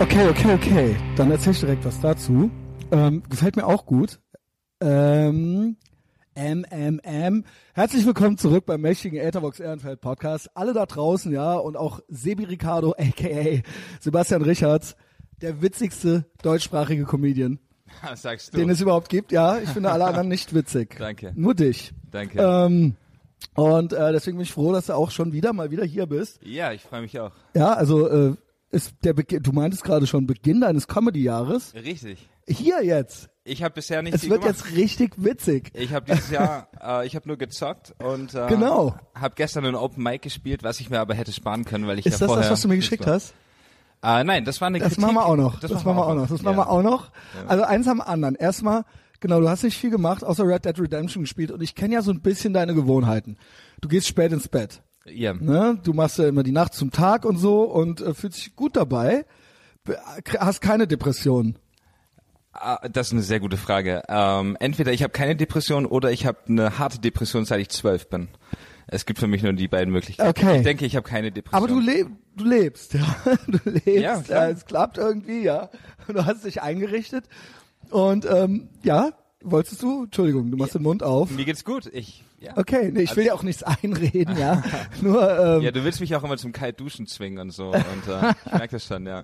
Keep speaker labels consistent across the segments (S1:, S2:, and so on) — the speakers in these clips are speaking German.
S1: Okay, okay, okay. Dann erzähl ich direkt was dazu. Ähm, gefällt mir auch gut. Ähm, M, M, M. Herzlich willkommen zurück beim mächtigen Etherbox Ehrenfeld Podcast. Alle da draußen, ja, und auch Sebi Ricardo, a.k.a. Sebastian Richards, der witzigste deutschsprachige Comedian,
S2: Ah, Das sagst
S1: den es überhaupt gibt. Ja, ich finde alle anderen nicht witzig.
S2: Danke.
S1: Nur dich.
S2: Danke.
S1: Ähm, und äh, deswegen bin ich froh, dass du auch schon wieder mal wieder hier bist.
S2: ja, ich freue mich auch.
S1: Ja, also äh, ist der Beginn, du meintest gerade schon Beginn deines Comedy-Jahres.
S2: Richtig.
S1: Hier jetzt.
S2: Ich habe bisher nicht
S1: Es
S2: viel
S1: wird
S2: gemacht.
S1: jetzt richtig witzig.
S2: ich habe dieses Jahr, äh, ich habe nur gezockt und äh,
S1: Genau.
S2: habe gestern ein Open Mic gespielt, was ich mir aber hätte sparen können, weil ich
S1: Ist
S2: ja
S1: das
S2: vorher
S1: das, was du mir geschickt hast?
S2: Äh, nein, das war eine
S1: Das
S2: Kritik.
S1: machen wir auch noch. Das, machen wir auch noch. Das machen wir auch noch. Also eins am anderen. Erstmal, genau, du hast nicht viel gemacht, außer Red Dead Redemption gespielt und ich kenne ja so ein bisschen deine Gewohnheiten. Du gehst spät ins Bett.
S2: Ja. Ja.
S1: Ne? Du machst ja immer die Nacht zum Tag und so und äh, fühlst dich gut dabei. Be- Hast keine Depression.
S2: Ah, Das ist eine sehr gute Frage. Ähm, entweder ich habe keine Depression oder ich habe eine harte Depression, seit ich zwölf bin. Es gibt für mich nur die beiden Möglichkeiten.
S1: Okay.
S2: Ich denke, ich habe keine Depression.
S1: Aber du, leb, du lebst, ja. Du lebst,
S2: Ja,
S1: ja,
S2: klar.
S1: es klappt irgendwie, ja. Du hast dich eingerichtet und ähm, ja, wolltest du, Entschuldigung, du machst den Mund auf.
S2: Mir geht's gut. Ich. Ja.
S1: Okay, nee, ich will dir auch nichts einreden, ja. Nur, ähm,
S2: Also Ja, du willst mich auch immer zum Kaltduschen zwingen und so. Und äh, ich merke das schon, ja.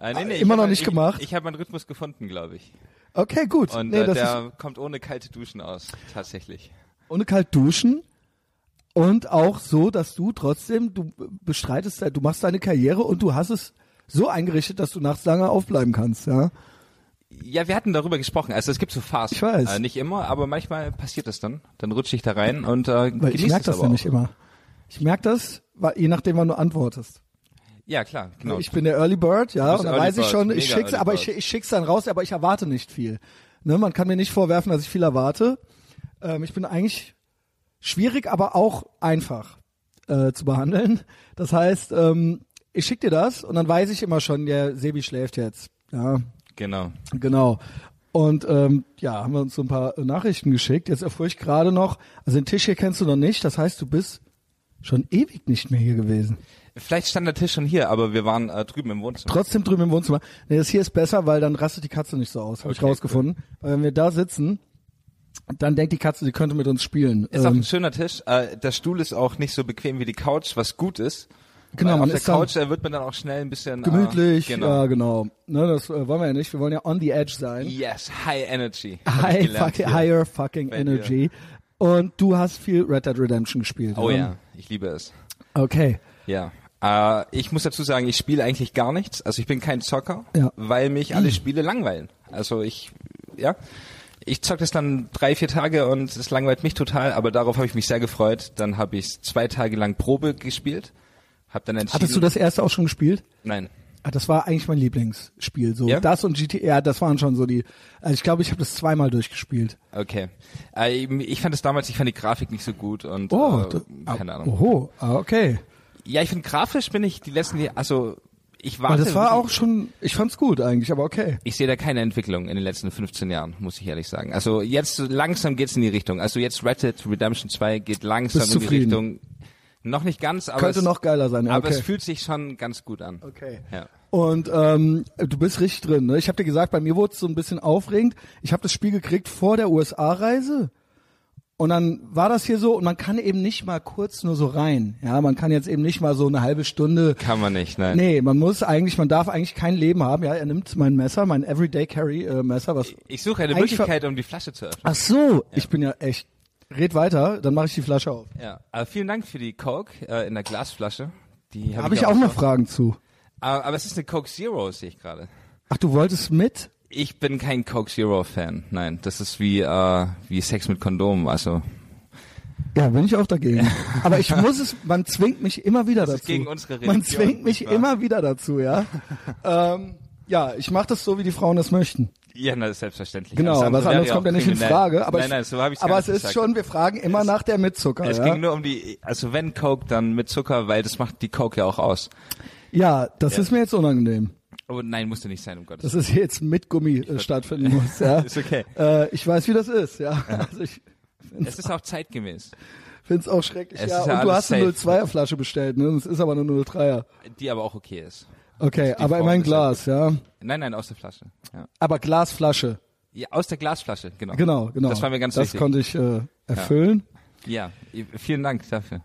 S2: Äh, nee, nee, ich
S1: Immer
S2: hab
S1: noch
S2: mein-
S1: nicht
S2: ich,
S1: gemacht?
S2: Ich habe meinen Rhythmus gefunden, glaube ich.
S1: okay, gut.
S2: Und
S1: nee,
S2: äh,
S1: das ist
S2: der kommt ohne kalte Duschen aus, tatsächlich.
S1: ohne kalt duschen und auch so, dass du trotzdem, du bestreitest, du machst deine Karriere und du hast es so eingerichtet, dass du nachts lange aufbleiben kannst, ja.
S2: Ja, wir hatten darüber gesprochen. Also es gibt so Phasen.
S1: Ich weiß.
S2: Äh, nicht immer, aber manchmal passiert das dann. Dann rutsche ich da rein und äh,
S1: Weil ich
S2: genieß
S1: merke
S2: das
S1: das
S2: aber
S1: nämlich
S2: auch.
S1: immer. Ich merke das, weil- je nachdem, wann du antwortest.
S2: Ja, klar. Genau.
S1: Ich bin der Early Bird, ja,
S2: bist
S1: und da
S2: Early
S1: weiß ich
S2: Bird,
S1: schon,
S2: mega
S1: ich schick's,
S2: Early
S1: aber ich,
S2: Bird.
S1: ich schick's dann raus, aber ich erwarte nicht viel. Ne, man kann mir nicht vorwerfen, dass ich viel erwarte. Ähm, ich bin eigentlich schwierig, aber auch einfach äh, zu behandeln. Das heißt, ähm, ich schick dir das und dann weiß ich immer schon, der Sebi schläft jetzt. Ja,
S2: genau.
S1: Genau. Und ähm, ja, haben wir uns so ein paar äh, Nachrichten geschickt. Jetzt erfuhr ich gerade noch, also den Tisch hier kennst du noch nicht. Das heißt, du bist schon ewig nicht mehr hier gewesen.
S2: Vielleicht stand der Tisch schon hier, aber wir waren äh, drüben im Wohnzimmer.
S1: Trotzdem drüben im Wohnzimmer. Nee, das hier ist besser, weil dann rastet die Katze nicht so aus, habe ich
S2: Okay,
S1: rausgefunden. Weil wenn wir da sitzen, dann denkt die Katze, sie könnte mit uns spielen.
S2: ist auch
S1: Ähm,
S2: ein schöner Tisch. Äh, der Stuhl ist auch nicht so bequem wie die Couch, was gut ist.
S1: Genau,
S2: Weil
S1: man
S2: auf der
S1: ist dann-
S2: Couch äh, wird man dann auch schnell ein bisschen äh,
S1: gemütlich,
S2: genau.
S1: ja genau. Ne, das äh, wollen wir ja nicht. Wir wollen ja on the edge sein.
S2: Yes, high energy. Hab ich
S1: High
S2: gelernt
S1: fucking,
S2: hier.
S1: higher fucking
S2: Bei
S1: energy. Und du hast viel Red Dead Redemption gespielt.
S2: Oh
S1: ne?
S2: ja, ich liebe es.
S1: Okay.
S2: Ja. Äh, ich muss dazu sagen, ich spiele eigentlich gar nichts. Also ich bin kein Zocker,
S1: Ja. Mm.
S2: weil mich alle Spiele langweilen. Also ich, ja. Ich zocke das dann drei, vier Tage und es langweilt mich total, aber darauf habe ich mich sehr gefreut. Dann habe ich zwei Tage lang Probe gespielt. Hab dann entschieden.
S1: Hattest du das erste auch schon gespielt?
S2: Nein.
S1: Ah, das war eigentlich mein Lieblingsspiel. So
S2: Ja?
S1: das und GTA, das waren schon so die. Also ich glaube, ich habe das zweimal durchgespielt.
S2: Okay. Äh, ich fand es damals, ich fand die Grafik nicht so gut und äh,
S1: Oh, da-
S2: keine Ahnung.
S1: Oho, ah, okay.
S2: Ja, ich finde grafisch bin ich die letzten, die- also ich
S1: Aber
S2: warte.
S1: das war
S2: wirklich-
S1: auch schon. Ich fand's gut eigentlich, aber okay.
S2: Ich sehe da keine Entwicklung in den letzten 15 Jahren, muss ich ehrlich sagen. Also jetzt so langsam geht's in die Richtung. Also jetzt Red Dead Redemption 2 geht langsam
S1: Bist
S2: in die
S1: zufrieden?
S2: Richtung. Noch nicht ganz, aber
S1: Könnte
S2: es,
S1: noch geiler sein. Ja,
S2: aber
S1: okay.
S2: es fühlt sich schon ganz gut an.
S1: Okay.
S2: Ja.
S1: Und ähm, du bist richtig drin. Ne? Ich habe dir gesagt, bei mir wurde es so ein bisschen aufregend. Ich habe das Spiel gekriegt vor der USA-Reise. Und dann war das hier so, und man kann eben nicht mal kurz nur so rein. Ja, man kann jetzt eben nicht mal so eine halbe Stunde
S2: Kann man nicht, nein.
S1: Nee, man muss eigentlich, man darf eigentlich kein Leben haben. Ja, er nimmt mein Messer, mein Everyday Carry äh, Messer, was.
S2: Ich suche eine
S1: Eigentlich ver-
S2: Möglichkeit, um die Flasche zu öffnen.
S1: Ach so, ich bin ja echt. Red weiter, dann mache ich die Flasche auf.
S2: Ja. Aber vielen Dank für die Coke äh, in der Glasflasche. Die habe
S1: Habe ich auch noch Fragen zu?
S2: Ah, Aber, aber es ist eine Coke Zero, sehe ich gerade.
S1: Ach, du wolltest mit?
S2: Ich bin kein Coke Zero Fan. Nein, das ist wie äh, wie Sex mit Kondom. Also
S1: Ja, bin ich auch dagegen. Aber ich muss es, man zwingt mich immer wieder
S2: Das
S1: dazu.
S2: ist gegen unsere
S1: man
S2: Religion,
S1: zwingt mich
S2: nicht wahr?
S1: immer wieder dazu, ja. ähm, ja, ich mache das so, wie die Frauen das möchten.
S2: Ja, na, das ist selbstverständlich.
S1: Genau,
S2: Alles
S1: was
S2: wäre
S1: anderes
S2: auch
S1: kommt ja nicht in
S2: kriminell.
S1: Frage. Aber,
S2: nein, nein,
S1: ich,
S2: so habe ich
S1: aber es ist schon, wir fragen immer nach der Mitzucker.
S2: Es
S1: ja?
S2: ging nur um die, also wenn Coke, dann mit Zucker, weil das macht die Coke ja auch aus.
S1: ja, das ist mir jetzt unangenehm.
S2: Aber nein, musste nicht sein, um Gottes
S1: dass es jetzt mit Gummi äh, stattfinden muss. Ja.
S2: Ist okay.
S1: Äh, ich weiß, wie das ist. Ja. Also ich
S2: Willen. Es ist auch zeitgemäß.
S1: finde es auch schrecklich.
S2: Es
S1: ja.
S2: ist ja
S1: Und du
S2: alles
S1: hast eine
S2: safe.
S1: 0,2er Flasche bestellt. Ne? Es ist aber nur eine 0,3er.
S2: Die aber auch okay ist.
S1: Okay,
S2: Die
S1: aber
S2: Form
S1: immer ein
S2: ist ja
S1: Glas, ja.
S2: Nein, nein, aus der Flasche. Ja.
S1: Aber Glasflasche.
S2: Ja, aus der Glasflasche, genau.
S1: Genau, genau.
S2: Das war mir ganz
S1: Das
S2: wichtig.
S1: konnte ich äh, erfüllen.
S2: Ja, vielen Dank dafür.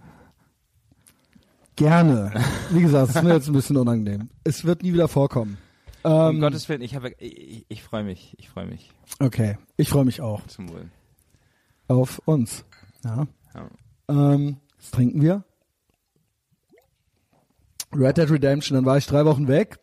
S1: Gerne. Wie gesagt, es ist mir jetzt ein bisschen unangenehm. Es wird nie wieder vorkommen. Ähm,
S2: um
S1: Mhm.
S2: Gottes Willen, ich, habe, ich, ich freue mich, ich freue mich
S1: Okay, ich freue mich auch
S2: zum Wohl.
S1: auf uns. Ja.
S2: Ja.
S1: Ähm, was trinken wir? Red Dead Redemption, dann war ich drei Wochen weg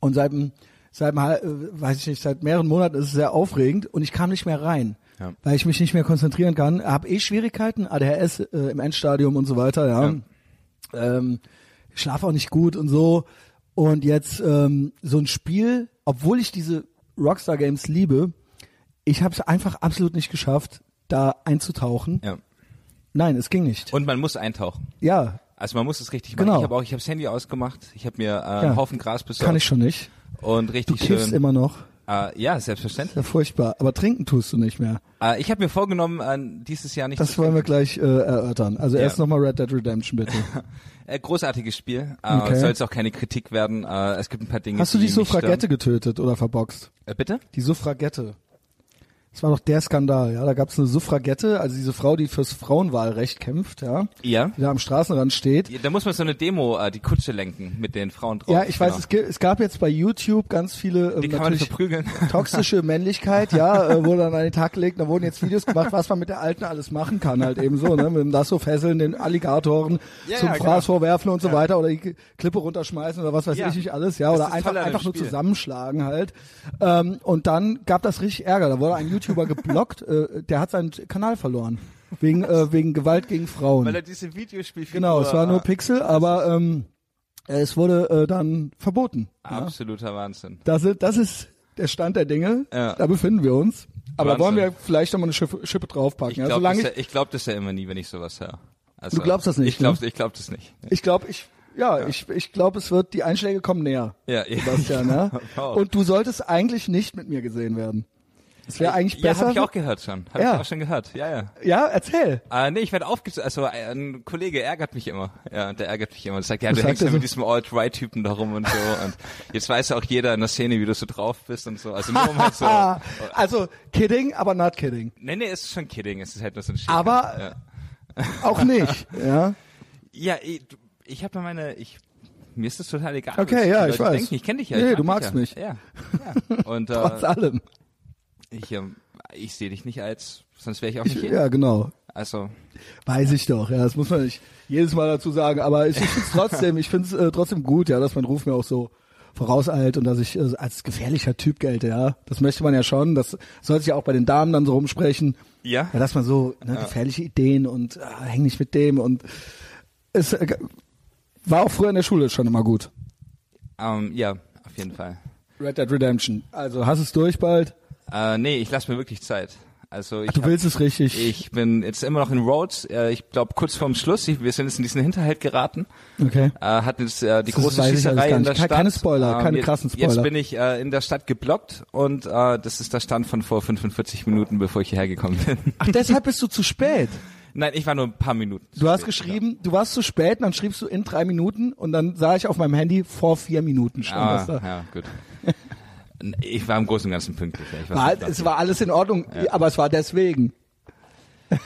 S1: und seit, einem- seit, einem hal- äh, weiß ich nicht, seit mehreren Monaten ist es sehr aufregend und ich kam nicht mehr rein,
S2: Ja.
S1: weil ich mich nicht mehr konzentrieren kann. Hab eh Schwierigkeiten, ADHS äh, im Endstadium und so weiter, ja. Ähm, ich schlafe auch nicht gut und so. Und jetzt ähm, so ein Spiel, obwohl ich diese Rockstar Games liebe, ich habe es einfach absolut nicht geschafft, da einzutauchen.
S2: Ja.
S1: Nein, es ging nicht.
S2: Und man muss eintauchen.
S1: Ja,
S2: Also man muss es richtig machen.
S1: Genau.
S2: Ich habe auch, ich habe das Handy ausgemacht. Ich habe mir äh,
S1: Ja.
S2: einen Haufen Gras besorgt
S1: kann ich schon nicht.
S2: und
S1: Du
S2: richtig
S1: kiffst
S2: schön.
S1: immer noch.
S2: Äh, ja,
S1: Ist
S2: selbstverständlich.
S1: Ja, furchtbar. Aber trinken tust du nicht mehr.
S2: Äh, ich habe mir vorgenommen, äh, dieses Jahr nicht.
S1: Das wollen wir gleich äh, erörtern. Also
S2: Ja.
S1: erst nochmal Red Dead Redemption, bitte.
S2: äh, großartiges Spiel. Äh,
S1: Okay.
S2: Soll jetzt auch keine Kritik werden. Äh, es gibt ein paar Dinge.
S1: Hast du die
S2: die mich
S1: Suffragette getötet oder verboxt?
S2: stören. Äh, bitte?
S1: Die Suffragette. Das war doch der Skandal, ja. Da gab es eine Suffragette, also diese Frau, die fürs Frauenwahlrecht kämpft, ja.
S2: Ja.
S1: Die da am Straßenrand steht.
S2: Ja, Da muss man so eine Demo, äh, die Kutsche lenken mit den Frauen drauf.
S1: Ja, ich weiß,
S2: Genau.
S1: es, ge- es gab jetzt bei YouTube ganz viele ähm,
S2: Die kann man
S1: natürlich
S2: verprügeln.
S1: toxische Männlichkeit, ja, äh, wurde dann an den Tag gelegt. Da wurden jetzt Videos gemacht, was man mit der Alten alles machen kann, halt eben so, ne? Mit dem Lasso fesseln, den Alligatoren
S2: Ja,
S1: zum
S2: ja,
S1: Fraß
S2: genau.
S1: vorwerfen und so weiter oder die K- Klippe runterschmeißen oder was weiß
S2: Ja.
S1: ich nicht alles, ja.
S2: Das
S1: Oder
S2: ist
S1: einfach,
S2: toll an dem
S1: einfach nur
S2: Spiel.
S1: zusammenschlagen halt. Ähm, und dann gab das richtig Ärger. Da wurde ein YouTuber geblockt, äh, der hat seinen Kanal verloren. Wegen, äh, wegen Gewalt gegen Frauen.
S2: Weil er diese Videospielfigur...
S1: Genau, es war nur
S2: äh,
S1: Pixel, aber ähm, es wurde äh, dann verboten. Ja.
S2: Absoluter Wahnsinn.
S1: Das, ist- das ist der Stand der Dinge.
S2: Ja.
S1: Da befinden wir uns. Aber
S2: Wahnsinn.
S1: wollen wir vielleicht nochmal eine Schippe, Schippe
S2: Ich
S1: draufpacken. ja?
S2: glaube
S1: Solange
S2: das, ja- ich glaub das ja immer nie, wenn ich sowas höre. Also,
S1: Du glaubst das nicht, ne?
S2: Ich glaube ich glaub das nicht.
S1: ich, ich glaube, ich, ja, ich, ich glaube, es wird, die Einschläge kommen näher.
S2: Ja, ja.
S1: Sebastian, ja?
S2: glaub auch.
S1: Und du solltest eigentlich nicht mit mir gesehen werden. Es wäre eigentlich
S2: Äh, Ja,
S1: besser.
S2: habe ich auch gehört schon. Habe
S1: Ja.
S2: ich auch schon gehört. Ja, ja.
S1: Ja, erzähl.
S2: Äh, nee, ich werde aufgezogen. Also äh, ein Kollege ärgert mich immer. Ja, der ärgert mich immer. Und sagt, ja, du
S1: sagt
S2: hängst
S1: er
S2: ja mit
S1: so?
S2: diesem Alt-Right-Typen da rum und so. Und jetzt weiß auch jeder in der Szene, wie du so drauf bist und so. Also nur um halt so.
S1: Ah, also kidding, aber not kidding.
S2: Nee, nee, es ist schon kidding. Es ist halt nur so ein Schild.
S1: Aber
S2: Ja.
S1: auch nicht. Ja.
S2: Ja, ich, du- ich habe ja meine, ich mir ist das total egal.
S1: Okay,
S2: was die
S1: ja, ich
S2: Leute
S1: weiß.
S2: Denken. Ich kenne dich ja.
S1: Nee,
S2: ich mag
S1: du magst
S2: dich ja.
S1: mich.
S2: Ja, ja. Und
S1: Trotz
S2: äh,
S1: allem.
S2: ich, ähm, ich sehe dich nicht als, sonst wäre ich auch
S1: Ich,
S2: nicht hier.
S1: ja, genau.
S2: Also
S1: Weiß ich doch, ja, das muss man nicht jedes Mal dazu sagen, aber ich, ich finde es trotzdem, ich find's, äh, trotzdem gut, ja, dass mein Ruf mir auch so vorauseilt und dass ich äh, als gefährlicher Typ gelte, ja. Das möchte man ja schon, das sollte sich auch bei den Damen dann so rumsprechen.
S2: Ja.
S1: Ja, dass man so ne, gefährliche Ideen und äh, häng nicht mit dem und es äh, war auch früher in der Schule schon immer gut.
S2: ähm, ja, auf jeden Fall.
S1: Red Dead Redemption. Also hast es durch bald?
S2: Äh, nee, ich lasse mir wirklich Zeit. Also ich
S1: Du
S2: hab-
S1: willst es richtig.
S2: ich bin jetzt immer noch in Rhodes. Äh, ich glaube kurz vorm Schluss. Ich, wir sind jetzt in diesen Hinterhalt geraten.
S1: okay.
S2: Äh, hat jetzt äh, die
S1: Das
S2: große
S1: weiß ich alles gar
S2: Schießerei in
S1: nicht.
S2: der
S1: Ke-
S2: Stadt. Ähm,
S1: keine Spoiler, keine
S2: jetzt,
S1: krassen Spoiler.
S2: Jetzt bin ich äh, in der Stadt geblockt und äh, das ist der Stand von vor 45 Minuten, bevor ich hierher gekommen bin.
S1: Ach, deshalb bist du zu spät.
S2: Nein, ich war nur ein paar Minuten. zu
S1: Du hast
S2: spät.
S1: geschrieben, du warst zu spät, und dann schriebst du in drei Minuten und dann sah ich auf meinem Handy vor vier Minuten schon.
S2: Ah,
S1: dass da,
S2: ja, gut. N- Ich war im Großen und Ganzen pünktlich. Ja. Ich weiß
S1: war, halt-
S2: nicht, was-
S1: es war alles in Ordnung, aber es war deswegen.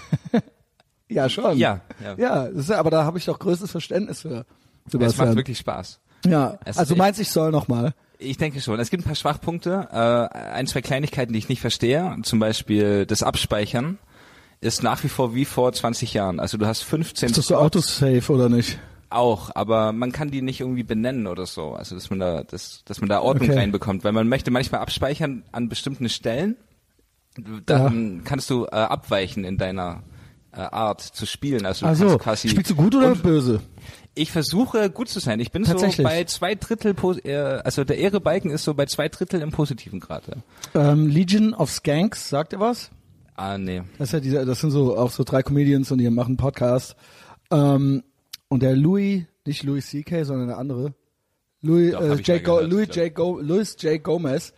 S1: ja, schon.
S2: Ja, ja.
S1: ja das ist, aber da habe ich doch größtes Verständnis für.
S2: es macht
S1: Sebastian.
S2: wirklich Spaß.
S1: ja.
S2: es-
S1: also
S2: ich-
S1: meinst ich soll noch mal.
S2: Ich denke schon. Es gibt ein paar Schwachpunkte, äh, ein, zwei Kleinigkeiten, die ich nicht verstehe. Zum Beispiel das Abspeichern ist nach wie vor wie vor 20 Jahren. Also du hast 15
S1: Ist das so autosafe oder nicht?
S2: auch, aber man kann die nicht irgendwie benennen oder so. Also dass man da, dass, dass man da Ordnung
S1: Okay.
S2: reinbekommt, weil man möchte manchmal abspeichern an bestimmten Stellen. Dann kannst du äh, abweichen in deiner äh, Art zu spielen. Also du
S1: Also
S2: kannst quasi
S1: spielst du gut oder
S2: Und
S1: böse?
S2: ich versuche gut zu sein. Ich bin so
S1: Tatsächlich.
S2: bei zwei Drittel, pos- äh, also der Ehrebalken ist so bei zwei Drittel im positiven Grad. ja.
S1: Ähm, Legion of Skanks, sagt ihr was?
S2: Ah nee.
S1: Das, ist ja diese, das sind so auch so drei Comedians und die machen einen Podcast. Ähm, und der Louis, nicht Louis C.K., sondern der andere, Louis,
S2: Doch,
S1: äh,
S2: hab ich
S1: J.
S2: mal
S1: Go,
S2: gehört,
S1: Louis,
S2: glaub ich.
S1: J. Go, Louis J. Gomez,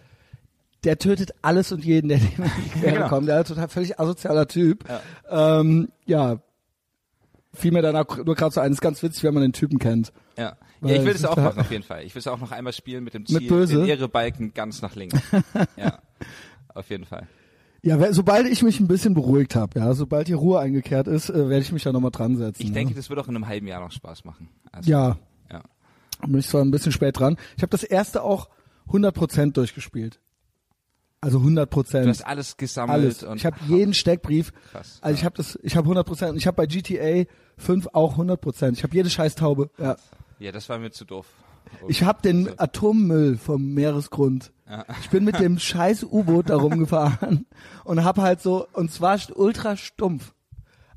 S1: der tötet alles und jeden, der dem in die Quere
S2: genau.
S1: kommt. Der ist total völlig asozialer Typ. Ja, ähm, ja fiel mir danach nur gerade so ein. Das ist ganz witzig, wenn man den Typen kennt.
S2: Ja. ja,
S1: Weil
S2: ich will
S1: es
S2: das
S1: ist
S2: auch
S1: ja-
S2: machen, auf jeden Fall. Ich will es auch noch einmal spielen mit dem Ziel,
S1: Böse?
S2: den Ehrebalken ganz nach links. ja, auf jeden Fall.
S1: Ja, wer- sobald ich mich ein bisschen beruhigt habe, ja, sobald hier Ruhe eingekehrt ist, äh, werde ich mich da nochmal dran setzen.
S2: Ich
S1: ne?
S2: denke, das wird auch in einem halben Jahr noch Spaß machen. Also,
S1: Ja,
S2: ja.
S1: bin ich zwar ein bisschen spät dran. Ich habe das erste auch 100% durchgespielt. Also 100
S2: Du
S1: Prozent.
S2: hast alles gesammelt
S1: alles.
S2: und
S1: Ich habe jeden Steckbrief.
S2: Krass,
S1: also ich habe das, ich habe 100 Prozent. Ich habe bei GTA 5 auch 100 Prozent. Ich habe jede Scheißtaube. Ja.
S2: ja, das war mir zu doof. Oh,
S1: Ich habe den
S2: so.
S1: Atommüll vom Meeresgrund. Ich bin mit dem scheiß U-Boot da rumgefahren und hab halt so, und zwar ultra stumpf.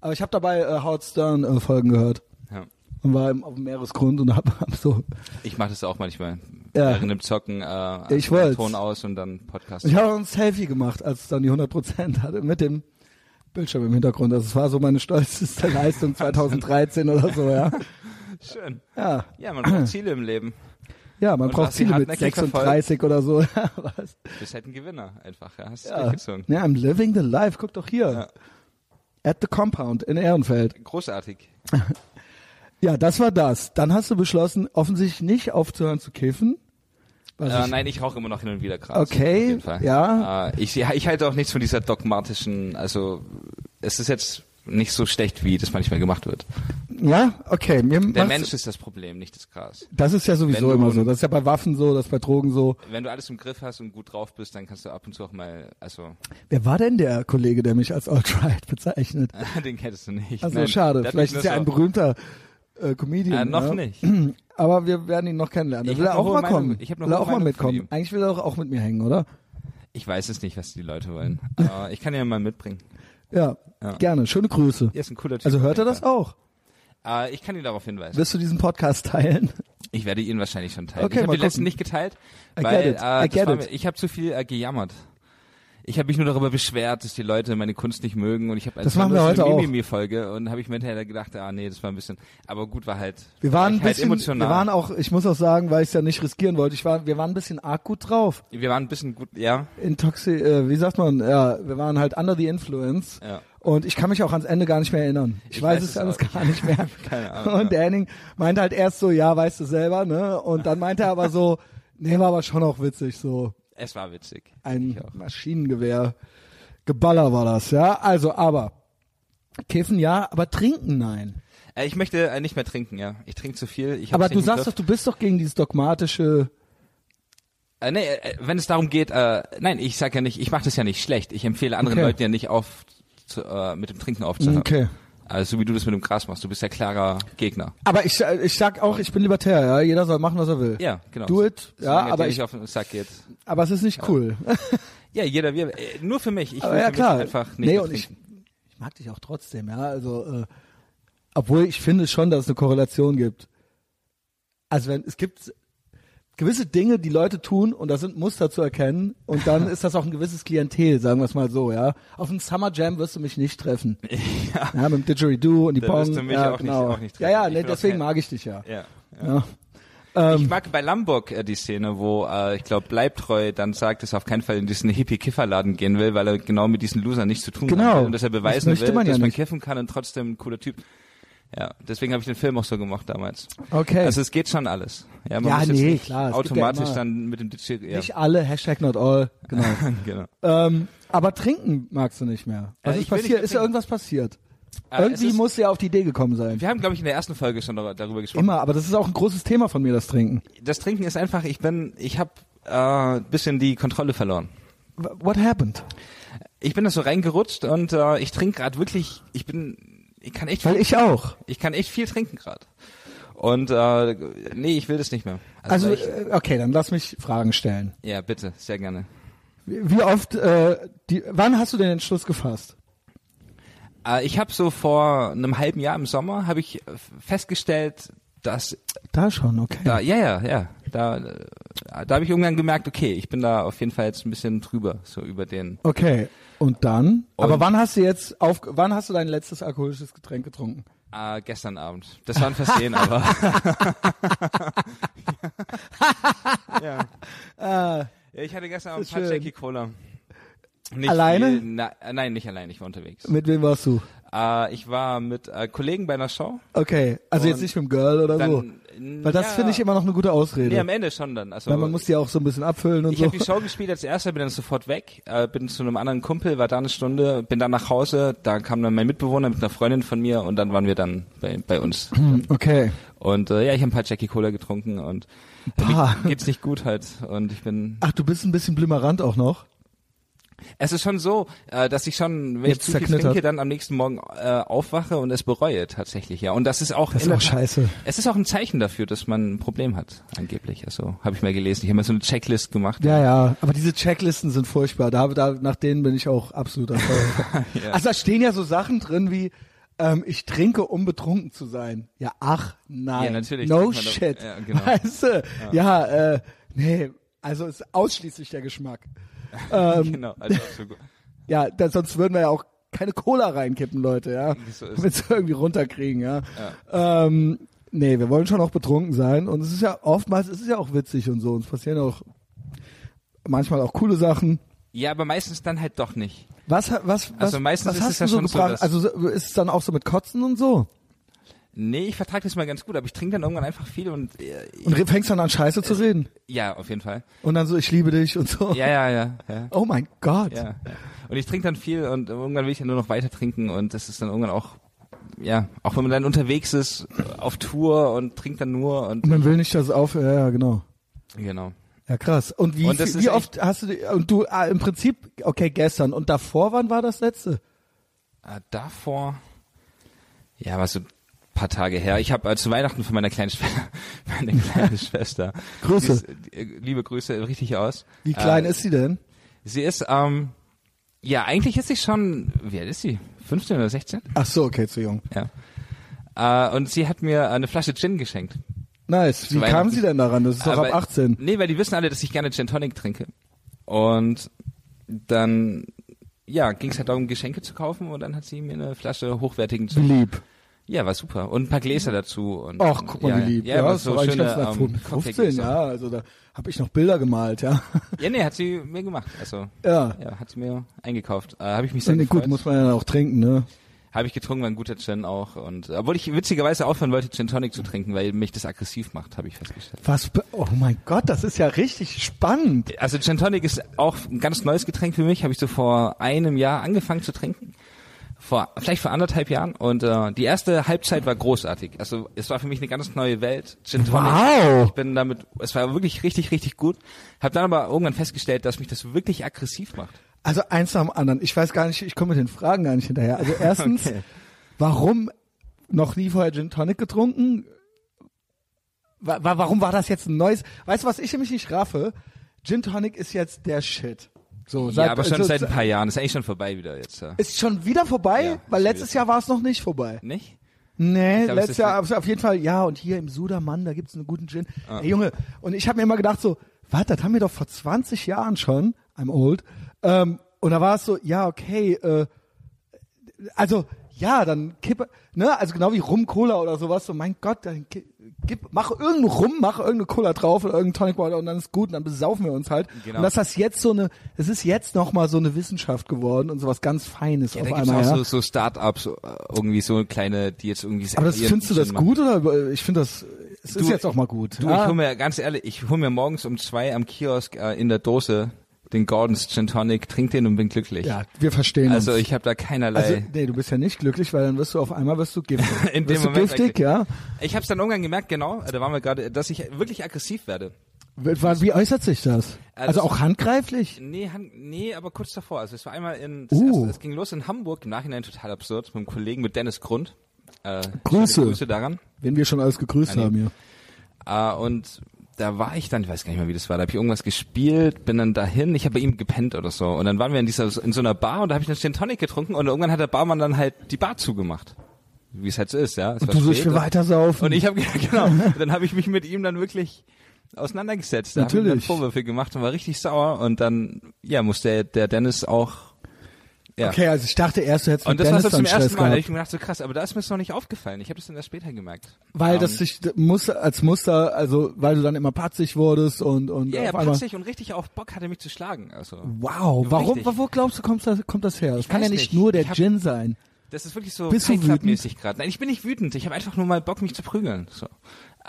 S1: Aber ich habe dabei äh, Howard Stern äh, Folgen gehört
S2: Ja.
S1: und war im, auf dem Meeresgrund und hab, hab so,
S2: Ich mache das auch manchmal.
S1: Ja.
S2: Während dem Zocken äh,
S1: Ich
S2: den
S1: wollt's.
S2: Ton aus und dann Podcast.
S1: ich habe ein Selfie gemacht, als es dann die 100 Prozent hatte mit dem Bildschirm im Hintergrund. Also es war so meine stolzeste Leistung 2013 oder so, ja.
S2: Schön.
S1: Ja,
S2: Ja, man braucht Ziele im Leben.
S1: ja man
S2: Und
S1: braucht
S2: was sie
S1: Ziele mit
S2: hartnäckig
S1: 36 oder so. Ja, was?
S2: Du bist halt ein Gewinner einfach. Ja, hast du
S1: Ja.
S2: durchgezogen.
S1: ja, I'm living the life. Guck doch hier.
S2: Ja.
S1: At the Compound in Ehrenfeld.
S2: Großartig.
S1: Ja, das war das. Dann hast du beschlossen, offensichtlich nicht aufzuhören zu kiffen. Was
S2: Äh,
S1: ich,
S2: nein, ich rauche immer noch hin und wieder Gras.
S1: Okay,
S2: auf jeden Fall.
S1: ja.
S2: Äh, ich, ich halte auch nichts von dieser dogmatischen, also es ist jetzt nicht so schlecht, wie das manchmal gemacht wird.
S1: ja, okay. Mir
S2: Der
S1: macht's-
S2: Mensch ist das Problem, nicht das Gras.
S1: Das ist ja sowieso
S2: Wenn du-
S1: immer so. Das ist ja bei Waffen so, das ist bei Drogen so.
S2: Wenn du alles im Griff hast und gut drauf bist, dann kannst du ab und zu auch mal, also
S1: Wer war denn der Kollege, der mich als alt-right bezeichnet?
S2: den kennst du nicht.
S1: Also
S2: Nein,
S1: schade.
S2: der hat
S1: Vielleicht
S2: mich
S1: ist er
S2: nur
S1: ein
S2: so-
S1: berühmter äh, Comedian.
S2: Äh, noch
S1: ja.
S2: nicht.
S1: Aber wir werden ihn noch kennenlernen. Der
S2: Ich
S1: will
S2: hab
S1: er
S2: eine
S1: auch mal
S2: hohe Meinung-
S1: kommen.
S2: ich hab eine
S1: will er
S2: hohe
S1: auch mal
S2: Meinung von
S1: mitkommen.
S2: ihm.
S1: Eigentlich will er auch, auch mit mir hängen, oder?
S2: Ich weiß es nicht, was die Leute wollen. Aber ich kann ihn ja mal mitbringen.
S1: Ja,
S2: Ja.
S1: gerne. Schöne Grüße.
S2: Er ist ein cooler Typ.
S1: Also hört er
S2: auf
S1: das
S2: jeden
S1: auch?
S2: Fall. Äh, ich kann ihn darauf hinweisen.
S1: Wirst du diesen Podcast teilen?
S2: Ich halt werde ihn wahrscheinlich schon teilen.
S1: Okay,
S2: ich habe
S1: mal
S2: den letzten
S1: gucken.
S2: nicht geteilt,
S1: I
S2: weil
S1: get it,
S2: äh,
S1: I
S2: das
S1: get
S2: war
S1: it.
S2: mir- ich habe zu viel äh, gejammert. Ich habe mich nur darüber beschwert, dass die Leute meine Kunst nicht mögen und ich habe
S1: Das machen wir heute
S2: eine
S1: auch.
S2: Mimimi-Folge und habe ich mir hinterher gedacht, ah nee, das war ein bisschen, aber gut war halt.
S1: Wir waren ein
S2: halt
S1: bisschen,
S2: emotional.
S1: wir waren auch, ich muss auch sagen, weil ich es ja nicht riskieren wollte, ich war, wir waren ein bisschen arg gut drauf.
S2: wir waren ein bisschen gut, ja,
S1: Intoxi, äh, wie sagt man, ja, wir waren halt under the influence.
S2: Ja.
S1: Und ich kann mich auch ans Ende gar nicht mehr erinnern. Ich,
S2: Ich
S1: weiß,
S2: weiß
S1: es
S2: es
S1: alles
S2: auch.
S1: gar nicht mehr.
S2: Keine Ahnung,
S1: Und der Henning meinte halt erst so, ja, weißt du selber, ne? Und dann meinte er aber so, nee, war aber schon auch witzig, so
S2: es war witzig.
S1: ein Maschinengewehr. Geballer war das, ja. Also, aber kiffen ja, aber trinken nein.
S2: Äh, ich möchte äh, nicht mehr trinken, ja. Ich trinke zu viel. Ich
S1: Aber
S2: hab's
S1: du
S2: nicht im
S1: sagst
S2: Griff.
S1: doch, du bist doch gegen dieses dogmatische,
S2: Äh, nee, äh, wenn es darum geht, äh, nein, ich sag ja nicht, ich mache das ja nicht schlecht. Ich empfehle anderen
S1: Okay.
S2: Leuten ja nicht auf zu, äh, mit dem Trinken aufzuhören.
S1: Okay.
S2: Also so wie du das mit dem Gras machst, du bist ja klarer Gegner.
S1: Aber ich, äh, ich sag auch, ich bin libertär, ja. Jeder soll machen, was er will.
S2: Ja, genau.
S1: Do it,
S2: Solange
S1: ja,
S2: dir
S1: aber
S2: nicht
S1: ich,
S2: auf den Sack geht.
S1: aber es ist nicht cool.
S2: Ja, jeder wir äh, nur für mich, ich
S1: aber
S2: will
S1: ja,
S2: für
S1: klar.
S2: mich einfach nicht
S1: nee,
S2: mehr
S1: und ich,
S2: trinken.
S1: ich mag dich auch trotzdem, ja. Also, äh, obwohl ich finde schon, dass es eine Korrelation gibt. Also wenn, es gibt gewisse Dinge, die Leute tun und da sind Muster zu erkennen und dann ist das auch ein gewisses Klientel, sagen wir es mal so, ja. Auf dem Summer Jam wirst du mich nicht treffen. Ja, mit dem Didgeridoo und die
S2: Da
S1: Bong.
S2: wirst du mich
S1: ja,
S2: auch nicht-
S1: genau.
S2: auch nicht
S1: Ja, ja,
S2: treffen. Ich
S1: nee,
S2: bin auch
S1: deswegen
S2: kein-
S1: mag ich dich ja.
S2: Ja.
S1: ja. Ähm.
S2: Ich mag bei Lamborg äh, die Szene, wo äh, ich glaube Bleibtreu dann sagt, dass er auf keinen Fall in diesen Hippie-Kifferladen gehen will, weil er genau mit diesen Losern nichts zu tun
S1: Genau.
S2: hat und dass er
S1: Das
S2: beweisen
S1: möchte
S2: will,
S1: man ja
S2: dass man
S1: nicht.
S2: kiffen kann und trotzdem ein cooler Typ. Ja, deswegen habe ich den Film auch so gemacht damals.
S1: Okay.
S2: Also es geht schon alles. Ja, man
S1: Ja,
S2: muss jetzt
S1: nee,
S2: nicht
S1: klar, es gibt ja
S2: automatisch
S1: immer-
S2: dann mit dem Digital. Also, Ja.
S1: Nicht alle, Hashtag not all, genau.
S2: genau.
S1: ähm, aber trinken magst du nicht mehr. Was
S2: Äh,
S1: ist
S2: ich will nicht
S1: passiert?
S2: mehr
S1: Ist ja
S2: trinken.
S1: irgendwas passiert?
S2: Aber Ah, Äh, es
S1: Irgendwie
S2: ist-
S1: muss ja auf die Idee gekommen sein.
S2: Wir haben, glaube ich, in der ersten Folge schon dar- darüber gesprochen.
S1: Immer, aber das ist auch ein großes Thema von mir, das Trinken.
S2: Das Trinken ist einfach, ich bin, ich habe äh, bisschen die Kontrolle verloren.
S1: W- What happened?
S2: Ich bin da so reingerutscht und äh, ich trinke gerade wirklich, ich bin, ich kann echt
S1: Weil
S2: viel,
S1: ich auch.
S2: ich kann echt viel trinken gerade. Und äh, nee, ich will das nicht mehr.
S1: Also,
S2: ich,
S1: äh, okay, dann lass mich Fragen stellen.
S2: ja, bitte, sehr gerne.
S1: Wie wie oft, äh, die, wann hast du den Entschluss gefasst?
S2: Äh, ich habe so vor einem halben Jahr im Sommer habe ich äh, festgestellt, dass
S1: Da schon, okay.
S2: da, ja, ja, ja, da, äh, da habe ich irgendwann gemerkt, okay, ich bin da auf jeden Fall jetzt ein bisschen drüber, so über den.
S1: Okay, und dann? aber
S2: Und-
S1: wann hast du jetzt auf, wann hast du dein letztes alkoholisches Getränk getrunken?
S2: Äh, gestern Abend. Das war ein Versehen, aber. ja. ja. Ich hatte gestern Abend ein
S1: ist
S2: paar
S1: schön.
S2: Jackie Cola. Nicht
S1: Alleine?
S2: Viel, na, äh, nein, nicht allein, ich war unterwegs.
S1: Mit wem warst du?
S2: Äh, ich war mit äh, Kollegen bei einer Show.
S1: Okay, also jetzt
S2: Und
S1: nicht mit dem Girl oder
S2: Dann,
S1: so. Weil das
S2: ja,
S1: finde ich immer noch eine gute Ausrede.
S2: Nee, am Ende schon dann. Also,
S1: weil man muss die auch so ein bisschen abfüllen und
S2: ich
S1: so.
S2: habe die Show gespielt als erster, bin dann sofort weg, äh, bin zu einem anderen Kumpel, war da eine Stunde, bin dann nach Hause, da kam dann mein Mitbewohner mit einer Freundin von mir und dann waren wir dann bei, bei uns.
S1: Hm, okay.
S2: Und äh, ja, ich habe ein paar Jackie Cola getrunken und äh,
S1: Paar.
S2: mir geht's nicht gut halt. Und ich bin.
S1: Ach, du bist ein bisschen blimmerant auch noch.
S2: Es ist schon so, äh, dass ich schon, wenn
S1: Jetzt
S2: ich zu viel
S1: zerknittert.
S2: trinke, dann am nächsten Morgen äh, aufwache und es bereue tatsächlich, ja. Und das ist auch,
S1: Das ist
S2: in
S1: auch
S2: der Tat-
S1: scheiße.
S2: Es ist auch ein Zeichen dafür, dass man ein Problem hat, angeblich. Also habe ich mal gelesen. Ich habe mal so eine Checklist gemacht.
S1: Ja, ja, aber diese Checklisten sind furchtbar. Da, da, nach denen bin ich auch absolut am Feuer. Also da stehen ja so Sachen drin wie, ähm, ich trinke, um betrunken zu sein. Ja, ach, nein.
S2: Ja, natürlich
S1: No
S2: trinkt man doch-
S1: shit.
S2: ja, genau.
S1: Weißt du? Ja, äh, nee, also ist ausschließlich der Geschmack. Ähm.
S2: Genau. Also, absolut gut.
S1: Ja, da, sonst würden wir ja auch keine Cola reinkippen, Leute, ja.
S2: So ist es.
S1: Wenn wir irgendwie runterkriegen, ja. Ähm, nee, wir wollen schon auch betrunken sein. Und es ist ja oftmals, es ist ja auch witzig und so. Uns passieren auch manchmal auch coole Sachen.
S2: ja, aber meistens dann halt doch nicht.
S1: Was, ha- was, was,
S2: Also meistens
S1: was
S2: ist
S1: hast
S2: es ja
S1: du so
S2: schon so,
S1: gebracht?
S2: dass-
S1: also so- ist es dann auch so mit Kotzen und so?
S2: Nee, ich vertrage das mal ganz gut, aber ich trinke dann irgendwann einfach viel und äh,
S1: Und re- fängst dann an Scheiße zu reden
S2: ja, auf jeden Fall.
S1: und dann so ich liebe dich und so.
S2: Äh, Ja, ja, ja, ja.
S1: Oh mein Gott.
S2: ja. Und ich trinke dann viel und irgendwann will ich ja nur noch weiter trinken und das ist dann irgendwann auch ja, auch wenn man dann unterwegs ist auf Tour und trinkt dann nur
S1: Und
S2: und
S1: man will nicht, dass es auf ja, ja genau.
S2: genau.
S1: Ja krass. Und wie
S2: Und das
S1: viel-
S2: ist
S1: wie oft hast du die- und du ah, im Prinzip okay, gestern und davor wann war das letzte?
S2: Äh, davor ja, war so ein paar Tage her. Ich habe äh, zu Weihnachten von meiner kleinen Schwester, meine kleine Schwester.
S1: Grüße.
S2: die Ist, äh, liebe Grüße, richtig aus.
S1: Wie klein
S2: Äh,
S1: ist sie denn?
S2: Sie ist, ähm, ja, eigentlich ist sie schon, wie alt ist sie? 15 oder 16?
S1: Ach so, okay, zu jung.
S2: Ja. Äh, und sie hat mir eine Flasche Gin geschenkt.
S1: Nice. Wie
S2: Weihnachten.
S1: kam sie denn daran? Das ist doch
S2: Aber-
S1: ab 18.
S2: Nee, weil die wissen alle, dass ich gerne Gin Tonic trinke. Und dann, ja, ging es halt darum, Geschenke zu kaufen und dann hat sie mir eine Flasche hochwertigen Gin.
S1: Lieb.
S2: Ja, war super. Und ein paar Gläser dazu. Und,
S1: Och, guck mal,
S2: ja,
S1: wie lieb.
S2: Ja, war
S1: ist
S2: so
S1: doch eigentlich
S2: schöne,
S1: ganz nach
S2: ähm,
S1: 15,
S2: Cocktailgläser.
S1: ja, also da habe ich noch Bilder gemalt, ja.
S2: Ja, nee, hat sie mir gemacht. Also,
S1: ja.
S2: ja, hat sie mir eingekauft. Äh, Habe ich mich sehr
S1: Und
S2: gefreut.
S1: gut, muss man ja auch trinken, ne?
S2: Habe ich getrunken, war ein guter Gin auch. Und obwohl ich witzigerweise aufhören wollte, Gin Tonic zu trinken, weil mich das aggressiv macht, habe ich festgestellt.
S1: Was? be- Oh mein Gott, das ist ja richtig spannend.
S2: Also Gin Tonic ist auch ein ganz neues Getränk für mich. Habe ich so vor einem Jahr angefangen zu trinken. Vor, vielleicht vor anderthalb Jahren. Und äh, die erste Halbzeit war großartig. Also es war für mich eine ganz neue Welt. Gin Tonic.
S1: Wow.
S2: Ich bin damit, es war wirklich richtig, richtig gut. Habe dann aber irgendwann festgestellt, dass mich das wirklich aggressiv macht.
S1: Also eins nach dem anderen. Ich weiß gar nicht, ich komme mit den Fragen gar nicht hinterher. Also erstens,
S2: Okay.
S1: warum noch nie vorher Gin Tonic getrunken? Wa wa warum war das jetzt ein neues? Weißt du, was ich nämlich nicht raffe? Gin Tonic ist jetzt der Shit. So,
S2: ja, aber schon seit ein paar Jahren. Ist eigentlich schon vorbei wieder jetzt. äh. Ja.
S1: ist schon wieder vorbei,
S2: Ja,
S1: weil
S2: ist
S1: letztes Jahr war es noch nicht vorbei.
S2: Nicht?
S1: Nee,
S2: glaub, es
S1: letztes
S2: ist
S1: Jahr aber auf jeden Fall, ja, und hier im Sudermann, da gibt's einen guten Gin.
S2: Ah.
S1: Ey, Junge, und ich habe mir immer gedacht so, was, das haben wir doch vor 20 Jahren schon, I'm old, ähm, und da war es so, ja, okay, äh, also, ja, dann kippe, ne, also genau wie Rum Cola oder sowas, so, mein Gott, dann ki- gib, mach irgendeinen Rum, mach irgendeine Cola drauf oder irgendeinen Tonic Water und dann ist gut und dann besaufen wir uns halt.
S2: Genau.
S1: Und dass das jetzt so eine, es ist jetzt nochmal so eine Wissenschaft geworden und sowas ganz Feines
S2: Ja,
S1: auf
S2: da gibt's
S1: einmal,
S2: auch
S1: ja.
S2: so, so Start-ups, äh, irgendwie so kleine, die jetzt irgendwie
S1: Aber das
S2: ihren
S1: findest du das
S2: Sinn machen.
S1: gut oder ich finde das es ist
S2: Du,
S1: jetzt auch mal gut. Ah,
S2: Du, ich hol mir, ganz ehrlich, ich hol mir morgens um zwei am Kiosk äh, in der Dose den Gordons Gin Tonic, trink den und bin glücklich.
S1: ja, wir verstehen
S2: also
S1: uns.
S2: ich habe da keinerlei...
S1: also nee, du bist ja nicht glücklich, weil dann wirst du auf einmal wirst du giftig.
S2: In dem
S1: wirst du
S2: Moment
S1: giftig, ja?
S2: ich habe es dann irgendwann gemerkt, genau, äh, da waren wir gerade, dass ich wirklich aggressiv werde.
S1: Wie wie äußert sich das? Also
S2: das-
S1: auch handgreiflich?
S2: Nee, Han- nee, aber kurz davor. Also es war einmal in,
S1: Uh.
S2: es, es ging los in Hamburg, im Nachhinein total absurd, mit einem Kollegen, mit Dennis Grund. Äh,
S1: Grüße.
S2: schöne Grüße daran.
S1: Wenn wir schon alles gegrüßt
S2: nee.
S1: haben hier.
S2: Äh, und da war ich dann, ich weiß gar nicht mehr, wie das war, da habe ich irgendwas gespielt, bin dann dahin, ich habe bei ihm gepennt oder so. Und dann waren wir in dieser in so einer Bar und da habe ich dann Gin Tonic getrunken und irgendwann hat der Barmann dann halt die Bar zugemacht. Wie es halt so ist, ja. Es war
S1: Du so, ich
S2: spät
S1: will
S2: und-
S1: weiter saufen.
S2: Und ich habe genau, und dann habe ich mich mit ihm dann wirklich auseinandergesetzt. Da hab ich ihm
S1: Natürlich.
S2: dann Vorwürfe gemacht und war richtig sauer und dann ja, muss der der Dennis auch ja.
S1: okay, also ich dachte erst, du hättest
S2: Und
S1: mit
S2: das war
S1: Dennis
S2: so zum
S1: dann Stress
S2: ersten Mal, da hab
S1: gehabt.
S2: ich mir gedacht, so krass, aber da ist mir das noch nicht aufgefallen. Ich habe das dann erst später gemerkt.
S1: Weil
S2: Ähm,
S1: das sich muss als Muster, also weil du dann immer patzig wurdest und und
S2: ja, ja,
S1: auf einmal. Mhm.
S2: patzig und richtig auch Bock hatte, mich zu schlagen. Also
S1: Wow,
S2: Ja,
S1: warum
S2: richtig.
S1: wo glaubst du kommt das, kommt das her? Das kann
S2: weiß
S1: ja nicht
S2: nicht.
S1: nur der
S2: Ich hab-
S1: Gin sein.
S2: Das ist wirklich so
S1: Bist du
S2: Fight-Club-mäßig gerade. Nein, ich bin nicht wütend. Ich habe einfach nur mal Bock, mich zu prügeln. So,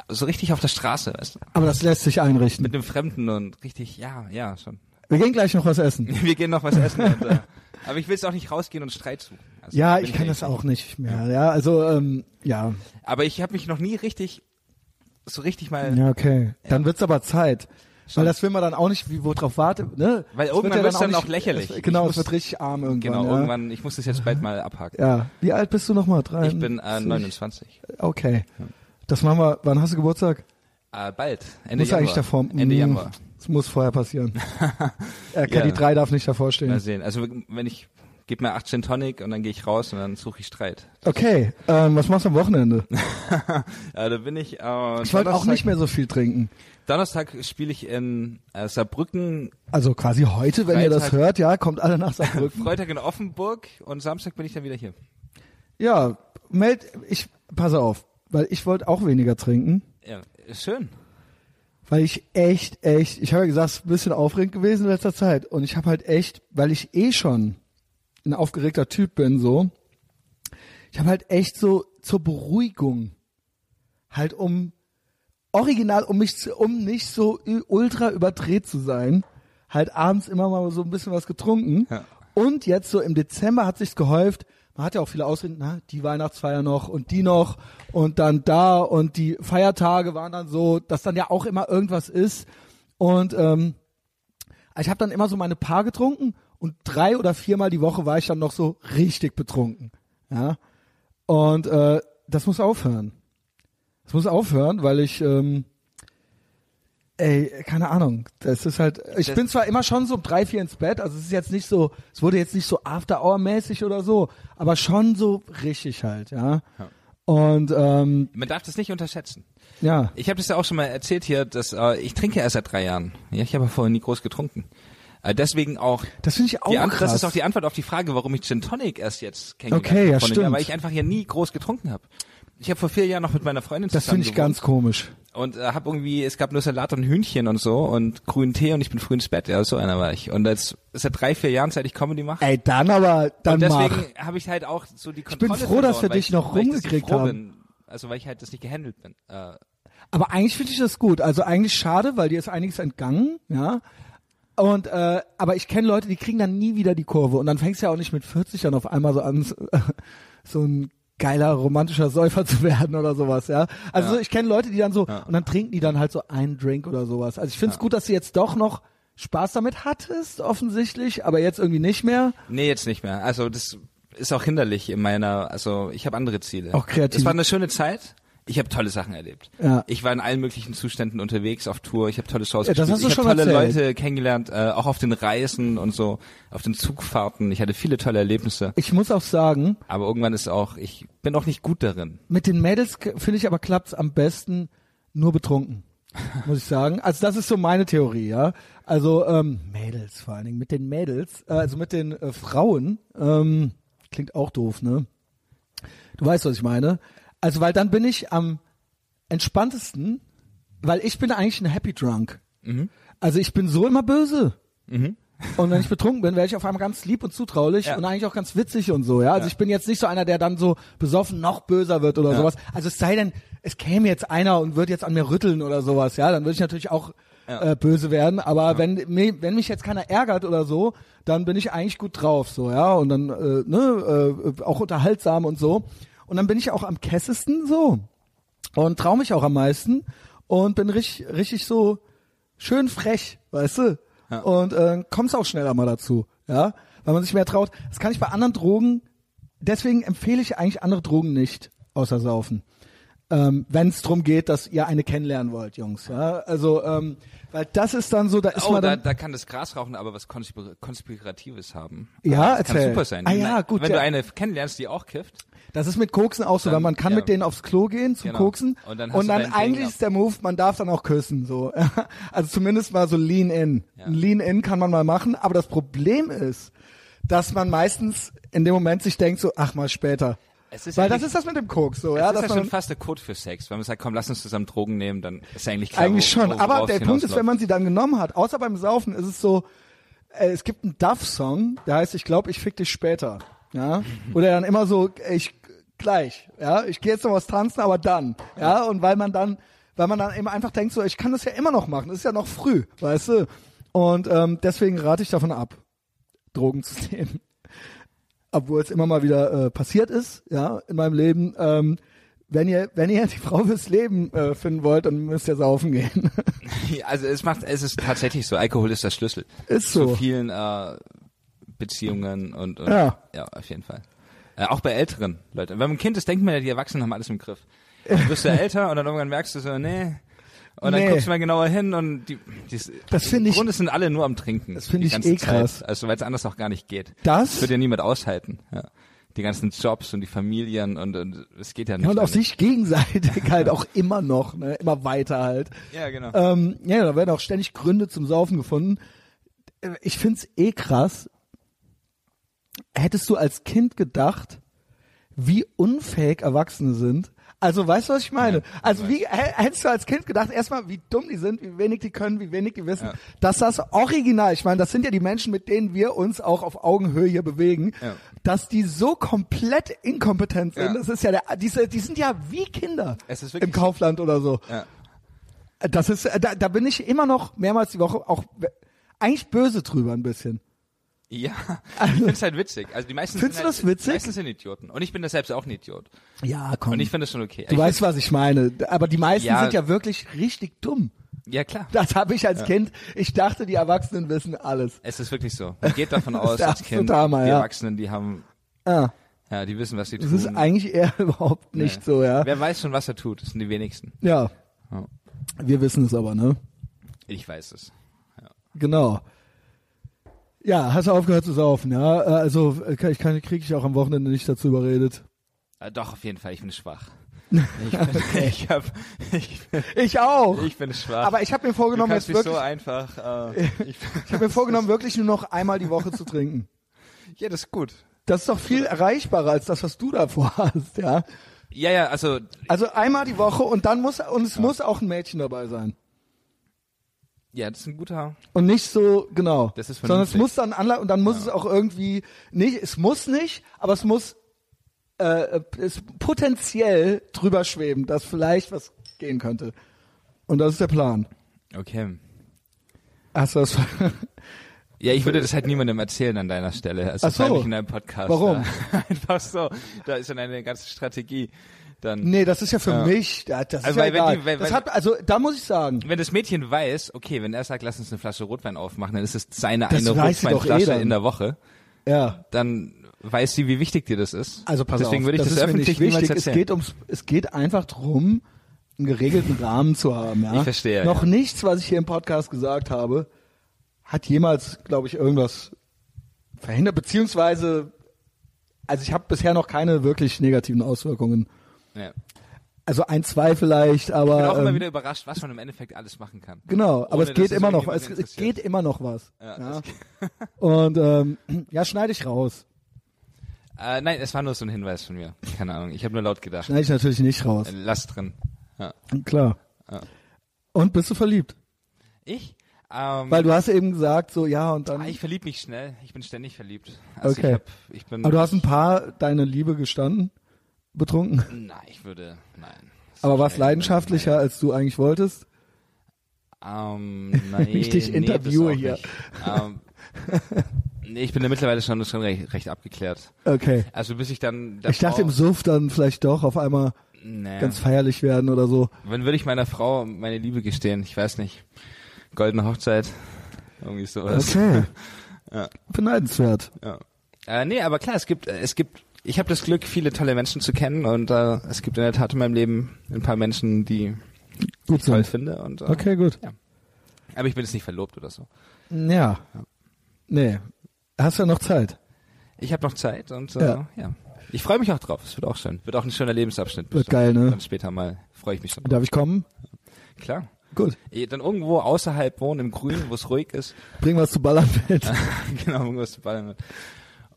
S2: so richtig auf der Straße, weißt du?
S1: Aber das lässt sich einrichten.
S2: Mit einem Fremden und richtig, ja, ja, schon.
S1: Wir gehen gleich noch was essen.
S2: Wir gehen noch was essen. Und, äh, aber ich will es auch nicht rausgehen und Streit suchen. Also,
S1: Ja,
S2: bin
S1: ich kann das
S2: ehrlich.
S1: auch nicht mehr. Ja, also, ähm, ja.
S2: Aber ich habe mich noch nie richtig, so richtig mal,
S1: Ja, okay. Dann wird's aber Zeit. Weil das will man dann auch nicht, wie, wo drauf wartet, ne?
S2: Weil
S1: Es
S2: irgendwann wird's dann
S1: nicht-
S2: auch lächerlich.
S1: Es, genau,
S2: Ich
S1: es
S2: muss-
S1: wird richtig arm irgendwann.
S2: genau,
S1: ja.
S2: irgendwann, ich muss das jetzt bald mal abhaken.
S1: Ja. Wie alt bist du nochmal? Drei?
S2: Ich bin äh, 29.
S1: Okay. Das machen wir. Wann hast du Geburtstag?
S2: Äh, bald, Ende
S1: Muss
S2: Januar.
S1: eigentlich davor.
S2: Ende
S1: Mm,
S2: Januar.
S1: Es muss vorher passieren. er kann
S2: Ja.
S1: die drei darf nicht davor
S2: Mal
S1: stehen.
S2: sehen. Also wenn ich, gib mir 18 Tonic und dann gehe ich raus und dann suche ich Streit.
S1: Okay, ähm, was machst du am Wochenende?
S2: Ja, da bin ich. Äh,
S1: Ich wollte auch
S2: Donnerstag-
S1: nicht mehr so viel trinken.
S2: Donnerstag spiele ich in äh, Saarbrücken,
S1: Also quasi heute, wenn ihr das
S2: Freitag.
S1: hört, ja, kommt alle nach Saarbrücken.
S2: Freitag in Offenburg und Samstag bin ich dann wieder hier.
S1: ja, meld, ich, pass auf, weil ich wollte auch weniger trinken.
S2: Ja, schön.
S1: Weil ich echt, echt, ich habe ja gesagt, es ist ein bisschen aufregend gewesen in letzter Zeit. Und ich habe halt echt, weil ich eh schon ein aufgeregter Typ bin, so, ich habe halt echt so zur Beruhigung, halt um, original, um mich, zu, um nicht so ü- ultra überdreht zu sein, halt abends immer mal so ein bisschen was getrunken.
S2: Ja.
S1: Und jetzt so im Dezember hat sich's gehäuft, man hat ja auch viele Ausreden, na, die Weihnachtsfeier noch und die noch und dann da und die Feiertage waren dann so, dass dann ja auch immer irgendwas ist. Und ähm, ich habe dann immer so meine Paar getrunken und drei oder viermal die Woche war ich dann noch so richtig betrunken. Ja. Und äh, das muss aufhören. Das muss aufhören, weil ich, ähm, ey, keine Ahnung. Das ist halt, ich
S2: Das-
S1: bin zwar immer schon so um drei, vier ins Bett, also es ist jetzt nicht so, es wurde jetzt nicht so After-Hour-mäßig oder so, aber schon so richtig halt, ja.
S2: Ja.
S1: Und ähm,
S2: Man darf das nicht unterschätzen.
S1: ja,
S2: Ich habe das ja auch schon mal erzählt hier, dass äh, ich trinke erst seit drei Jahren. Ja, ich habe ja vorher nie groß getrunken. Äh, deswegen auch.
S1: das finde ich auch
S2: Die An-
S1: Oh, krass.
S2: das ist auch die Antwort auf die Frage, warum ich Gin Tonic erst jetzt kennengelernt
S1: Okay,
S2: habe
S1: ja,
S2: vor einem
S1: stimmt.
S2: Jahr, weil ich einfach ja nie groß getrunken habe. Ich habe vor vier Jahren noch mit meiner Freundin
S1: das
S2: zusammen
S1: finde ich
S2: gewohnt.
S1: ganz komisch.
S2: und äh, habe irgendwie, es gab nur Salat und Hühnchen und so und grünen Tee und ich bin früh ins Bett, ja, so einer war ich. Und jetzt seit drei, vier Jahren, seit ich Comedy mache.
S1: Ey, dann aber, dann
S2: und
S1: mach.
S2: deswegen habe ich halt auch so die
S1: bin
S2: Kontrolle
S1: froh, dass
S2: verloren,
S1: wir
S2: weil
S1: dich
S2: ich-
S1: noch
S2: weil ich das nicht
S1: rumgekriegt
S2: froh
S1: haben.
S2: Bin. Also weil ich halt das nicht gehandelt bin. Äh,
S1: Aber eigentlich finde ich das gut. Also eigentlich schade, weil dir ist einiges entgangen, ja. Und äh, aber ich kenne Leute, die kriegen dann nie wieder die Kurve und dann fängst du ja auch nicht mit 40 dann auf einmal so an, so- so ein geiler romantischer Säufer zu werden oder sowas, ja. Also
S2: Ja.
S1: ich kenne Leute, die dann so
S2: Ja.
S1: und dann trinken die dann halt so einen Drink oder sowas. Also ich finde es gut, dass du jetzt doch noch Spaß damit hattest, offensichtlich, aber jetzt irgendwie nicht mehr.
S2: nee, jetzt nicht mehr. Also das ist auch hinderlich in meiner, also ich habe andere Ziele.
S1: Auch kreativ.
S2: Es war eine schöne Zeit. Ich habe tolle Sachen erlebt.
S1: Ja.
S2: Ich war in allen möglichen Zuständen unterwegs, auf Tour. Ich habe tolle Shows
S1: Ja, das
S2: gespielt.
S1: hast du
S2: Ich
S1: schon
S2: habe tolle
S1: erzählt.
S2: Leute kennengelernt, äh, auch auf den Reisen und so, auf den Zugfahrten. Ich hatte viele tolle Erlebnisse.
S1: Ich muss auch sagen,
S2: Aber irgendwann ist auch, ich bin auch nicht gut darin.
S1: mit den Mädels k- finde ich aber klappt's am besten nur betrunken, muss ich sagen. Also das ist so meine Theorie, ja. Also ähm, Mädels vor allen Dingen, mit den Mädels, äh, also mit den äh, Frauen, ähm, klingt auch doof, ne? Du weißt, was ich meine. Also weil dann bin ich am entspanntesten, weil ich bin eigentlich ein Happy Drunk.
S2: Mhm.
S1: Also ich bin so immer böse. Und wenn ich betrunken bin, werde ich auf einmal ganz lieb und zutraulich
S2: Ja.
S1: und eigentlich auch ganz witzig und so, ja. Also
S2: Ja.
S1: ich bin jetzt nicht so einer, der dann so besoffen noch böser wird oder
S2: Ja.
S1: sowas. Also es sei denn, es käme jetzt einer und würde jetzt an mir rütteln oder sowas, ja, dann würde ich natürlich auch
S2: Ja.
S1: äh, böse werden. Aber wenn mir- wenn mich jetzt keiner ärgert oder so, dann bin ich eigentlich gut drauf, so ja, und dann äh, ne, äh, auch unterhaltsam und so. Und dann bin ich auch am kessesten so und traue mich auch am meisten und bin richtig, richtig so schön frech, weißt du?
S2: Ja.
S1: Und äh, kommst auch schneller mal dazu, ja, weil man sich mehr traut. Das kann ich bei anderen Drogen. Deswegen empfehle ich eigentlich andere Drogen nicht, außer Saufen. Ähm, wenn es darum geht, dass ihr eine kennenlernen wollt, Jungs. Ja? Also, ähm, weil das ist dann so, da ist
S2: oh,
S1: man
S2: da,
S1: dann.
S2: da kann das Gras rauchen, aber was Konspir Konspiratives haben.
S1: Ja,
S2: das
S1: erzähl.
S2: kann super sein.
S1: Ah ja,
S2: Nein,
S1: gut,
S2: Wenn
S1: ja.
S2: du eine kennenlernst, die auch kifft,
S1: Das ist mit Koksen auch so,
S2: Dann-
S1: weil man kann
S2: ja.
S1: mit denen aufs Klo gehen zum
S2: Genau.
S1: Koksen
S2: Und dann hast du deinen Ding
S1: eigentlich
S2: ab.
S1: ist der Move, man darf dann auch küssen, so. Also zumindest mal so Lean In.
S2: Ja.
S1: Ein Lean In kann man mal machen, aber das Problem ist, dass man meistens in dem Moment sich denkt so, ach mal später.
S2: Es ist
S1: weil
S2: ja
S1: das
S2: nicht-
S1: ist das mit dem Koks, so, ja,
S2: das
S1: dass
S2: ist ja
S1: man
S2: schon fast der Code für Sex. Wenn man sagt, komm, lass uns zusammen Drogen nehmen, dann ist ja eigentlich klar,
S1: eigentlich
S2: wo,
S1: schon.
S2: wo,
S1: aber
S2: worauf
S1: der
S2: es
S1: Punkt ist,
S2: hinausläuft.
S1: wenn man sie dann genommen hat, außer beim Saufen, ist es so, äh, es gibt einen Duff-Song, der heißt, ich glaube, ich fick dich später. ja, oder dann immer so, ich gleich, ja, ich gehe jetzt noch was tanzen, aber dann, ja, und weil man dann, weil man dann eben einfach denkt, so, ich kann das ja immer noch machen, es ist ja noch früh, weißt du, und ähm, deswegen rate ich davon ab, Drogen zu nehmen, obwohl es immer mal wieder äh, passiert ist, ja, in meinem Leben. Ähm, wenn ihr, wenn ihr die Frau fürs Leben äh, finden wollt, dann müsst ihr saufen gehen.
S2: Also es macht, es ist tatsächlich so, Alkohol ist der Schlüssel.
S1: Ist so.
S2: Zu vielen äh, Beziehungen und, und
S1: Ja.
S2: ja, auf jeden Fall. Äh, auch bei älteren Leuten. Wenn man ein Kind ist, denkt man ja, die Erwachsenen haben alles im Griff. Dann wirst du älter und dann irgendwann merkst du so, nee. Und dann
S1: Nee.
S2: guckst du mal genauer hin und die, die
S1: Das
S2: im
S1: finde ich-
S2: Grunde sind alle nur am Trinken.
S1: Das finde
S2: die
S1: ich
S2: ganze
S1: eh
S2: Zeit.
S1: krass.
S2: Also weil es anders auch gar nicht geht.
S1: Das-
S2: Das wird ja niemand aushalten. Ja. Die ganzen Jobs und die Familien und, und es geht ja nicht.
S1: Ja, und auch
S2: anders.
S1: sich gegenseitig halt auch immer noch, ne, immer weiter halt.
S2: Ja, genau.
S1: Ähm, ja, da werden auch ständig Gründe zum Saufen gefunden. Äh, Ich find's eh krass. Hättest du als Kind gedacht, wie unfähig Erwachsene sind? Also, weißt du, was ich meine?
S2: Ja,
S1: also,
S2: ich
S1: wie hä- hättest du als Kind gedacht, erstmal, wie dumm die sind, wie wenig die können, wie wenig die wissen,
S2: Ja.
S1: dass das Original, ich meine, das sind ja die Menschen, mit denen wir uns auch auf Augenhöhe hier bewegen,
S2: Ja.
S1: dass die so komplett inkompetent sind.
S2: Ja.
S1: Das ist ja der, diese, die sind ja wie Kinder
S2: Es ist
S1: im
S2: wirklich so.
S1: Kaufland oder so.
S2: ja.
S1: Das ist, äh, da, da bin ich immer noch mehrmals die Woche auch w- eigentlich böse drüber ein bisschen.
S2: Ja, ich finde es halt witzig. Also die meisten
S1: Findest
S2: sind
S1: du
S2: halt,
S1: das witzig?
S2: Die meisten sind Idioten. Und ich bin da selbst auch ein Idiot.
S1: Ja, komm.
S2: Und ich finde das schon okay. Also,
S1: du
S2: ich
S1: weißt, was ich meine. Aber die meisten
S2: Ja.
S1: sind ja wirklich richtig dumm.
S2: find, ja klar.
S1: Das habe ich als Kind. Ich dachte, die Erwachsenen wissen alles.
S2: Es ist wirklich so. Man geht davon
S1: Das ist
S2: aus,
S1: der
S2: als
S1: absolute
S2: Kind,
S1: Hammer,
S2: die
S1: ja.
S2: Erwachsenen, die haben,
S1: Ah,
S2: ja, die wissen, was sie tun.
S1: das ist eigentlich eher überhaupt nicht
S2: Nee.
S1: so, ja.
S2: Wer weiß schon, was er tut. Das sind die wenigsten.
S1: Ja,
S2: Ja.
S1: wir wissen es aber, ne?
S2: Ich weiß es.
S1: Genau. Ja, hast du aufgehört zu saufen, ja? Äh, Also äh, kann ich kann, kriege ich auch am Wochenende nicht dazu überredet.
S2: Äh, doch, auf jeden Fall. Ich bin schwach. Ich bin, ich hab, ich bin,
S1: Ich auch.
S2: ich bin schwach.
S1: aber ich habe mir
S2: du
S1: vorgenommen,
S2: kannst
S1: jetzt
S2: mich
S1: wirklich,
S2: so einfach, äh, ich,
S1: ich habe mir vorgenommen, wirklich nur noch einmal die Woche zu trinken.
S2: ja, das ist gut.
S1: Das ist doch viel erreichbarer als das, was du davor hast, ja.
S2: Ja, ja, also,
S1: Also einmal die Woche und dann muss und es muss auch ein Mädchen dabei sein.
S2: ja, das ist ein guter,
S1: Und nicht so, genau.
S2: Das ist
S1: Sondern es
S2: vernünftig.
S1: muss dann Anlass und dann muss es auch irgendwie nicht, es muss nicht, aber es muss äh, es potenziell drüber schweben, dass vielleicht was gehen könnte. Und das ist der Plan.
S2: okay.
S1: Hast du das?
S2: Ja, ich würde das halt niemandem erzählen an deiner Stelle. Also
S1: Ach so.
S2: vor allem nicht in deinem Podcast.
S1: Warum?
S2: Da. Einfach so. Da ist dann eine ganze Strategie. Dann,
S1: Nee, das ist ja für
S2: Ja.
S1: mich. ja, Das ist
S2: Also,
S1: ja
S2: weil wenn
S1: egal.
S2: die- weil-
S1: das
S2: weil-
S1: hat, also da muss ich sagen,
S2: Wenn das Mädchen weiß, okay, wenn er sagt, lass uns eine Flasche Rotwein aufmachen, dann ist es seine
S1: Das
S2: eine
S1: weiß sie doch eh
S2: Rotweinflasche
S1: dann.
S2: in der Woche.
S1: ja.
S2: Dann weiß sie, wie wichtig dir das ist.
S1: Also pass
S2: Deswegen
S1: auf,
S2: würde ich das,
S1: ist mir
S2: öffentlich
S1: nicht
S2: niemals
S1: wichtig.
S2: erzählen.
S1: Es geht ums, es geht einfach drum, einen geregelten Rahmen zu haben. Ja?
S2: Ich verstehe,
S1: Noch
S2: ja.
S1: nichts, was ich hier im Podcast gesagt habe, hat jemals, glaube ich, irgendwas verhindert. Beziehungsweise, also ich habe bisher noch keine wirklich negativen Auswirkungen.
S2: ja.
S1: Also ein, zwei vielleicht, aber
S2: Ich bin auch immer
S1: ähm,
S2: wieder überrascht, was man im Endeffekt alles machen kann.
S1: genau. Aber
S2: Ohne,
S1: es geht
S2: dass
S1: immer noch,
S2: irgendjemand
S1: es, es
S2: interessiert.
S1: geht immer noch was.
S2: Ja,
S1: Ja.
S2: das-
S1: Und ähm, ja, schneide ich raus.
S2: Äh, nein, es war nur so ein Hinweis von mir. Keine Ahnung. Ich habe nur laut gedacht.
S1: Schneide ich natürlich nicht raus.
S2: Äh, Lass drin. Ja.
S1: Klar.
S2: Ja.
S1: Und bist du verliebt?
S2: Ich? Ähm,
S1: Weil du hast eben gesagt, so ja und dann.
S2: Ah, ich verlieb mich schnell. Ich bin ständig verliebt. Also
S1: Okay.
S2: Ich, hab, ich bin.
S1: aber du hast ein paar deine Liebe gestanden, betrunken.
S2: Nein, ich würde. Nein.
S1: Aber warst
S2: Nein,
S1: leidenschaftlicher, als du eigentlich wolltest.
S2: Nein. Ähm, nein.
S1: Ich dich
S2: nee,
S1: interviewe
S2: das auch
S1: hier.
S2: Nicht. Ähm, nee, ich bin da mittlerweile schon, schon recht, recht abgeklärt.
S1: Okay.
S2: Also bis ich dann. der
S1: Ich dachte
S2: Frau-
S1: im Suff dann vielleicht doch auf einmal
S2: Nee.
S1: ganz feierlich werden oder so.
S2: Wann würde ich meiner Frau meine Liebe gestehen? Ich weiß nicht. Goldene Hochzeit. Irgendwie sowas.
S1: Okay.
S2: Ja.
S1: Beneidenswert.
S2: Ja. Äh, nee, aber klar, es gibt, es gibt, ich habe das Glück, viele tolle Menschen zu kennen und äh, es gibt in der Tat in meinem Leben ein paar Menschen, die
S1: Gut
S2: ich toll
S1: so.
S2: finde. Und, äh,
S1: Okay, gut.
S2: Aber ich bin jetzt nicht verlobt oder so.
S1: Ja. Nee. Hast ja noch Zeit.
S2: Ich habe noch Zeit und äh,
S1: Ja.
S2: ja. Ich freue mich auch drauf. Es wird auch schön. Wird auch ein schöner Lebensabschnitt.
S1: Wird geil, ne?
S2: Dann später mal freue ich mich schon. drauf.
S1: Darf ich kommen?
S2: Klar.
S1: Gut.
S2: Eh, Dann irgendwo außerhalb wohnen, im Grünen, wo es ruhig ist.
S1: Bring was zu ballern mit.
S2: genau, irgendwas zu ballern.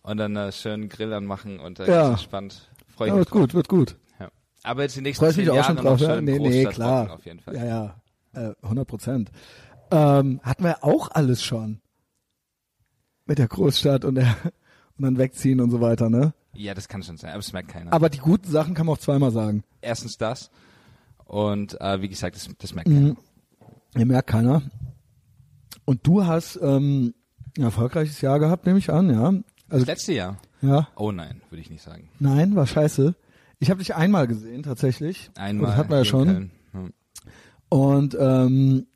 S2: Und dann äh, schön Grill anmachen und äh,
S1: Ja.
S2: ganz entspannt. Freue ich
S1: Ja,
S2: mich
S1: wird
S2: drauf.
S1: gut, wird gut.
S2: Ja. Aber jetzt die nächsten
S1: Freue ich
S2: zehn
S1: mich auch
S2: Jahre
S1: schon drauf.
S2: noch
S1: Ja?
S2: schön
S1: Nee, nee,
S2: Großstadtwochen
S1: klar.
S2: auf jeden Fall.
S1: Ja, ja. Äh, 100 Prozent. Ähm, hatten wir auch alles schon. Mit der Großstadt und der, und dann wegziehen und so weiter, ne?
S2: Ja, das kann schon sein, aber es merkt keiner.
S1: Aber die guten Sachen kann man auch zweimal sagen.
S2: Erstens das. Und äh, wie gesagt, das, das merkt keiner.
S1: Mhm. Ihr merkt keiner. Und du hast ähm, ein erfolgreiches Jahr gehabt, nehme ich an, ja.
S2: Das
S1: Also
S2: letzte Jahr.
S1: ja,
S2: Oh nein, würde ich nicht sagen.
S1: nein, war scheiße. Ich habe dich einmal gesehen tatsächlich.
S2: Einmal.
S1: Das hatten wir ja
S2: in
S1: schon.
S2: Köln. Hm. Ja.
S1: Und ähm,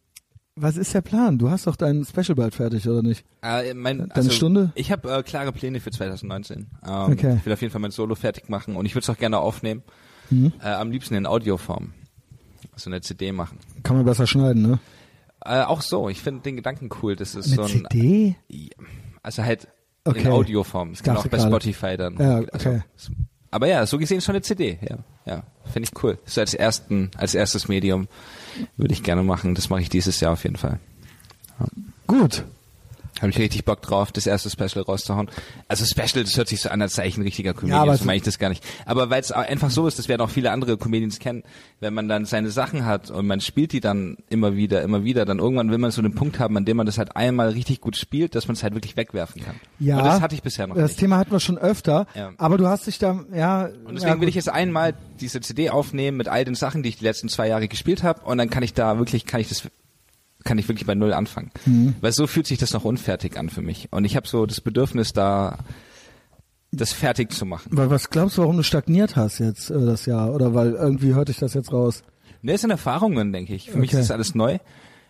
S1: was ist der Plan? Du hast doch dein Special bald fertig, oder nicht?
S2: Äh, mein,
S1: Deine Stunde?
S2: Ich habe äh, klare Pläne für 2019. Ähm,
S1: Okay.
S2: Ich will auf jeden Fall mein Solo fertig machen und ich würde es auch gerne aufnehmen.
S1: Mhm.
S2: Äh, am liebsten in Audioform. So eine CD machen.
S1: Kann man besser schneiden, ne?
S2: Äh, auch so, ich finde den Gedanken cool. Das ist so
S1: Eine
S2: ein.
S1: CD?
S2: Ja, Also halt
S1: Okay.
S2: in Audioform. Das
S1: Ich
S2: kann auch
S1: dachte
S2: bei
S1: gerade.
S2: Spotify dann.
S1: Ja,
S2: Also,
S1: okay.
S2: s- aber ja, so gesehen schon eine CD. Ja, ja finde ich cool. So als ersten, als erstes Medium würde ich gerne machen. Das mache ich dieses Jahr auf jeden Fall.
S1: Gut.
S2: Habe ich richtig Bock drauf, das erste Special rauszuhauen. Also Special, das hört sich so an, als sei ich ein richtiger Comedian,
S1: aber
S2: so
S1: es-
S2: meine ich das gar nicht. Aber weil es au- einfach so ist, das werden auch viele andere Comedians kennen, wenn man dann seine Sachen hat und man spielt die dann immer wieder, immer wieder, dann irgendwann will man so einen Punkt haben, an dem man das halt einmal richtig gut spielt, dass man es halt wirklich wegwerfen kann.
S1: Ja.
S2: Und das hatte ich bisher noch
S1: Das
S2: nicht.
S1: Thema hatten wir schon öfter,
S2: Ja.
S1: aber du hast dich da, ja.
S2: Und deswegen
S1: ja,
S2: will ich jetzt einmal diese CD aufnehmen mit all den Sachen, die ich die letzten zwei Jahre gespielt habe und dann kann ich da wirklich, kann ich das kann ich wirklich bei Null anfangen.
S1: Mhm.
S2: Weil so fühlt sich das noch unfertig an für mich. Und ich habe so das Bedürfnis da, das fertig zu machen.
S1: Weil was glaubst du, warum du stagniert hast jetzt äh, das Jahr? Oder weil irgendwie hörte ich das jetzt raus?
S2: Ne, es sind Erfahrungen, denke ich. Für mich
S1: Okay.
S2: ist das alles neu.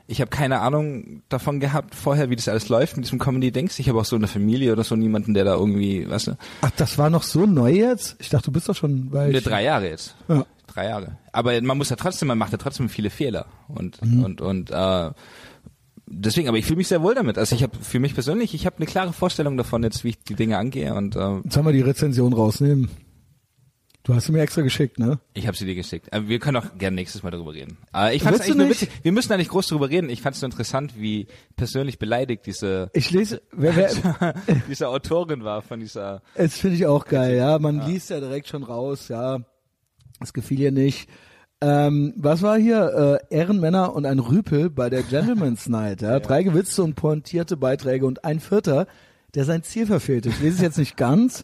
S2: Ich habe keine Ahnung davon gehabt vorher, wie das alles läuft mit diesem Comedy-Dings. Ich habe auch so eine Familie oder so niemanden, der da irgendwie, weißt du,
S1: Ach, das war noch so neu jetzt? Ich dachte, du bist doch schon bei.
S2: Ne, drei Jahre jetzt.
S1: Ja.
S2: Drei Jahre. Aber man muss ja trotzdem, man macht ja trotzdem viele Fehler und
S1: Mhm.
S2: und und äh, deswegen. Aber ich fühle mich sehr wohl damit. Also ich habe für mich persönlich, ich habe eine klare Vorstellung davon jetzt, wie ich die Dinge angehe und äh,
S1: Jetzt haben wir die Rezension rausnehmen. Du hast sie mir extra geschickt, ne?
S2: ich habe sie dir geschickt. Aber wir können auch gerne nächstes Mal darüber reden. Äh, ich fand's
S1: Willst du
S2: eigentlich nur
S1: nicht?
S2: witzig. Wir müssen da nicht groß drüber reden. Ich fand's nur interessant, wie persönlich beleidigt diese
S1: Ich lese, wer, wer,
S2: diese Autorin war von dieser.
S1: Das finde ich auch geil, ja. Man liest ja direkt schon raus, ja. Das gefiel ihr nicht. Ähm, was war hier? Äh, Ehrenmänner und ein Rüpel bei der Gentleman's Night, ja. Drei gewitzte und pointierte Beiträge und ein vierter, der sein Ziel verfehlte. Ich lese es jetzt nicht ganz,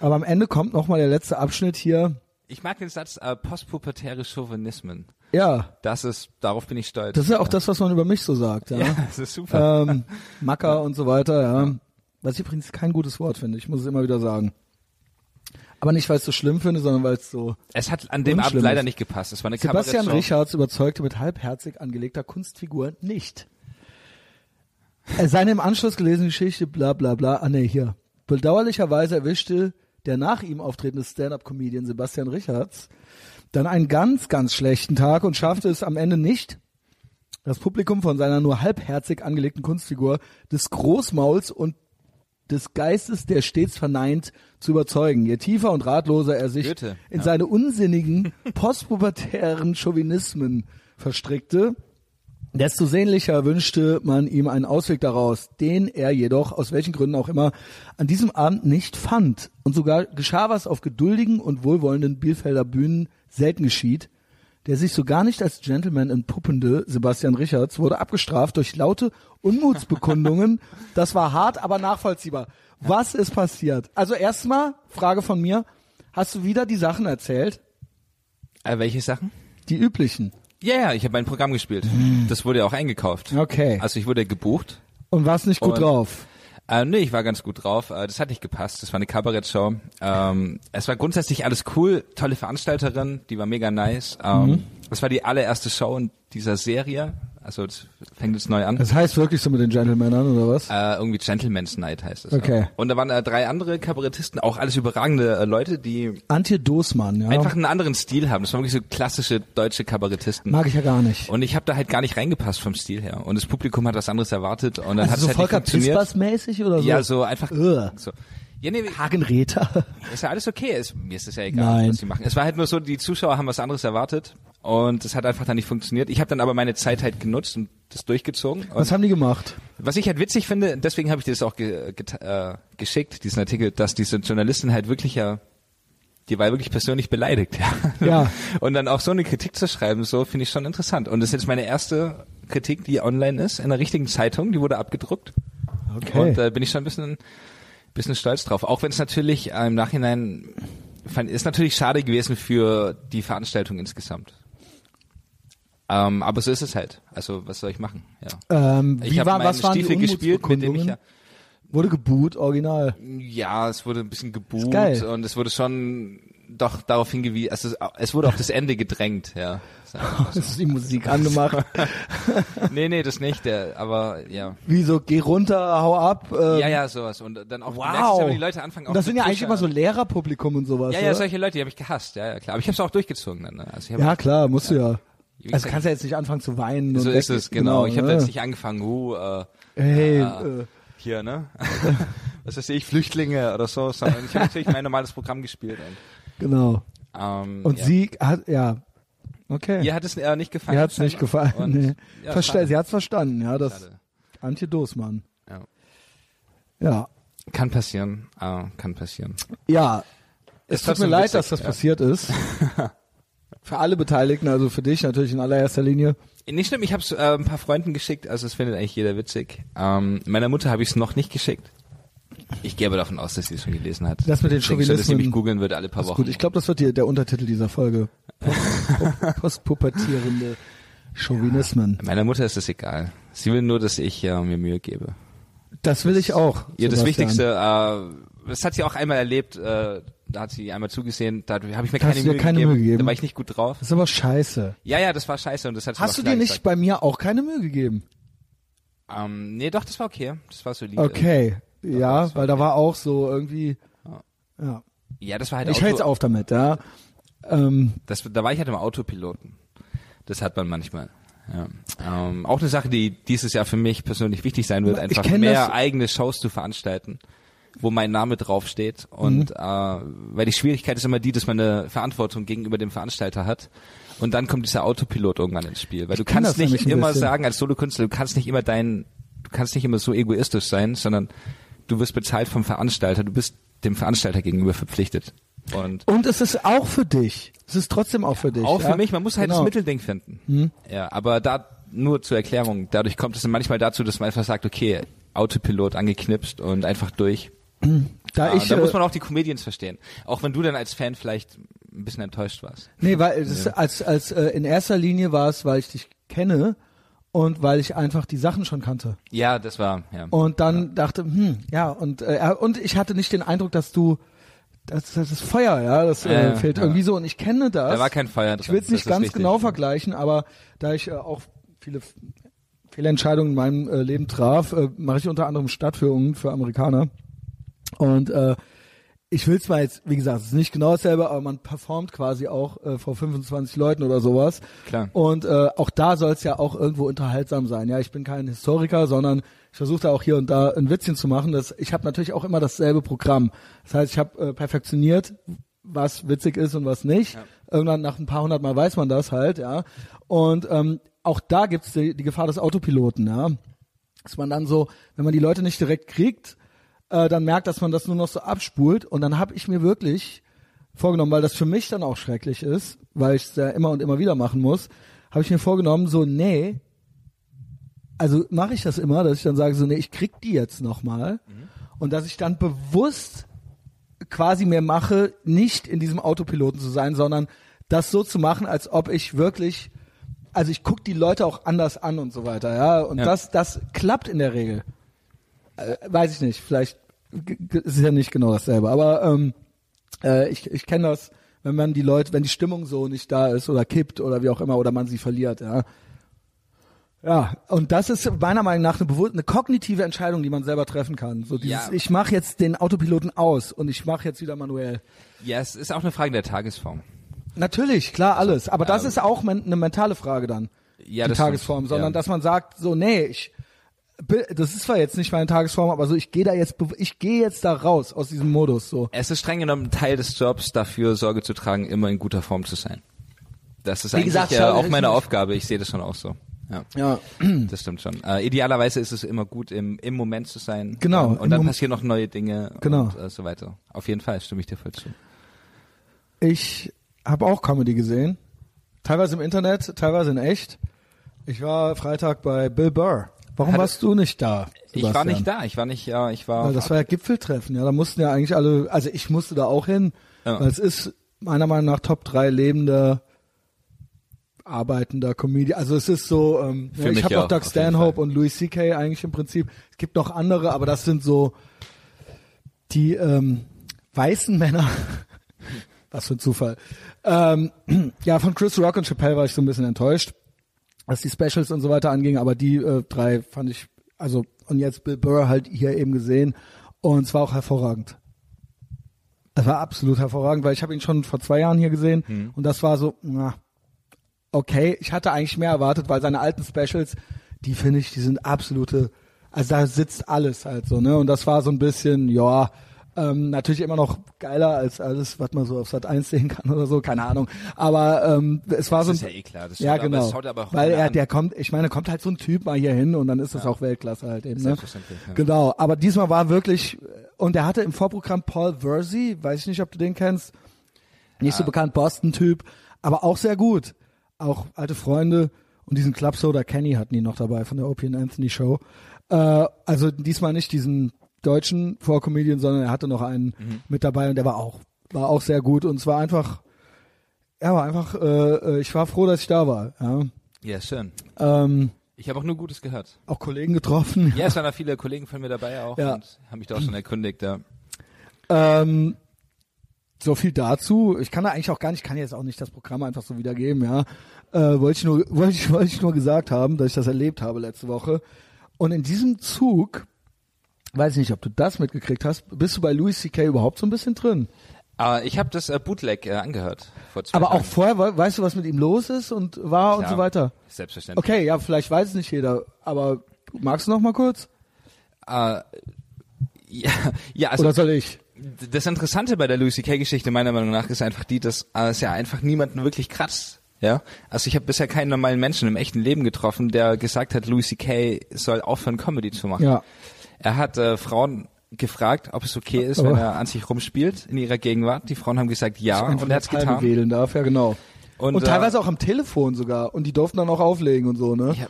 S1: aber am Ende kommt nochmal der letzte Abschnitt hier.
S2: Ich mag den Satz äh, postpubertäre Chauvinismen.
S1: Ja,
S2: Das ist, darauf bin ich stolz.
S1: das ist ja auch das, was man über mich so sagt, ja.
S2: ja, das ist super.
S1: Ähm, Macker und so weiter, ja. Was ich übrigens kein gutes Wort finde, ich muss es immer wieder sagen. Aber nicht, weil es so schlimm finde, sondern weil es so
S2: Es hat an dem Abend
S1: Unschlimmes.
S2: leider nicht gepasst. Es war eine
S1: Sebastian
S2: Kabarettshow.
S1: Richards überzeugte mit halbherzig angelegter Kunstfigur nicht. Äh, Seine im Anschluss gelesene Geschichte, bla bla bla, ah ne, hier. Bedauerlicherweise erwischte der nach ihm auftretende Stand-up-Comedian Sebastian Richards dann einen ganz, ganz schlechten Tag und schaffte es am Ende nicht, das Publikum von seiner nur halbherzig angelegten Kunstfigur des Großmauls und des Geistes, der stets verneint, zu überzeugen. Je tiefer und ratloser er sich
S2: Goethe,
S1: in
S2: ja.
S1: seine unsinnigen, postpubertären Chauvinismen verstrickte, desto sehnlicher wünschte man ihm einen Ausweg daraus, den er jedoch, aus welchen Gründen auch immer, an diesem Abend nicht fand. Und sogar geschah was auf geduldigen und wohlwollenden Bielfelder Bühnen selten geschieht. Der sich so gar nicht als Gentleman entpuppende Sebastian Richards wurde abgestraft durch laute Unmutsbekundungen. Das war hart, aber nachvollziehbar. Was ist passiert? Also erstmal, Frage von mir, hast du wieder die Sachen erzählt?
S2: Äh, welche Sachen?
S1: Die üblichen.
S2: Ja, ja, ich habe mein Programm gespielt. Das wurde ja auch eingekauft.
S1: Okay.
S2: Also ich wurde gebucht.
S1: Und warst nicht gut
S2: Und-
S1: drauf.
S2: Äh, nee, ich war ganz gut drauf. Äh, das hat nicht gepasst. Das war eine Kabarettshow. Ähm, es war grundsätzlich alles cool. Tolle Veranstalterin, die war mega nice. Ähm, Das war die allererste Show in dieser Serie. Also das fängt jetzt neu an.
S1: Das heißt wirklich so mit den Gentlemanern oder was?
S2: Äh, irgendwie Gentleman's Night heißt es.
S1: Okay.
S2: Ja. Und da waren äh, drei andere Kabarettisten, auch alles überragende äh, Leute, die
S1: Antje Dosmann, ja.
S2: einfach einen anderen Stil haben. Das waren wirklich so klassische deutsche Kabarettisten.
S1: Mag ich ja gar nicht.
S2: Und ich habe da halt gar nicht reingepasst vom Stil her. Und das Publikum hat was anderes erwartet und dann
S1: also so
S2: hat es halt
S1: Volker
S2: nicht funktioniert.
S1: Pispers-mäßig oder so? Äh.
S2: Ja, so einfach.
S1: Ugh.
S2: So. Ja, nee,
S1: Hagenräter.
S2: ist ja alles okay. Ist, mir ist das ja egal,
S1: Nein.
S2: was die machen. Es war halt nur so, die Zuschauer haben was anderes erwartet und es hat einfach dann nicht funktioniert. Ich habe dann aber meine Zeit halt genutzt und das durchgezogen. Und
S1: Was haben die gemacht?
S2: was ich halt witzig finde, deswegen habe ich dir das auch ge geta- äh, geschickt, diesen Artikel, dass diese Journalistin halt wirklich ja, die war wirklich persönlich beleidigt, ja.
S1: Ja.
S2: Und dann auch so eine Kritik zu schreiben, so finde ich schon interessant. Und das ist jetzt meine erste Kritik, die online ist, in der richtigen Zeitung, die wurde abgedruckt.
S1: Okay.
S2: Und da äh, bin ich schon ein bisschen bisschen stolz drauf. Auch wenn es natürlich äh, im Nachhinein fand, ist natürlich schade gewesen für die Veranstaltung insgesamt. Ähm, aber so ist es halt. Also was soll ich machen? Ja.
S1: Ähm,
S2: ich
S1: wie
S2: habe
S1: war,
S2: meinen
S1: was waren
S2: Stiefel
S1: die
S2: gespielt, mit dem ich ja,
S1: Unmutsbekundungen? Wurde geboot, original.
S2: ja, es wurde ein bisschen geboot
S1: geil.
S2: und es wurde schon doch darauf hingewiesen, also es, es wurde auf das Ende gedrängt, ja.
S1: Es ist die Musik angemacht.
S2: nee, nee, das nicht, der, aber ja.
S1: Wie so, geh runter, hau ab. Äh,
S2: Ja, ja, sowas. Und dann auch du merkst es
S1: Wow.
S2: ja, wenn die Leute anfangen auch
S1: Und das
S2: zu
S1: sind ja eigentlich
S2: pushen. also
S1: immer so Lehrerpublikum und sowas.
S2: Ja, ja,
S1: oder?
S2: solche Leute, die habe ich gehasst, ja, ja, klar. Aber ich habe es auch durchgezogen dann. Ne? Also ich hab
S1: ja, klar, musst du ja. Also
S2: Wie gesagt,
S1: kannst ja jetzt nicht anfangen zu weinen.
S2: So
S1: und
S2: ist
S1: weg-
S2: es, genau. Ich habe da
S1: ne?
S2: jetzt nicht angefangen, uh, äh,
S1: Hey,
S2: äh,
S1: äh,
S2: hier, ne? Was weiß ich, Flüchtlinge oder so, sondern ich habe natürlich mein normales Programm gespielt. Und,
S1: genau.
S2: ähm,
S1: Und
S2: ja.
S1: sie hat, ja, okay.
S2: Ihr hat es äh, nicht gefallen.
S1: Ihr hat's nicht gefallen.
S2: Und,
S1: nee.
S2: ja,
S1: Verste-
S2: schade,
S1: sie hat's verstanden, ja, das
S2: schade.
S1: Antje Doßmann.
S2: Ja.
S1: Ja,
S2: Kann passieren, äh, kann passieren.
S1: ja. Es
S2: Ist
S1: tut mir
S2: trotzdem
S1: leid,
S2: witzig,
S1: dass das
S2: ja.
S1: passiert ist. für alle Beteiligten, also für dich natürlich in allererster Linie.
S2: Nicht schlimm, ich habe es äh, ein paar Freunden geschickt, also es findet eigentlich jeder witzig. Ähm, meiner Mutter habe ich es noch nicht geschickt. Ich gehe aber davon aus, dass sie es schon gelesen hat.
S1: Das mit den
S2: Ich denke schon, dass sie
S1: Chauvinismen-
S2: mich googeln wird alle paar
S1: Ist
S2: Wochen.
S1: gut, ich glaube, das wird die, der Untertitel dieser Folge. Post- po- Postpubertierende Chauvinismen.
S2: Meiner Mutter ist es egal. Sie will nur, dass ich äh, mir Mühe gebe.
S1: Das will ich auch.
S2: Ihr das
S1: Sebastian.
S2: Wichtigste, äh, das hat sie auch einmal erlebt, äh, da hat sie einmal zugesehen, da habe ich mir
S1: hast
S2: keine
S1: du dir
S2: Mühe,
S1: keine
S2: gegeben,
S1: Mühe gegeben?
S2: da war ich nicht gut drauf.
S1: Das ist aber scheiße.
S2: Ja, ja, das war scheiße und das hat sie mir auch
S1: Hast du
S2: klar
S1: dir nicht
S2: gesagt.
S1: bei mir auch keine Mühe gegeben?
S2: Ähm, nee, doch, das war okay, das war solide.
S1: Okay. Ja,
S2: das
S1: weil da war auch so irgendwie. Ja.
S2: Ja, das war halt
S1: Ich höre jetzt
S2: Auto,
S1: auf damit, ja. Ähm,
S2: das, da war ich halt im Autopiloten. Das hat man manchmal. Ja. Ähm, auch eine Sache, die dieses Jahr für mich persönlich wichtig sein wird,
S1: Ich
S2: einfach
S1: kenn
S2: mehr
S1: das-
S2: eigene Shows zu veranstalten, wo mein Name draufsteht.
S1: Mhm.
S2: Und äh, weil die Schwierigkeit ist immer die, dass man eine Verantwortung gegenüber dem Veranstalter hat. Und dann kommt dieser Autopilot irgendwann ins Spiel. Weil du
S1: kenn
S2: kannst
S1: das nämlich
S2: nicht
S1: ein
S2: immer
S1: bisschen.
S2: sagen, als Solokünstler, du kannst nicht immer dein, du kannst nicht immer so egoistisch sein, sondern du wirst bezahlt vom Veranstalter, du bist dem Veranstalter gegenüber verpflichtet. Und
S1: und es ist auch für dich. Es ist trotzdem auch für dich.
S2: auch
S1: ja?
S2: für mich, man muss halt
S1: genau. Hm.
S2: das Mittelding finden. Ja, aber da nur zur Erklärung, dadurch kommt es dann manchmal dazu, dass man einfach sagt, okay, Autopilot angeknipst und einfach durch.
S1: Da
S2: Ah,
S1: ich,
S2: da
S1: äh,
S2: muss man auch die Comedians verstehen. Auch wenn du dann als Fan vielleicht ein bisschen enttäuscht warst.
S1: äh, nee, weil es ist als als äh, in erster Linie war es, weil ich dich kenne und weil ich einfach die Sachen schon kannte.
S2: Ja, das war, ja.
S1: Und dann dachte, hm, ja und äh, ja, und ich hatte nicht den Eindruck, dass du das, das ist Feuer, ja, das
S2: Ja,
S1: äh,
S2: ja,
S1: fehlt
S2: ja.
S1: irgendwie so und ich kenne das.
S2: Da war kein Feuer drin.
S1: Ich will es
S2: Das
S1: nicht
S2: ist
S1: ganz
S2: wichtig.
S1: genau vergleichen, aber da ich äh, auch viele F- Fehlentscheidungen in meinem äh, Leben traf, äh, mache ich unter anderem Stadtführungen für Amerikaner. Und äh, ich will es mal jetzt, wie gesagt, es ist nicht genau dasselbe, aber man performt quasi auch äh, vor 25 Leuten oder sowas.
S2: Klar.
S1: Und äh, auch da soll es ja auch irgendwo unterhaltsam sein. Ja, ich bin kein Historiker, sondern ich versuche da auch hier und da ein Witzchen zu machen. Das, ich habe natürlich auch immer dasselbe Programm. Das heißt, ich habe äh, perfektioniert, was witzig ist und was nicht. Irgendwann nach ein paar hundert Mal weiß man das halt, ja. Und ähm, auch da gibt's die, die Gefahr des Autopiloten, ja. Dass man dann so, wenn man die Leute nicht direkt kriegt, äh, dann merkt, dass man das nur noch so abspult. Und dann habe ich mir wirklich vorgenommen, weil das für mich dann auch schrecklich ist, weil ich es ja immer und immer wieder machen muss, habe ich mir vorgenommen, so, nee, also mache ich das immer, dass ich dann sage, so, nee, ich krieg die jetzt nochmal. Und dass ich dann bewusst quasi mir mache, nicht in diesem Autopiloten zu sein, sondern das so zu machen, als ob ich wirklich, also ich guck die Leute auch anders an und so weiter, ja. Und
S2: Ja.
S1: das, das klappt in der Regel. Äh, weiß ich nicht, vielleicht g- g- ist es ja nicht genau dasselbe, aber ähm, äh, ich, ich kenne das, wenn man die Leute, wenn die Stimmung so nicht da ist oder kippt oder wie auch immer oder man sie verliert, ja. Ja, und das ist meiner Meinung nach eine, bewusst, eine kognitive Entscheidung, die man selber treffen kann. So dieses,
S2: Ja.
S1: ich mache jetzt den Autopiloten aus und ich mache jetzt wieder manuell.
S2: Ja, es ist auch eine Frage der Tagesform.
S1: Natürlich, klar, alles. Aber das ist auch men eine mentale Frage dann,
S2: Also, ähm, Ja,
S1: die
S2: das-
S1: Tagesform. Sondern
S2: ja.
S1: dass man sagt, so, nee, ich, bi- das ist zwar jetzt nicht meine Tagesform, aber so, ich gehe da jetzt, bew- ich gehe jetzt da raus aus diesem Modus, so.
S2: Es ist streng genommen Teil des Jobs, dafür Sorge zu tragen, immer in guter Form zu sein. Das ist
S1: Wie
S2: eigentlich
S1: gesagt,
S2: ja,
S1: schau,
S2: auch
S1: ich-
S2: meine Aufgabe. Ich sehe das schon auch so. Ja.
S1: Ja.
S2: Das stimmt schon. Äh, idealerweise ist es immer gut, im, im Moment zu sein.
S1: Genau,
S2: Ähm,
S1: im
S2: und dann
S1: Mom-
S2: passieren noch neue Dinge
S1: Genau.
S2: und äh, so weiter. Auf jeden Fall stimme ich dir voll zu.
S1: Ich habe auch Comedy gesehen. Teilweise im Internet, teilweise in echt. Ich war Freitag bei Bill Burr. Warum
S2: Hat-
S1: warst du nicht da?
S2: Ich war nicht da, ich war nicht, ja, ich war.
S1: Weil das war ja Gipfeltreffen, ja. Da mussten ja eigentlich alle, also ich musste da auch hin.
S2: Ja.
S1: Weil es ist meiner Meinung nach Top 3 lebender, arbeitender Comedian. Also es ist so, ähm, ja, ich
S2: mich
S1: habe
S2: ja,
S1: noch Doug
S2: auf jeden
S1: Stanhope
S2: Fall.
S1: und Louis C.K. eigentlich im Prinzip. Es gibt noch andere, aber das sind so die ähm, weißen Männer. Was für ein Zufall. Ähm, ja, von Chris Rock und Chappelle war ich so ein bisschen enttäuscht was die Specials und so weiter anging, aber die äh, drei fand ich, also und jetzt Bill Burr halt hier eben gesehen und es war auch hervorragend. Es war absolut hervorragend, weil ich habe ihn schon vor zwei Jahren hier gesehen
S2: Mhm.
S1: und das war so, na, okay, ich hatte eigentlich mehr erwartet, weil seine alten Specials, die finde ich, die sind absolute, also da sitzt alles halt so, ne? Und das war so ein bisschen, ja, ähm, natürlich immer noch geiler als alles, was man so auf Sat 1 sehen kann oder so, keine Ahnung. Aber ähm, es war so
S2: ist
S1: ein-
S2: ja eh klar, das
S1: ja,
S2: schaut aber-
S1: genau.
S2: das schaut aber auch
S1: Weil
S2: keiner
S1: er,
S2: an.
S1: der kommt, ich meine, kommt halt so ein Typ mal hier hin und dann ist das auch Weltklasse halt eben. Ne?
S2: Selbstverständlich, ja.
S1: Genau, aber diesmal war wirklich, und er hatte im Vorprogramm Paul Verzi, weiß ich nicht, ob du den kennst, nicht so bekannt, Boston-Typ, aber auch sehr gut. Auch alte Freunde und diesen Club Soda Kenny hatten die noch dabei von der Opie and Anthony Show. Äh, also diesmal nicht diesen deutschen Vorkomedian, sondern er hatte noch einen mit dabei und der war auch, war auch sehr gut und es war einfach, er war einfach, äh, äh, ich war froh, dass ich da war. Ja.
S2: Ja, schön.
S1: Ähm,
S2: Ich habe auch nur Gutes gehört.
S1: auch Kollegen getroffen.
S2: Ja, es waren da viele Kollegen von mir dabei auch
S1: Ja.
S2: und haben mich da auch schon erkundigt. Ja.
S1: Ähm, so viel dazu. Ich kann da eigentlich auch gar nicht, kann jetzt auch nicht das Programm einfach so wiedergeben, ja. Äh, wollte ich nur, wollte ich, wollte ich nur gesagt haben, dass ich das erlebt habe letzte Woche. Und in diesem Zug, weiß nicht, ob du das mitgekriegt hast, bist du bei Louis C.K. überhaupt so ein bisschen drin.
S2: Aber ich habe das äh, Bootleg äh, angehört vor zwei
S1: Aber auch
S2: Tagen.
S1: vorher, we- weißt du, was mit ihm los ist und war und
S2: Klar.
S1: so weiter.
S2: Selbstverständlich.
S1: Okay, ja, vielleicht weiß es nicht jeder, aber magst du noch mal kurz?
S2: Äh, ja, ja, also
S1: Oder soll ich?
S2: das Interessante bei der Louis C.K. Geschichte meiner Meinung nach ist einfach die, dass äh, es ja einfach niemanden wirklich kratzt. Ja, also ich habe bisher keinen normalen Menschen im echten Leben getroffen, der gesagt hat, Louis C.K. soll aufhören, Comedy zu machen.
S1: Ja.
S2: Er hat äh, Frauen gefragt, ob es okay ist, wenn
S1: Aber-
S2: er an sich rumspielt in ihrer Gegenwart. Die Frauen haben gesagt, ja,
S1: einfach
S2: und er hat's
S1: eine Palme
S2: getan.
S1: wedeln darf, ja genau. Und,
S2: Und, äh,
S1: teilweise auch am Telefon sogar. Und die durften dann auch auflegen und so, ne?
S2: Ja.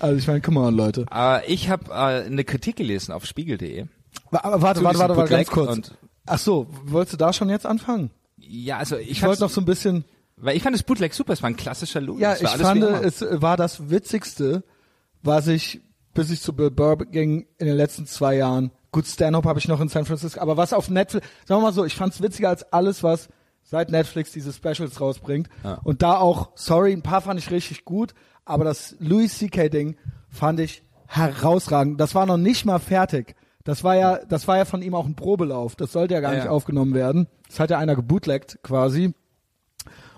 S1: Also ich meine, come on, Leute.
S2: Äh, ich habe äh, eine Kritik gelesen auf spiegel.de.
S1: Wa- Aber warte,
S2: Zu
S1: warte,
S2: diesem
S1: warte, warte, ganz
S2: Bootleg
S1: kurz.
S2: und-
S1: Ach so, wolltest du da schon jetzt anfangen?
S2: Ja, also ich,
S1: Ich wollte noch
S2: fand's-
S1: so ein bisschen,
S2: weil ich fand das Bootleg super, es war ein klassischer Louis.
S1: ja,
S2: es
S1: ich
S2: war alles wie
S1: fand,
S2: immer.
S1: es war das Witzigste, was ich, bis ich zu Bill Burr ging, in den letzten zwei Jahren. Gut, Stanhope habe ich noch in San Francisco, aber was auf Netflix, sagen wir mal so, ich fand's witziger als alles, was seit Netflix diese Specials rausbringt.
S2: Ja.
S1: Und da auch, sorry, ein paar fand ich richtig gut, aber das Louis C.K. Ding fand ich herausragend. Das war noch nicht mal fertig. Das war ja, das war ja von ihm auch ein Probelauf. Das sollte ja gar
S2: Ja,
S1: nicht
S2: ja.
S1: aufgenommen werden. Das hat ja einer gebootlegt quasi.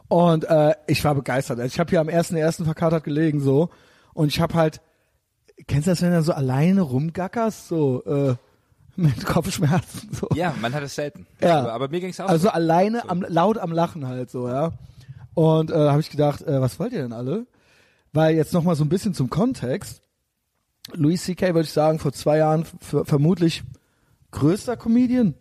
S1: Und äh, ich war begeistert. Also ich habe hier am ersten ersten verkatert gelegen so und ich habe halt kennst du das, wenn du so alleine rumgackerst so äh, mit Kopfschmerzen so.
S2: Ja, man hat es selten. Aber, aber mir ging's auch
S1: Also
S2: so.
S1: alleine am laut am Lachen halt so, ja. Und äh, habe ich gedacht, äh, was wollt ihr denn alle? Weil jetzt noch mal so ein bisschen zum Kontext. Louis C.K. würde ich sagen, vor zwei Jahren f- vermutlich größter Comedian.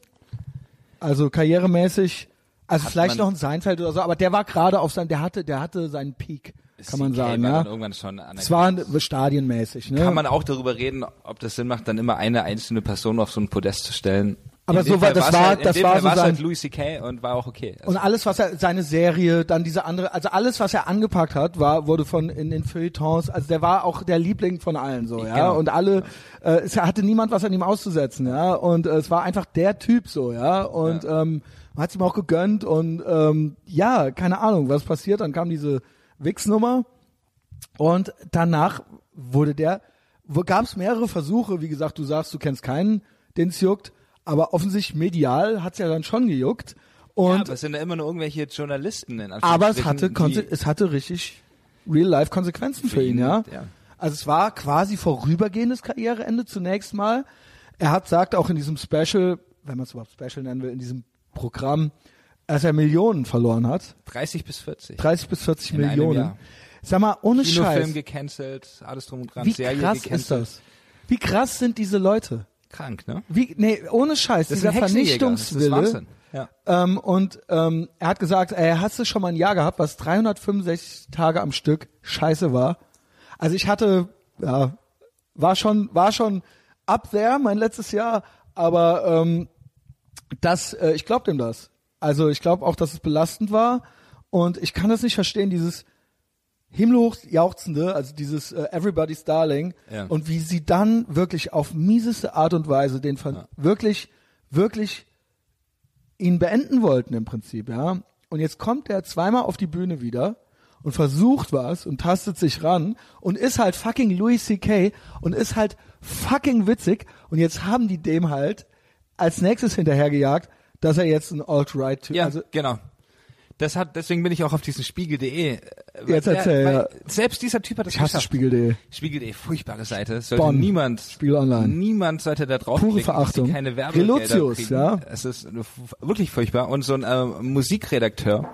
S1: Also karrieremäßig, also vielleicht
S2: man-
S1: noch ein Seinfeld oder so, aber der war gerade auf sein, der hatte, der hatte seinen Peak, kann man
S2: CK
S1: sagen,
S2: war
S1: ja.
S2: Dann irgendwann schon
S1: Es war ein- stadienmäßig, ne?
S2: oh kann man auch darüber reden, ob das Sinn macht, dann immer eine einzelne Person auf so ein Podest zu stellen.
S1: Aber
S2: In dem
S1: so war-
S2: Fall
S1: das
S2: war's
S1: war-
S2: halt, in
S1: das
S2: dem
S1: war
S2: Fall
S1: so
S2: war's
S1: sein-
S2: halt Louis C.K. und war auch okay. Also,
S1: Und alles, was er, seine Serie, dann diese andere, also alles, was er angepackt hat, war, wurde von in den Feuilletons, also der war auch der Liebling von allen so, ja.
S2: Genau.
S1: Und alle, äh, es hatte niemand was an ihm auszusetzen, ja. Und äh, es war einfach der Typ so, ja. Und Ähm, man hat's ihm auch gegönnt und ähm, ja, keine Ahnung, was passiert. Dann kam diese Wix-Nummer. Und danach wurde der, gab es mehrere Versuche, wie gesagt, du sagst, du kennst keinen, den es juckt, aber offensichtlich medial hat's ja dann schon gejuckt.
S2: ja,
S1: Und
S2: aber es sind ja immer nur irgendwelche Journalisten in
S1: aber es
S2: Anführungsstrichen,
S1: hatte, konse-
S2: die-
S1: es hatte richtig Real-Life-Konsequenzen für,
S2: Für
S1: ihn,
S2: ihn,
S1: ja?
S2: ja.
S1: Also es war quasi vorübergehendes Karriereende zunächst mal. Er hat sagt auch in diesem Special, wenn man es überhaupt Special nennen will, in diesem Programm, dass er Millionen verloren hat.
S2: 30 bis 40.
S1: 30 bis 40
S2: In einem
S1: Millionen.
S2: Jahr.
S1: Sag mal, ohne
S2: Kinofilm
S1: Scheiß.
S2: gecancelt, alles drum und dran,
S1: Wie
S2: Serie
S1: krass
S2: gecancelt.
S1: ist das? Wie krass sind diese Leute?
S2: Krank, ne?
S1: Wie, nee, ohne Scheiß,
S2: Das
S1: dieser
S2: sind Hexenjäger,
S1: Vernichtungswille.
S2: das ist Wahnsinn. Ja.
S1: Ähm, und ähm, er hat gesagt, ey, hast du schon mal ein Jahr gehabt, was 365 Tage am Stück scheiße war? Also ich hatte, ja, war schon, war schon up there, mein letztes Jahr, aber ähm, das, äh, ich glaube dem das. Also ich glaube auch, dass es belastend war und ich kann das nicht verstehen, dieses himmelhoch jauchzende, also dieses äh, Everybody's Darling
S2: Ja.
S1: und wie sie dann wirklich auf mieseste Art und Weise den Ver
S2: Ja.
S1: wirklich, wirklich ihn beenden wollten im Prinzip, ja. Und jetzt kommt er zweimal auf die Bühne wieder und versucht was und tastet sich ran und ist halt fucking Louis C.K. und ist halt fucking witzig. Und jetzt haben die dem halt als nächstes hinterhergejagt, dass er jetzt ein Alt-Right-Typ,
S2: Ja,
S1: also
S2: genau. Das hat, deswegen bin ich auch auf diesen Spiegel.de. äh, weil
S1: Jetzt erzähl,
S2: weil
S1: ja.
S2: Selbst dieser Typ hat das
S1: ich hasse
S2: geschafft.
S1: Spiegel.de.
S2: Spiegel.de, furchtbare Seite. Sollte
S1: Bonn.
S2: niemand,
S1: Spiegel Online.
S2: niemand sollte da drauf
S1: Pure
S2: klicken, dass
S1: Verachtung.
S2: sie keine Werbegelder
S1: Relotius,
S2: kriegen.
S1: ja.
S2: Es ist eine fu- wirklich furchtbar. Und so ein äh, Musikredakteur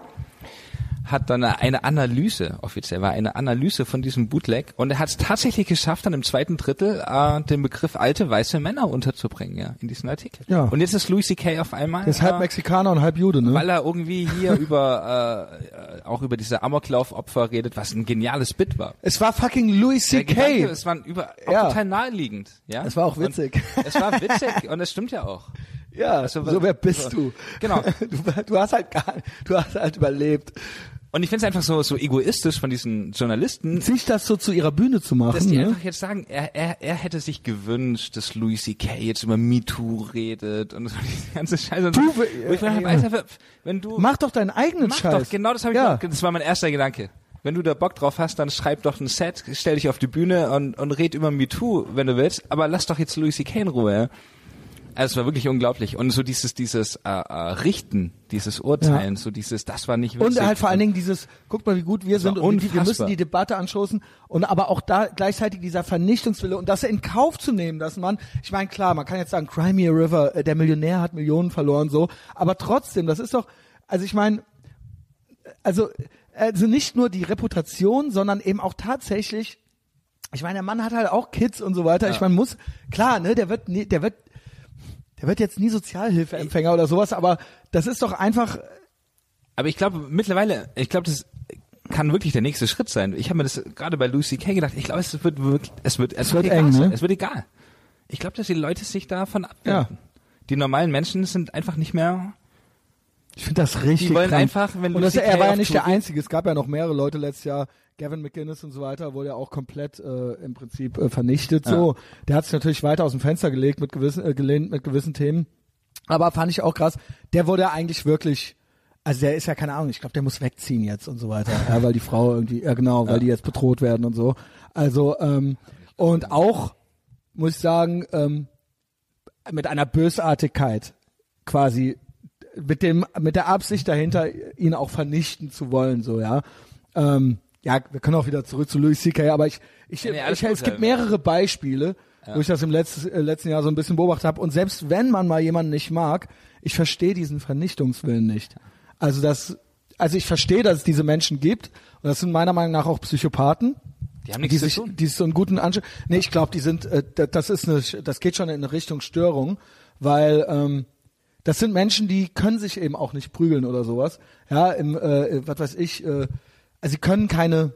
S2: hat dann eine Analyse, offiziell war eine Analyse von diesem Bootleg und er hat es tatsächlich geschafft, dann im zweiten Drittel äh, den Begriff alte weiße Männer unterzubringen, ja, in diesem Artikel.
S1: Ja.
S2: Und jetzt ist Louis C.K. auf einmal.
S1: Er ist halb
S2: äh,
S1: Mexikaner und halb Jude, ne?
S2: weil er irgendwie hier über äh, äh, auch über diese Amoklauf-Opfer redet, was ein geniales Bit war.
S1: es war fucking Louis
S2: Der Gedanke,
S1: C.K.
S2: es waren über auch
S1: Ja.
S2: total naheliegend. Ja,
S1: Es war auch witzig.
S2: Und es war witzig und es stimmt ja auch.
S1: Ja,
S2: Also,
S1: so wer bist
S2: so.
S1: du?
S2: Genau.
S1: Du, du hast halt gar, du hast halt überlebt.
S2: Und ich finde es einfach so so egoistisch von diesen Journalisten,
S1: Sich das so zu ihrer Bühne zu machen,
S2: dass die
S1: ne?
S2: einfach jetzt sagen, er, er, er hätte sich gewünscht, dass Louis C.K. jetzt über MeToo redet und so diese ganze Scheiße. Und
S1: Du,
S2: so.
S1: äh,
S2: Wo ich mir
S1: ja.
S2: dachte, Alter, wenn du
S1: Mach doch deinen eigenen
S2: Mach
S1: Scheiß.
S2: doch, genau das habe ich
S1: ja.
S2: auch, das war mein erster Gedanke. Wenn du da Bock drauf hast, dann schreib doch ein Set, stell dich auf die Bühne und, und red über MeToo, wenn du willst, aber lass doch jetzt Louis C.K. in Ruhe. Ja? Also es war wirklich unglaublich. Und so dieses, dieses äh, äh, Richten, dieses Urteilen, so dieses, das war nicht witzig.
S1: Und halt vor allen Dingen dieses, guck mal, wie gut wir sind
S2: war
S1: und wie- wir
S2: unfassbar.
S1: müssen die Debatte anstoßen. Und aber auch da gleichzeitig dieser Vernichtungswille und das in Kauf zu nehmen, dass man, ich meine, klar, man kann jetzt sagen, Crimea River, äh, der Millionär hat Millionen verloren, so. Aber trotzdem, das ist doch, also ich meine, also, also nicht nur die Reputation, sondern eben auch tatsächlich, ich meine, der Mann hat halt auch Kids und so weiter. Ich meine, muss, klar, ne, der wird, nie- der wird, der wird jetzt nie Sozialhilfeempfänger oder sowas, aber das ist doch einfach,
S2: Aber ich glaube mittlerweile, ich glaube, das kann wirklich der nächste Schritt sein. Ich habe mir das gerade bei Louis C.K. gedacht. Ich glaube, es wird wirklich, es wird, es,
S1: wird
S2: wird, egal
S1: eng,
S2: sein.
S1: ne?
S2: Es wird egal. Ich glaube, dass die Leute sich davon abwenden. Die normalen Menschen sind einfach nicht mehr
S1: Ich finde das richtig.
S2: Die wollen
S1: krank.
S2: einfach, wenn
S1: und das,
S2: Lucy
S1: er
S2: Kay
S1: war ja
S2: auf
S1: nicht
S2: Tour
S1: der Einzige. Es gab ja noch mehrere Leute letztes Jahr. Gavin McGinnis und so weiter wurde ja auch komplett äh, im Prinzip äh, vernichtet. So, der hat sich natürlich weiter aus dem Fenster gelegt mit gewissen äh, gelehnt mit gewissen Themen. Aber fand ich auch krass. Der wurde ja eigentlich wirklich, also der ist ja keine Ahnung. Ich glaube, der muss wegziehen jetzt und so weiter, ja, weil die Frau irgendwie, ja genau, weil die jetzt bedroht werden und so. Also ähm, und auch muss ich sagen, ähm, mit einer Bösartigkeit quasi mit dem mit der Absicht dahinter ihn auch vernichten zu wollen so ja ähm, ja wir können auch wieder zurück zu Louis C.K. aber ich ich,
S2: Nee, alles
S1: ich es
S2: gut,
S1: gibt
S2: ja. genau.
S1: mehrere Beispiele wo ich das im letzten äh, letzten Jahr so ein bisschen beobachtet habe und selbst wenn man mal jemanden nicht mag ich verstehe diesen Vernichtungswillen nicht also das also ich verstehe dass es diese Menschen gibt und das sind meiner Meinung nach auch Psychopathen
S2: Die haben
S1: die
S2: nichts
S1: sich,
S2: zu tun.
S1: die so einen guten Anschluss. Nee, ich glaube, die sind, äh, da- das ist eine, Sch- das geht schon in eine Richtung Störung, weil ähm, das sind Menschen, die können sich eben auch nicht prügeln oder sowas. Ja, im, äh, was weiß ich, äh, also sie können keine,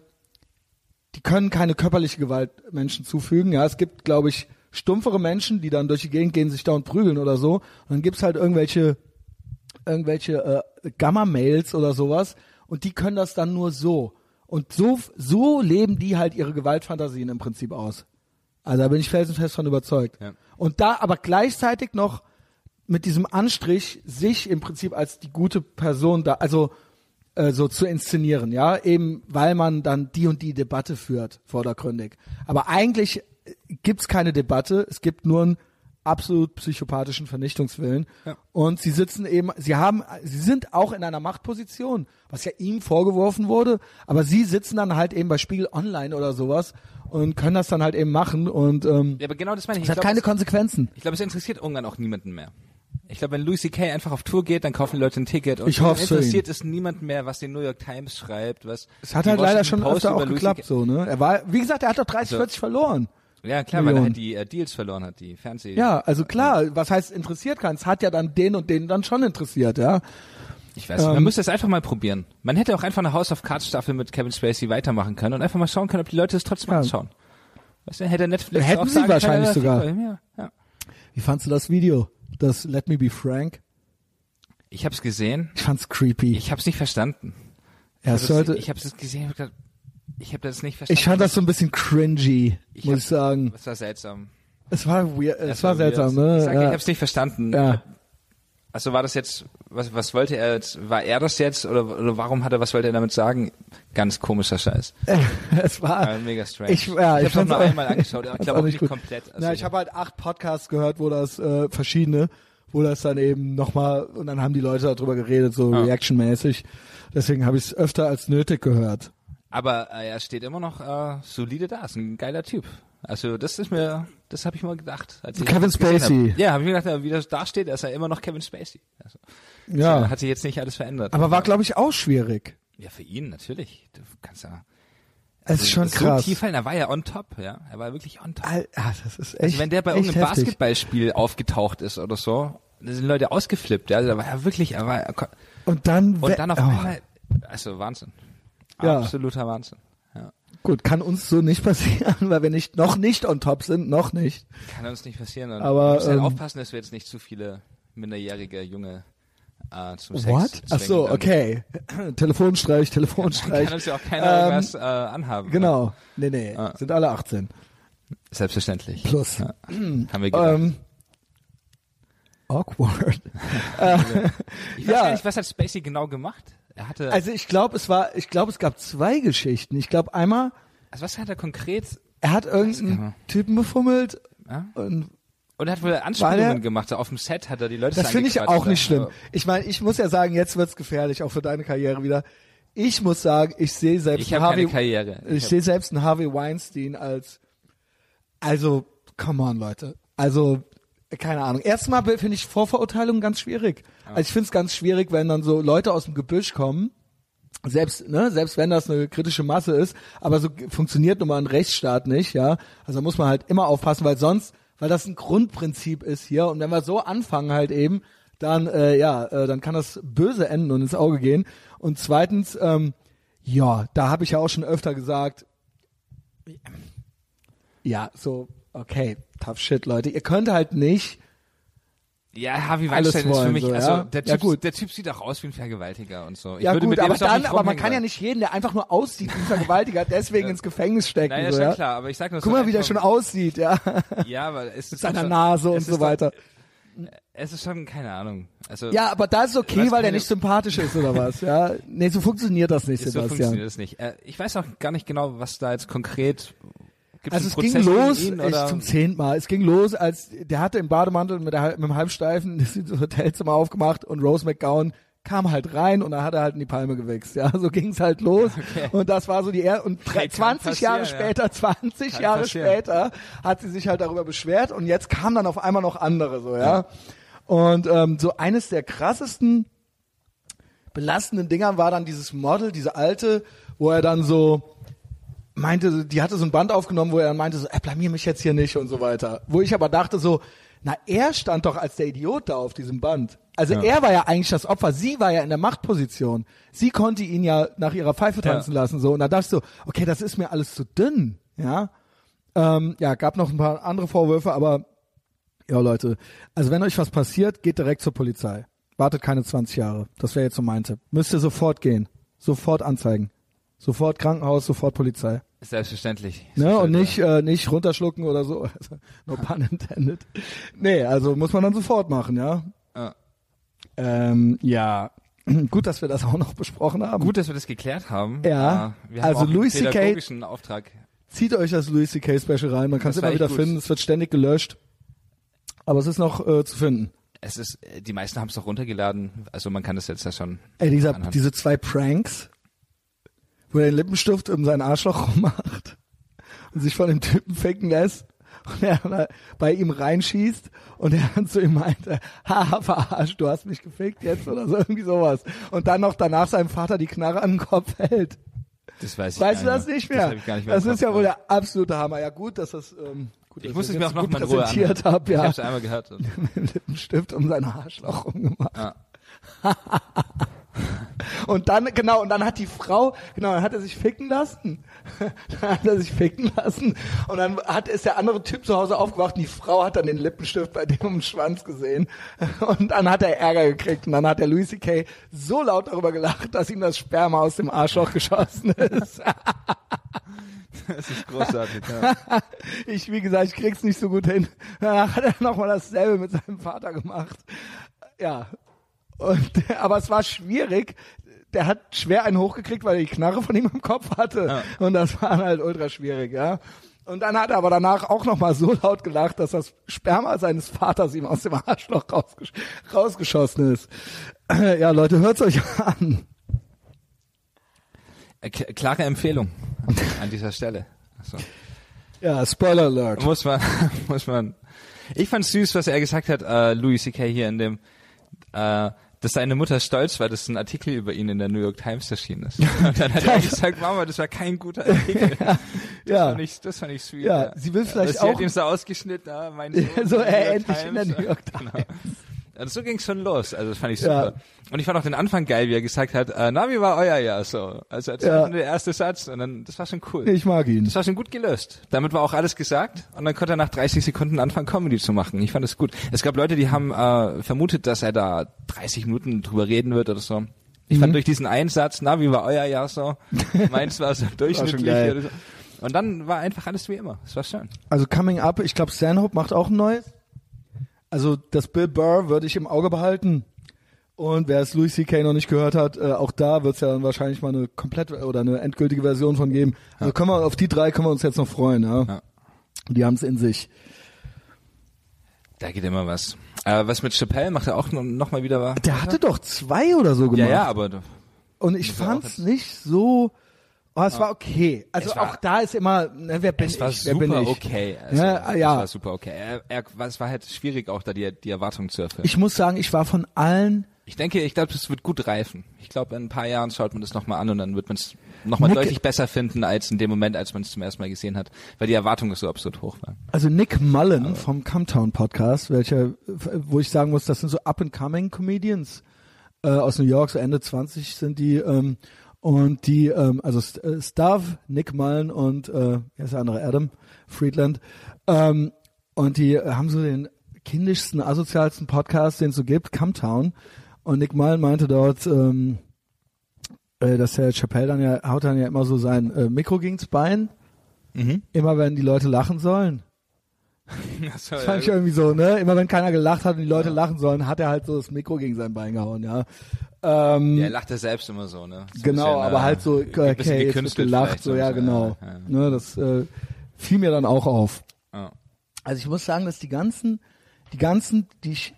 S1: die können keine körperliche Gewalt Menschen zufügen. Ja, es gibt, glaube ich, stumpfere Menschen, die dann durch die Gegend gehen, sich da und prügeln oder so. Und dann gibt's halt irgendwelche irgendwelche äh, Gamma-Mails oder sowas und die können das dann nur so. Und so, so leben die halt ihre Gewaltfantasien im Prinzip aus. Also da bin ich felsenfest von überzeugt.
S2: Ja.
S1: Und da aber gleichzeitig noch mit diesem Anstrich sich im Prinzip als die gute Person da, also äh, so zu inszenieren, ja, eben weil man dann die und die Debatte führt, vordergründig. Aber eigentlich äh, gibt's keine Debatte, es gibt nur einen absolut psychopathischen Vernichtungswillen.
S2: Ja.
S1: Und sie sitzen eben, sie haben, sie sind auch in einer Machtposition, was ja ihm vorgeworfen wurde, aber sie sitzen dann halt eben bei Spiegel Online oder sowas und können das dann halt eben machen und ähm,
S2: Ja, aber genau das meine ich.
S1: es
S2: Ich
S1: hat
S2: glaub,
S1: keine
S2: es-
S1: Konsequenzen.
S2: Ich glaube, es interessiert irgendwann auch niemanden mehr. Ich glaube, wenn Louis C.K. einfach auf Tour geht, dann kaufen die Leute ein Ticket und
S1: Ich hoff's für ihn.
S2: interessiert es niemand mehr, was die New York Times schreibt, was
S1: Es hat
S2: die
S1: halt leider schon
S2: Washington Post
S1: öfter
S2: über
S1: auch
S2: Louis
S1: geklappt,
S2: CK
S1: so, ne? Er war, wie gesagt, er hat doch 30,
S2: Also-
S1: 40 verloren.
S2: Ja, klar, weil er
S1: Millionen.
S2: halt die äh, Deals verloren hat, die Fernseh.
S1: Ja, also klar, was heißt interessiert kann, es hat ja dann den und den dann schon interessiert, ja.
S2: Ich weiß,
S1: ähm,
S2: nicht, man müsste es einfach mal probieren. Man hätte auch einfach eine House of Cards Staffel mit Kevin Spacey weitermachen können und einfach mal schauen können, ob die Leute es trotzdem
S1: Ja.
S2: anschauen. Weißt du, hätte Netflix
S1: Hätten
S2: auch
S1: sie
S2: sagen können,
S1: wahrscheinlich
S2: ja,
S1: sogar.
S2: Ja, ja.
S1: Wie fandst du das Video? Das Let Me Be Frank?
S2: Ich habe es gesehen,
S1: Ich fand's creepy.
S2: ich habe es nicht verstanden.
S1: ja, es
S2: Also,
S1: sollte,
S2: ich habe es gesehen, hab gedacht, ich habe das nicht verstanden.
S1: ich fand das so ein bisschen cringy,
S2: Ich
S1: muss
S2: hab-
S1: ich sagen.
S2: Das war seltsam.
S1: Es war weird, es
S2: Das
S1: war
S2: weird.
S1: seltsam, ne?
S2: Ich, sag, ich
S1: ja.
S2: habe es nicht verstanden.
S1: ja.
S2: Also war das jetzt, was, was wollte er jetzt, war er das jetzt oder, oder warum hat er, was wollte er damit sagen? Ganz komischer Scheiß.
S1: es war,
S2: Ja, Äh, mega strange.
S1: Ich, ja, ich
S2: ich hab's auch
S1: fand's
S2: nur
S1: auch-
S2: einmal angeschaut, aber ich
S1: fand's
S2: glaube
S1: auch
S2: auch
S1: nicht
S2: nicht
S1: gut.
S2: komplett. Also
S1: Na, ich habe halt acht Podcasts gehört, wo das äh, verschiedene, wo das dann eben nochmal und dann haben die Leute darüber geredet, so
S2: Ah.
S1: reactionmäßig. Deswegen habe ich es öfter als nötig gehört.
S2: aber äh, er steht immer noch äh, solide da, ist ein geiler Typ. Also das ist mir, das habe ich mal gedacht. Als ich
S1: Kevin
S2: das gesehen
S1: Spacey.
S2: Hab. Ja, habe ich mir gedacht, wie das da steht, ist er immer noch Kevin Spacey. Also,
S1: Ja.
S2: Hat sich jetzt nicht alles verändert.
S1: Aber war, glaube ich, auch schwierig.
S2: ja, für ihn natürlich. Du kannst ja
S1: Es ist schon
S2: Also so
S1: krass.
S2: tief fallen, er war ja on top, ja. Er war wirklich on top.
S1: Al- ah, das ist echt.
S2: Also wenn der bei
S1: echt
S2: irgendeinem
S1: heftig.
S2: Basketballspiel aufgetaucht ist oder so, da sind Leute ausgeflippt, ja. Also da war er wirklich, er war,
S1: Und dann, we-
S2: und dann auf
S1: oh,
S2: einmal, also Wahnsinn.
S1: Ja.
S2: Absoluter Wahnsinn. Ja.
S1: Gut, kann uns so nicht passieren, weil wir nicht, noch nicht on top sind, noch nicht.
S2: Kann uns nicht passieren. Und
S1: Aber,
S2: wir müssen halt
S1: ähm,
S2: aufpassen, dass wir jetzt nicht zu viele minderjährige Junge äh, zum Sex
S1: What? Ach
S2: zwingen.
S1: so,
S2: Dann
S1: okay. Telefonstreich,
S2: Kann
S1: Telefonstreich.
S2: uns ja auch keiner
S1: Ähm,
S2: irgendwas äh, anhaben.
S1: Genau. Nee, nee.
S2: Ah.
S1: Sind alle 18.
S2: Selbstverständlich.
S1: Plus.
S2: Ja. Haben wir gedacht.
S1: Ähm, awkward.
S2: ich weiß
S1: ja.
S2: gar nicht, was hat Spacey genau gemacht? Er hatte, also,
S1: Also ich glaube, es war, ich glaube, es gab zwei Geschichten. Ich glaube, einmal,
S2: also was hat er konkret,
S1: er hat irgendeinen
S2: genau.
S1: Typen befummelt
S2: ja?
S1: und
S2: Und er hat wohl
S1: Weil er-
S2: Anspielungen gemacht. So auf dem Set hat er die Leute
S1: das finde ich
S2: angequatscht,
S1: auch nicht
S2: ne?
S1: schlimm. Ich meine, ich muss ja sagen, jetzt wird's gefährlich, auch für deine Karriere wieder. Ich muss sagen, ich sehe selbst
S2: Ich habe
S1: Harvey,
S2: keine Karriere.
S1: ich
S2: hab-
S1: sehe selbst einen Harvey Weinstein als, also, come on, Leute. Also, keine Ahnung. Erstmal be- finde ich Vorverurteilung ganz schwierig. Also ich finde es ganz schwierig, wenn dann so Leute aus dem Gebüsch kommen, selbst, ne, selbst wenn das eine kritische Masse ist, aber so g- funktioniert nun mal ein Rechtsstaat nicht, ja. Also da muss man halt immer aufpassen, weil sonst, weil das ein Grundprinzip ist hier und wenn wir so anfangen halt eben, dann, äh, ja, äh, dann kann das böse enden und ins Auge gehen. Und zweitens, ähm, ja, da habe ich ja auch schon öfter gesagt, ja, so, okay, tough shit, Leute. Ihr könnt halt nicht,
S2: ja, Harvey
S1: alles
S2: Weinstein ist für
S1: wollen,
S2: mich,
S1: so,
S2: also
S1: ja.
S2: der,
S1: Ja,
S2: typ,
S1: gut.
S2: der Typ sieht auch aus wie ein Vergewaltiger und so. Ich
S1: ja
S2: würde
S1: gut,
S2: mit dem
S1: aber
S2: jetzt auch
S1: dann,
S2: nicht
S1: aber man
S2: rumhängen
S1: kann ja
S2: wollen.
S1: nicht jeden, der einfach nur aussieht wie ein Vergewaltiger, deswegen ins Gefängnis stecken.
S2: Nein, ja,
S1: so,
S2: schon
S1: ja?
S2: klar, aber ich sag nur
S1: Guck
S2: so
S1: mal, wie der
S2: einfach-
S1: schon aussieht, ja.
S2: Ja, aber es ist
S1: Mit seiner
S2: schon-
S1: Nase
S2: es
S1: und
S2: ist
S1: so
S2: doch-
S1: weiter.
S2: Es ist schon keine Ahnung. Also
S1: Ja, aber da ist okay,
S2: Was
S1: weil der
S2: keine-
S1: nicht sympathisch ist oder was, ja. Nee, so funktioniert das nicht,
S2: so
S1: Sebastian.
S2: funktioniert es nicht. Äh, ich weiß auch gar nicht genau, was da jetzt konkret gibt's
S1: also
S2: einen
S1: es ging
S2: Prozess gegen
S1: los,
S2: ihn,
S1: ich,
S2: oder?
S1: zum zehnten Mal, es ging los, als der hatte im Bademantel mit, der, Hal- mit dem Halbsteifen das Hotelzimmer aufgemacht und Rose McGowan kam halt rein und dann hat er halt in die Palme gewichst. Ja, so ging's halt los und das war so die er und drei-
S2: Hey, kann
S1: 20 Jahre
S2: passieren, ja.
S1: später, 20
S2: Kann
S1: Jahre
S2: passieren.
S1: später hat sie sich halt darüber beschwert und jetzt kamen dann auf einmal noch andere so, ja. Und ähm, so eines der krassesten belastenden Dingern war dann dieses Model, diese alte, wo er dann so meinte, die hatte so ein Band aufgenommen, wo er dann meinte, so, ey, blamier mich jetzt hier nicht und so weiter. Wo ich aber dachte so, na, er stand doch als der Idiot da auf diesem Band. Also
S2: Ja.
S1: er war ja eigentlich das Opfer, sie war ja in der Machtposition. Sie konnte ihn ja nach ihrer Pfeife tanzen lassen, so. Und da dachte ich so, okay, das ist mir alles zu dünn, ja. Ähm, ja, gab noch ein paar andere Vorwürfe, aber ja, Leute, also wenn euch was passiert, geht direkt zur Polizei. Wartet keine 20 Jahre. Das wäre jetzt so mein Tipp. Müsst ihr sofort gehen. Sofort anzeigen. Sofort Krankenhaus, sofort Polizei.
S2: Selbstverständlich.
S1: Ne? Und
S2: Selbstverständlich.
S1: nicht, äh, nicht runterschlucken oder so. Also, no pun intended. Nee, also muss man dann sofort machen, ja.
S2: Ja.
S1: Ähm, ja. Gut, dass wir das auch noch besprochen haben.
S2: Gut, dass wir das geklärt haben.
S1: Ja.
S2: Äh, wir haben
S1: Also
S2: auch einen
S1: Louis CK
S2: pädagogischen Auftrag.
S1: Zieht euch das Louis C.K. Special rein. Man kann es
S2: Das war
S1: immer wieder
S2: echt gut.
S1: finden. Es wird ständig gelöscht. Aber es ist noch äh, zu finden.
S2: Es ist, äh, die meisten haben es doch runtergeladen, also man kann das jetzt ja schon.
S1: Ey, dieser,
S2: Anhand.
S1: diese zwei Pranks, wo er den Lippenstift um seinen Arschloch rummacht und sich von dem Typen ficken lässt und er dann bei ihm reinschießt und er dann zu ihm meinte, haha, verarscht, du hast mich gefickt jetzt oder so, irgendwie sowas. Und dann noch danach seinem Vater die Knarre an den Kopf hält.
S2: Das weiß ich
S1: Weißt du
S2: gar
S1: das nicht mehr?
S2: Das, hab ich gar nicht mehr im
S1: Das ist
S2: Kopf,
S1: ja wohl der absolute Hammer. Ja gut, dass das, ähm, gut,
S2: Ich
S1: dass
S2: muss
S1: ich
S2: es mir auch
S1: jetzt
S2: noch
S1: gut
S2: mal in Ruhe
S1: präsentiert
S2: anhören.
S1: hab, ja.
S2: Ich hab's einmal gehört. Und,
S1: mit dem Lippenstift um seinen Arschloch rumgemacht.
S2: ja.
S1: Und dann, genau, und dann hat die Frau, genau, dann hat er sich ficken lassen. dann hat er sich ficken lassen. Und dann hat, ist der andere Typ zu Hause aufgewacht und die Frau hat dann den Lippenstift bei dem im Schwanz gesehen. Und dann hat er Ärger gekriegt. Und dann hat der Louis C.K. so laut darüber gelacht, dass ihm das Sperma aus dem Arschloch geschossen ist.
S2: Das ist großartig, ja.
S1: ich, wie gesagt, ich krieg's nicht so gut hin. Danach hat er nochmal dasselbe mit seinem Vater gemacht. Ja. Und, aber es war schwierig. Der hat schwer einen hochgekriegt, weil er die Knarre von ihm im Kopf hatte. Und das war halt ultra schwierig, ja. Und dann hat er aber danach auch nochmal so laut gelacht, dass das Sperma seines Vaters ihm aus dem Arschloch rausgesch rausgeschossen ist. Ja, Leute, hört's euch an.
S2: Äh, k- Klare Empfehlung an- an dieser Stelle. Also,
S1: Ja, Spoiler Alert.
S2: muss man, muss man. Ich fand süß, was er gesagt hat, äh, Louis C.K. hier in dem, äh, dass seine Mutter stolz war, dass ein Artikel über ihn in der New York Times erschienen ist. Und dann hat er gesagt, Mama, das war kein guter Artikel. Das
S1: Ja.
S2: fand ich, das fand ich sweet.
S1: Ja, sie will vielleicht
S2: Aber Sie
S1: auch-
S2: hat ihm so ausgeschnitten, ah, mein Sohn,
S1: So,
S2: New
S1: äh,
S2: York
S1: endlich in der
S2: Times.
S1: New York
S2: Genau. Also so ging's schon los. Also das fand ich
S1: Ja.
S2: super. Und ich fand auch den Anfang geil, wie er gesagt hat, äh, na, wie war euer Jahr so? Also als
S1: Ja.
S2: dann der erste Satz und dann, das war schon cool.
S1: Ich mag ihn.
S2: Das war schon gut gelöst. Damit war auch alles gesagt und dann konnte er nach 30 Sekunden anfangen, Comedy zu machen. Ich fand es gut. Es gab Leute, die haben äh, vermutet, dass er da 30 Minuten drüber reden wird oder so. Ich
S1: Mhm.
S2: fand durch diesen Einsatz, na, wie war euer Jahr so? Meins war so durchschnittlich.
S1: geil.
S2: oder so. Und dann war einfach alles wie immer. Es war schön.
S1: Also Coming Up, ich glaube Stanhope macht auch ein neues. Also das Bill Burr würde ich im Auge behalten. Und wer es Louis C.K. noch nicht gehört hat, äh, auch da wird es ja dann wahrscheinlich mal eine komplette oder eine endgültige Version von geben. Also können wir auf die drei können wir uns jetzt noch freuen. Ja?
S2: Ja.
S1: Die haben es in sich.
S2: Da geht immer was. Äh, was mit Chappelle macht er auch no- noch mal wieder war.
S1: Der hatte doch zwei oder so
S2: Ja,
S1: gemacht.
S2: ja, aber
S1: Und ich
S2: Das war auch
S1: fand's nicht so. Oh, es war okay. Also
S2: Es war-
S1: auch da ist immer, ne, wer bin
S2: es war
S1: ich? Wer bin
S2: super
S1: ich?
S2: okay. Also,
S1: ja,
S2: Es
S1: ja.
S2: war super okay. Er, er, es war halt schwierig auch da die, die Erwartung zu erfüllen.
S1: Ich muss sagen, ich war von allen
S2: Ich denke, ich glaube, das wird gut reifen. Ich glaube, in ein paar Jahren schaut man das nochmal an und dann wird man es nochmal
S1: Nick-
S2: deutlich besser finden als in dem Moment, als man es zum ersten Mal gesehen hat, weil die Erwartung so absurd hoch war.
S1: Also Nick Mullen vom Comtown Podcast, welcher, wo ich sagen muss, das sind so up-and-coming Comedians äh, aus New York, so Ende 20 sind die. Ähm, und die, ähm, also St äh, Stav, Nick Mullen und äh, wer ist der andere, Adam Friedland. Ähm, und die äh, haben so den kindischsten, asozialsten Podcast, den es so gibt, Comtown. Und Nick Mullen meinte dort, ähm, äh, dass der Chappelle dann ja, haut dann ja immer so sein äh, Mikro gegen's Bein. Immer wenn die Leute lachen sollen. Das fand ich irgendwie so, ne? Immer wenn keiner gelacht hat und die Leute lachen sollen, hat er halt so das Mikro gegen sein Bein gehauen, ja. Ähm,
S2: Ja, er lacht ja selbst immer so, ne? So ein
S1: genau,
S2: bisschen,
S1: aber
S2: äh,
S1: halt so,
S2: ein bisschen
S1: okay, jetzt wird
S2: gekünstelt
S1: gelacht,
S2: vielleicht,
S1: so, ja,
S2: ein bisschen,
S1: genau.
S2: äh, ja.
S1: Ne, das äh, fiel mir dann auch auf.
S2: Ja.
S1: Also ich muss sagen, dass die ganzen, die ganzen, die ich,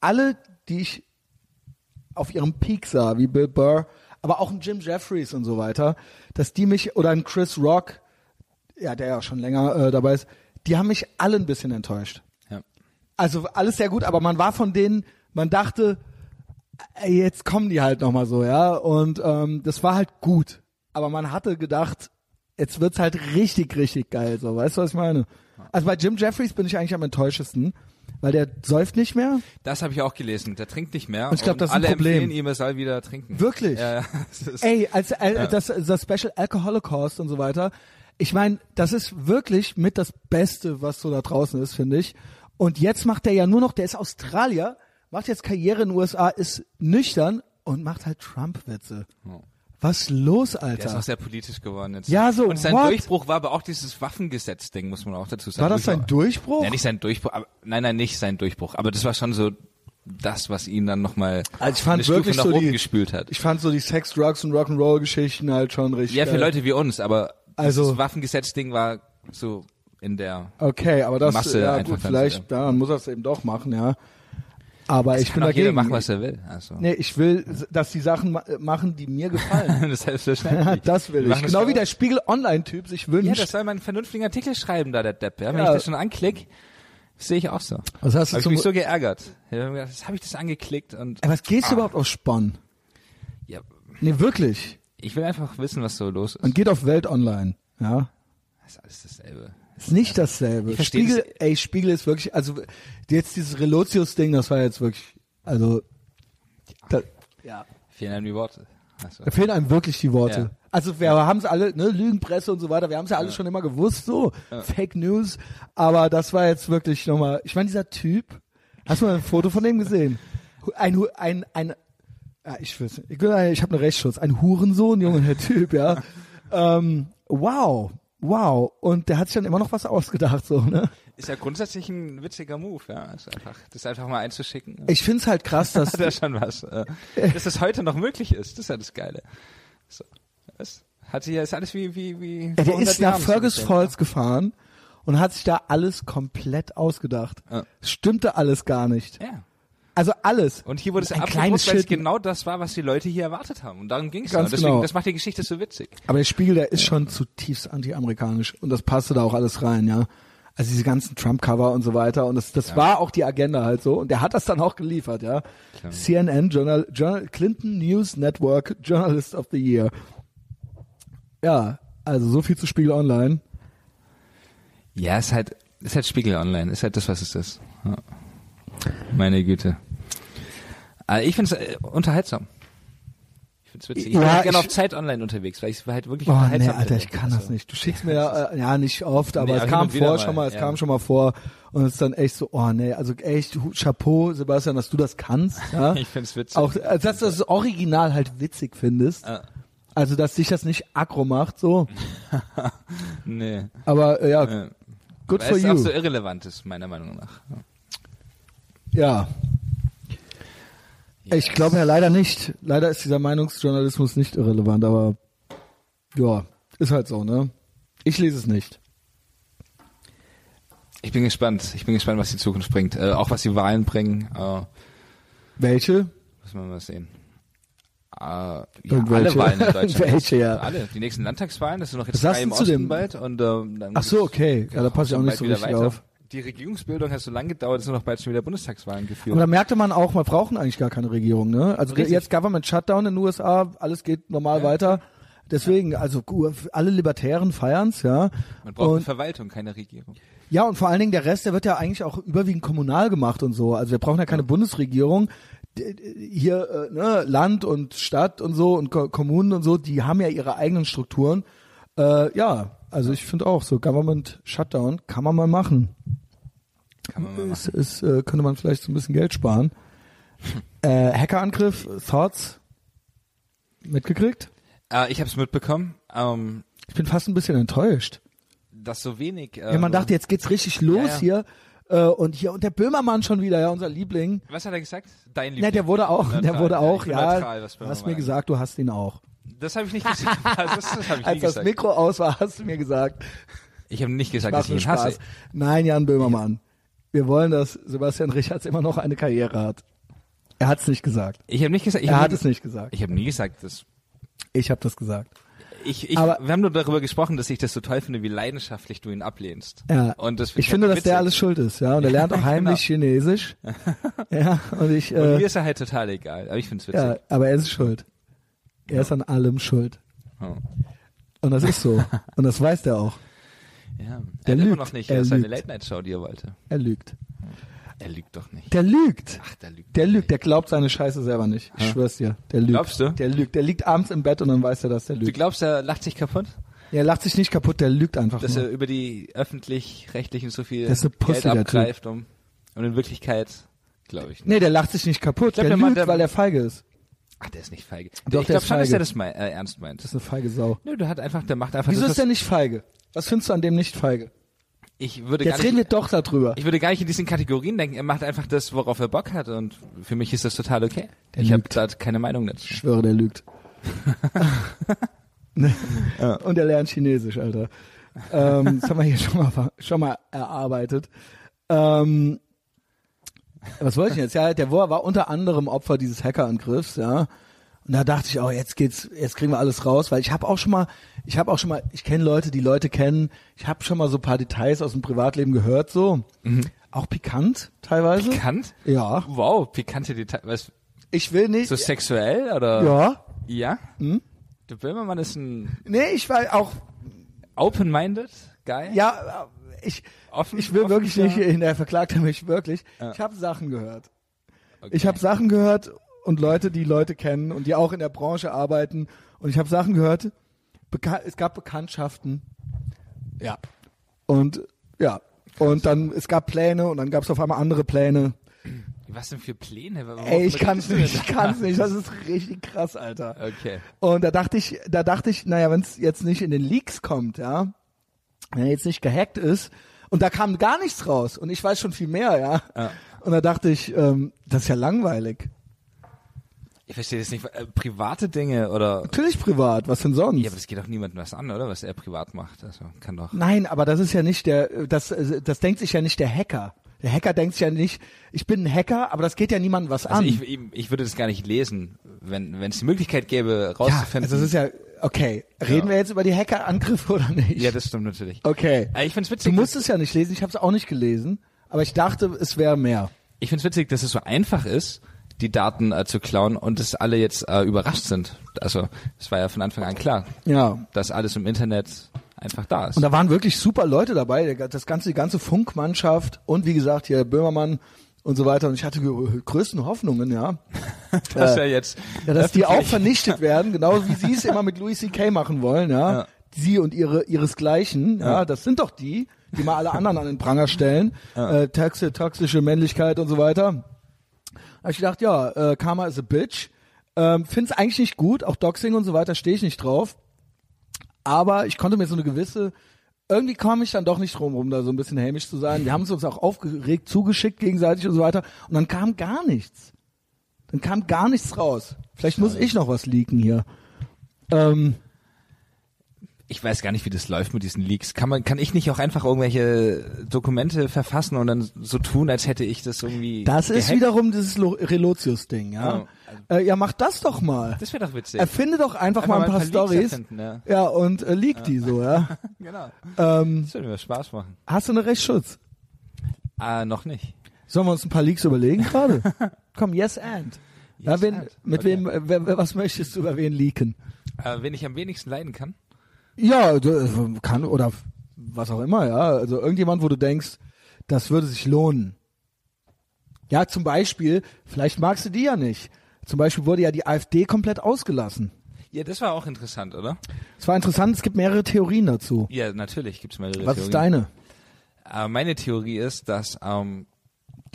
S1: alle, die ich auf ihrem Peak sah, wie Bill Burr, aber auch ein Jim Jeffries und so weiter, dass die mich, oder ein Chris Rock, ja, der ja auch schon länger äh, dabei ist, die haben mich alle ein bisschen enttäuscht.
S2: Ja.
S1: Also alles sehr gut, aber man war von denen, man dachte, ey, jetzt kommen die halt nochmal so, ja. Und ähm, das war halt gut. Aber man hatte gedacht, jetzt wird's halt richtig, richtig geil, so, weißt du, was ich meine? Also bei Jim Jeffries bin ich eigentlich am enttäuschesten, weil der säuft nicht mehr.
S2: Das habe ich auch gelesen. Der trinkt nicht mehr.
S1: Und ich glaub, das ist ein
S2: alle
S1: Problem.
S2: empfehlen ihm, er soll wieder trinken.
S1: Wirklich?
S2: Ja, ja. Das ist-
S1: Ey, als äh, das, das Special Alcoholocaust und so weiter. Ich meine, das ist wirklich mit das Beste, was so da draußen ist, finde ich. Und jetzt macht der ja nur noch, der ist Australier, macht jetzt Karriere in den USA, ist nüchtern und macht halt Trump-Witze. Was los,
S2: Der ist
S1: Alter?
S2: auch sehr politisch geworden jetzt.
S1: Ja, so,
S2: Und sein
S1: what?
S2: Durchbruch war aber auch dieses Waffengesetz-Ding, muss man auch dazu sagen.
S1: War das sein Durchbruch?
S2: Ja, nicht sein Durchbruch, aber, nein, nein, nicht sein Durchbruch. Aber das war schon so das, was ihn dann nochmal
S1: Also ich fand
S2: eine
S1: wirklich
S2: Stufe nach
S1: so
S2: oben
S1: die-
S2: gespült hat.
S1: Ich fand so die Sex, Drugs und Rock'n'Roll-Geschichten halt schon richtig.
S2: Ja, für
S1: geil.
S2: Leute wie uns, aber
S1: Also-
S2: das Waffengesetz-Ding war so in der...
S1: Okay, aber das,
S2: Masse
S1: ja
S2: einfach
S1: gut,
S2: dann
S1: vielleicht, ja, dann muss er es eben doch machen, ja. Aber ich
S2: Kann
S1: bin
S2: auch
S1: dagegen.
S2: jeder machen, was er will. Also.
S1: nee, ich will, dass die Sachen ma machen, die mir gefallen.
S2: Das ist selbstverständlich.
S1: Das
S2: Wir
S1: will ich.
S2: machen das
S1: Genau
S2: für-
S1: wie der Spiegel Online-Typ sich
S2: Ja,
S1: wünscht.
S2: das soll man einen vernünftigen Artikel schreiben, da der Depp. Ja? Wenn
S1: Ja.
S2: ich das schon anklicke, sehe ich auch so.
S1: Was hast du
S2: Hab ich
S1: zum-
S2: mich Also so geärgert. Ja, Das habe ich das angeklickt und
S1: Ey, was gehst du überhaupt auf Spann?
S2: Ah. ja,
S1: Nee, wirklich.
S2: ich will einfach wissen, was so los ist.
S1: Und geht auf Welt Online. Ja.
S2: Das ist alles dasselbe.
S1: Ist nicht
S2: Also,
S1: dasselbe.
S2: versteh
S1: Spiegel, ey, Spiegel ist wirklich, also jetzt dieses Relotius-Ding, das war jetzt wirklich, also, da, ja.
S2: Vielen Dank für die Worte. Also, so.
S1: Da fehlen einem wirklich die Worte.
S2: Ja.
S1: Also wir haben es alle, ne, Lügenpresse und so weiter, wir haben es ja alle schon immer gewusst, so Fake News. Aber das war jetzt wirklich nochmal. Ich meine, dieser Typ, hast du mal ein Foto von dem gesehen? Ein, Hu- ein, ein, ja, ich weiß nicht. Ich, ich habe einen Rechtsschutz. Ein Hurensohn, Junge, der Typ, ja. ähm, wow, wow. Und der hat sich dann immer noch was ausgedacht, so, ne?
S2: Ist ja grundsätzlich ein witziger Move, ja. Also einfach, das einfach mal einzuschicken.
S1: Ich find's halt krass, dass
S2: Hat er schon was. äh, Dass das heute noch möglich ist, das ist ja das Geile. So. Was? Hat sie ja, ist alles wie, wie, wie.
S1: Ja, der
S2: 100
S1: ist nach
S2: Jahren
S1: Fergus
S2: zurück,
S1: Falls gefahren und hat sich da alles komplett ausgedacht.
S2: Ja.
S1: Stimmte alles gar nicht.
S2: Ja. Ja.
S1: Also alles.
S2: Und hier wurde es
S1: Ein
S2: abgedruckt,
S1: kleines
S2: weil es
S1: Schild.
S2: genau das war, was die Leute hier erwartet haben. Und darum ging es ja.
S1: Ganz
S2: Und Deswegen,
S1: genau.
S2: das macht die Geschichte so witzig.
S1: Aber der Spiegel, der ist schon zutiefst antiamerikanisch und das passte da auch alles rein, ja. Also diese ganzen Trump-Cover und so weiter und das, das war auch die Agenda halt so und der hat das dann auch geliefert, ja. CNN, Journal, Journal, Clinton News Network Journalist of the Year. Ja, also so viel zu Spiegel Online.
S2: Ja, ist halt, ist halt Spiegel Online, ist halt das, was es ist. Ja. Meine Güte. Aber ich find's äh, unterhaltsam. Ich find's witzig. Ich
S1: Ja,
S2: bin halt gerne
S1: ich-
S2: auf Zeit online unterwegs, weil ich halt wirklich
S1: Oh nee,
S2: unterhaltsam
S1: Alter, ich
S2: finde.
S1: kann das
S2: Also,
S1: nicht. Du schickst mir äh, ja nicht oft, aber
S2: Nee,
S1: es
S2: aber
S1: kam
S2: hin und wieder
S1: vor
S2: mal,
S1: schon mal, es
S2: ja.
S1: kam schon mal vor und es ist dann echt so, oh nee, also echt Hu- Chapeau, Sebastian, dass du das kannst. Ja?
S2: Ich find's witzig.
S1: ne? Auch also, dass du das Original halt witzig findest.
S2: Ja.
S1: Also dass dich das nicht aggro macht, so.
S2: Nee.
S1: Aber äh, ja,
S2: Ja.
S1: good
S2: Weil
S1: for
S2: es auch so
S1: you.
S2: irrelevant ist, meiner Meinung nach.
S1: Ja. Ich glaube ja leider nicht. Leider ist dieser Meinungsjournalismus nicht irrelevant, aber ja, ist halt so, ne? Ich lese es nicht.
S2: Ich bin gespannt. Ich bin gespannt, was die Zukunft bringt. Äh, auch was die Wahlen bringen. Äh,
S1: Welche?
S2: Müssen wir mal sehen. Äh, ja, alle
S1: Irgendwelche.
S2: Wahlen in Deutschland.
S1: Welche, ja.
S2: Alle. Die nächsten Landtagswahlen, das sind noch jetzt
S1: Was sagst
S2: drei im
S1: du zu
S2: Osten
S1: dem-
S2: bald. Und, ähm, dann
S1: Ach so,
S2: geht's-
S1: okay. Ja, da
S2: geht's
S1: passe ich auch nicht
S2: schon bald
S1: so
S2: wieder
S1: richtig
S2: weiter.
S1: auf.
S2: Die Regierungsbildung hat so lange gedauert, es sind noch bald schon wieder Bundestagswahlen geführt.
S1: Aber da merkte man auch, wir brauchen eigentlich gar keine Regierung, ne? Also
S2: Richtig.
S1: jetzt Government Shutdown in den USA, alles geht normal weiter. Deswegen, also gu- alle Libertären feiern's, ja.
S2: Man braucht eine
S1: Und,
S2: Verwaltung, keine Regierung.
S1: ja, und vor allen Dingen der Rest, der wird ja eigentlich auch überwiegend kommunal gemacht und so. Also wir brauchen ja keine Bundesregierung. D- d- Hier, äh, ne, Land und Stadt und so und Ko Kommunen und so, die haben ja ihre eigenen Strukturen. Äh, ja, also ich finde auch, so Government Shutdown kann man mal machen.
S2: Kann man mal machen.
S1: Es, es äh, könnte man vielleicht so ein bisschen Geld sparen. Äh, Hackerangriff, Thoughts mitgekriegt?
S2: Äh, ich habe es mitbekommen, ähm,
S1: Ich bin fast ein bisschen enttäuscht.
S2: dass so wenig. Äh,
S1: Ja, man dachte, jetzt geht's richtig los
S2: Ja,
S1: hier. Äh, und hier, und der Böhmermann schon wieder, ja, unser Liebling.
S2: Was hat er gesagt? Dein Liebling.
S1: Ja, der wurde auch,
S2: Neutral.
S1: der wurde auch,
S2: ich bin
S1: ja.
S2: Neutral, was
S1: du hast mir gesagt, du hast ihn auch.
S2: Das habe ich nicht gesagt. Das, das habe ich nie
S1: Als das
S2: gesagt.
S1: Mikro aus war, hast du mir gesagt.
S2: Ich habe nicht gesagt,
S1: Spaß
S2: dass ich
S1: für
S2: ihn hasse.
S1: Spaß. Nein, Jan Böhmermann. Wir wollen, dass Sebastian Richards immer noch eine Karriere hat. Er hat's nicht gesagt.
S2: Ich habe nicht gesagt. Ich
S1: Er
S2: hab
S1: hat
S2: nie-
S1: es nicht gesagt.
S2: Ich habe nie gesagt, dass
S1: Ich habe das gesagt.
S2: Ich, ich,
S1: Aber-
S2: wir haben nur darüber gesprochen, dass ich das so toll finde, wie leidenschaftlich du ihn ablehnst.
S1: Ja.
S2: Und das halt
S1: ich finde, dass
S2: witzig. genau.
S1: der alles schuld ist, ja. Und er lernt auch heimlich Chinesisch. ja, und ich,
S2: Und mir
S1: äh,
S2: ist er halt total egal, aber ich finde es witzig.
S1: ja, aber er ist schuld. Er ist an allem schuld.
S2: Oh.
S1: Und das ist so. und das weiß der auch.
S2: Ja.
S1: Der
S2: er hat
S1: lügt,
S2: immer noch nicht,
S1: er
S2: er seine
S1: lügt.
S2: Late-Night-Show, die er wollte.
S1: Er lügt.
S2: Er lügt doch nicht.
S1: Der lügt.
S2: Ach, der lügt.
S1: Der lügt. Der glaubt seine Scheiße selber nicht. Ich schwör's dir. Der lügt.
S2: Glaubst du?
S1: Der lügt. Der liegt abends im Bett und dann weiß er, dass der
S2: Du
S1: lügt.
S2: glaubst, er lacht sich kaputt,
S1: Er lacht sich nicht kaputt, der lügt einfach
S2: dass
S1: nur.
S2: er über die öffentlich-rechtlichen so viel
S1: Das ist eine Pussy, der
S2: Geld
S1: Typ.
S2: abgreift, um, und in Wirklichkeit, glaube ich nicht.
S1: Nee, der lacht sich nicht kaputt.
S2: glaub,
S1: der
S2: der
S1: lügt,
S2: Mann, der-
S1: weil er feige ist.
S2: Ach, der ist nicht feige.
S1: Doch,
S2: ich
S1: der
S2: glaube
S1: ist
S2: schon, dass
S1: feige.
S2: er das mei- äh, ernst meint.
S1: Das ist eine feige Sau.
S2: Nö, der hat einfach, der macht einfach
S1: Wieso
S2: das,
S1: ist der nicht feige? Was findest du an dem nicht feige?
S2: was- ich würde gar
S1: Jetzt
S2: nicht,
S1: reden wir doch darüber.
S2: Ich würde gar nicht in diesen Kategorien denken. Er macht einfach das, worauf er Bock hat. Und für mich ist das total okay.
S1: Der
S2: ich habe
S1: lügt.
S2: da keine Meinung dazu.
S1: Ich schwöre, der lügt. Ne? Und er lernt Chinesisch, Alter. Ähm, das haben wir hier schon mal, ver- schon mal erarbeitet. Ähm, was wollte ich denn jetzt? Ja, der Wohr war unter anderem Opfer dieses Hackerangriffs, ja. Und da dachte ich auch, jetzt geht's, jetzt kriegen wir alles raus, weil ich habe auch schon mal, ich habe auch schon mal, ich kenne Leute, die Leute kennen, ich habe schon mal so ein paar Details aus dem Privatleben gehört, so. Auch pikant teilweise.
S2: Pikant?
S1: Ja.
S2: Wow, pikante Details. Was,
S1: Ich will nicht.
S2: so sexuell oder?
S1: ja. Hm?
S2: Ja? Der Böhmermann ist ein
S1: Nee, ich war auch
S2: open-minded Guy.
S1: Ja, ich,
S2: Offen-
S1: ich will
S2: offen
S1: wirklich
S2: für-
S1: nicht in der verklagt haben, ich wirklich. Ich habe Sachen gehört. Ich habe Sachen gehört und Leute, die Leute kennen und die auch in der Branche arbeiten. Und ich habe Sachen gehört, beka es gab Bekanntschaften
S2: Ja.
S1: und ja. Und dann, es gab Pläne und dann gab es auf einmal andere Pläne.
S2: Was denn für Pläne? Warum
S1: Ey, ich
S2: redest
S1: kann's
S2: du
S1: nicht,
S2: denn
S1: ich kann's nicht. Das ist richtig krass, Alter.
S2: da? Okay.
S1: Und da dachte ich, da dachte ich, naja, wenn es jetzt nicht in den Leaks kommt, ja, wenn er jetzt nicht gehackt ist, und da kam gar nichts raus und ich weiß schon viel mehr, ja.
S2: Ja.
S1: Und da dachte ich, ähm, das ist ja langweilig.
S2: Ich verstehe das nicht. Äh, Private Dinge oder.
S1: Natürlich privat, was denn sonst?
S2: Ja, aber das geht doch niemandem was an, oder? Was er privat macht. Also kann doch.
S1: Nein, aber das ist ja nicht der, das, das denkt sich ja nicht der Hacker. Der Hacker denkt sich ja nicht, ich bin ein Hacker, aber das geht ja niemandem was
S2: Also
S1: an.
S2: ich, ich, ich würde das gar nicht lesen, wenn wenn es die Möglichkeit
S1: ja,
S2: gäbe, rauszufinden.
S1: also das ist ja, okay, reden
S2: Ja.
S1: wir jetzt über die Hackerangriffe oder nicht?
S2: ja, das stimmt natürlich.
S1: okay.
S2: Aber Äh, Ich finde es witzig.
S1: Du musst es ja nicht lesen, ich habe es auch nicht gelesen, aber ich dachte, es wäre mehr.
S2: Ich finde es witzig, dass es so einfach ist, die Daten äh, zu klauen und dass alle jetzt äh, überrascht sind. Also es war ja von Anfang an klar,
S1: Ja.
S2: dass alles im Internet einfach da ist.
S1: Und da waren wirklich super Leute dabei, der- das ganze, die ganze Funkmannschaft und wie gesagt hier Böhmermann und so weiter. Und ich hatte die größten Hoffnungen, ja,
S2: das ist ja jetzt
S1: äh, ja dass die auch
S2: öffentlich.
S1: vernichtet werden, genau wie sie es immer mit Louis C.K. machen wollen, ja.
S2: Ja.
S1: Sie und ihre ihresgleichen, ja. das sind doch die, die mal alle anderen an den Pranger stellen, äh, toxi- toxische Männlichkeit und so weiter. Da hab ich gedacht, ja, äh, Karma is a bitch. Ähm, find's eigentlich nicht gut, auch Doxing und so weiter stehe ich nicht drauf. Aber ich konnte mir so eine gewisse, irgendwie komme ich dann doch nicht drum rum, da so ein bisschen hämisch zu sein. Wir haben es uns auch aufgeregt zugeschickt gegenseitig und so weiter. Und dann kam gar nichts. Dann kam gar nichts raus. Vielleicht muss ich noch was leaken hier. Ähm,
S2: Ich weiß gar nicht, wie das läuft mit diesen Leaks. Kann man, kann ich nicht auch einfach irgendwelche Dokumente verfassen und dann so tun, als hätte ich das irgendwie.
S1: das ist
S2: gehackt? Oh, also
S1: wiederum dieses Lo- Relotius-Ding, ja. Äh, ja, mach das doch mal.
S2: Das wäre doch witzig.
S1: Erfinde doch einfach,
S2: Einfach
S1: mal
S2: mal
S1: ein paar,
S2: ein paar Leaks
S1: Stories.
S2: erfinden, ja.
S1: ja, und äh, leak die so, ja.
S2: genau.
S1: Ähm,
S2: Das würde mir Spaß machen.
S1: hast du einen Rechtsschutz?
S2: Ah, noch nicht.
S1: Sollen wir uns ein paar Leaks überlegen gerade? Komm, yes and. ja, wen,
S2: and.
S1: Mit
S2: Okay.
S1: wem, äh, wer, wer- was möchtest du über wen leaken?
S2: Äh, wen ich am wenigsten leiden kann.
S1: Ja, du, äh, kann oder f- was auch immer, ja. Also irgendjemand, wo du denkst, das würde sich lohnen. Ja, zum Beispiel, vielleicht magst du die ja nicht. Zum Beispiel wurde ja die AfD komplett ausgelassen.
S2: Ja, das war auch interessant, oder?
S1: Es war interessant, es gibt mehrere Theorien dazu.
S2: Ja, natürlich gibt's mehrere
S1: Was
S2: Theorien.
S1: ist deine?
S2: Äh, meine Theorie ist, dass ähm,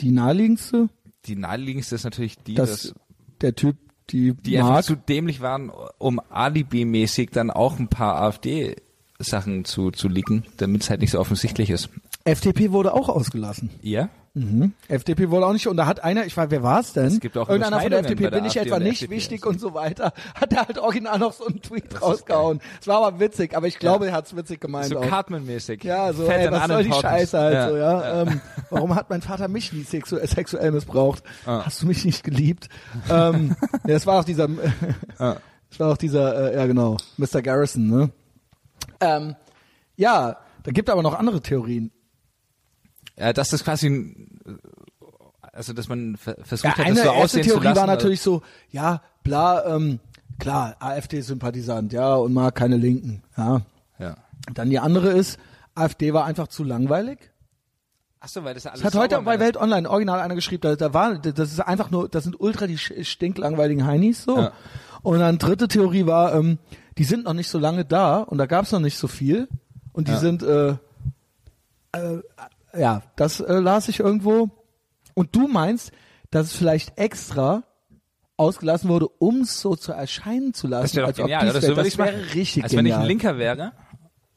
S1: Die naheliegendste?
S2: die naheliegendste ist natürlich die,
S1: Dass
S2: dass
S1: der Typ die,
S2: die einfach
S1: mag.
S2: zu dämlich waren, um Alibi-mäßig dann auch ein paar AfD-Sachen zu, zu leaken, damit es halt nicht so offensichtlich ist.
S1: FDP wurde auch ausgelassen.
S2: Ja?
S1: Mhm. FDP wurde auch nicht, und da hat einer, ich weiß, wer war es denn?
S2: Es gibt auch
S1: Irgendeiner von der
S2: Überschneidungen
S1: FDP
S2: bei der
S1: bin ich
S2: AfD
S1: etwa
S2: und der
S1: nicht
S2: FDP,
S1: wichtig
S2: also.
S1: und so weiter. Hat er halt original noch so einen Tweet
S2: ist
S1: rausgehauen. Es war aber witzig, aber ich glaube, er hat's witzig gemeint
S2: So
S1: auch.
S2: Cartman-mäßig.
S1: Ja, so,
S2: Fett
S1: ey,
S2: an
S1: was soll die
S2: unimportant.
S1: Scheiße halt so, ja. Ähm, warum hat mein Vater mich nie sexu sexuell missbraucht?
S2: Ja.
S1: Hast du mich nicht geliebt? ähm, ja, es war auch dieser,
S2: Ja.
S1: es war auch dieser, äh, ja genau, Mr. Garrison, ne? Ähm, ja, da gibt aber noch andere Theorien.
S2: Ja, dass das quasi ein, äh, also dass man ver-
S1: Ja,
S2: versucht hat,
S1: eine
S2: das so
S1: erste
S2: aussehen zu
S1: Theorie
S2: lassen. also
S1: war natürlich so, ja, bla, ähm, klar, AfD-Sympathisant, ja, und mag keine Linken, ja.
S2: Ja.
S1: Dann die andere ist, AfD war einfach zu langweilig.
S2: Achso, weil das ja alles
S1: Das hat heute
S2: sauber
S1: bei
S2: war.
S1: Welt Online original einer geschrieben, da, da war, das ist einfach nur, das sind ultra die sch- stinklangweiligen Heinis, so.
S2: Ja.
S1: Und dann dritte Theorie war, ähm, die sind noch nicht so lange da und da gab's noch nicht so viel und die
S2: Ja.
S1: sind, äh, äh, ja, das äh, las ich irgendwo. Und du meinst, dass es vielleicht extra ausgelassen wurde, um es so zu erscheinen zu lassen,
S2: Das wäre doch
S1: als
S2: genial,
S1: ob dies wär,
S2: oder? So würde
S1: das
S2: ich machen.
S1: wäre richtig
S2: Als wenn ich
S1: genial.
S2: ein Linker wäre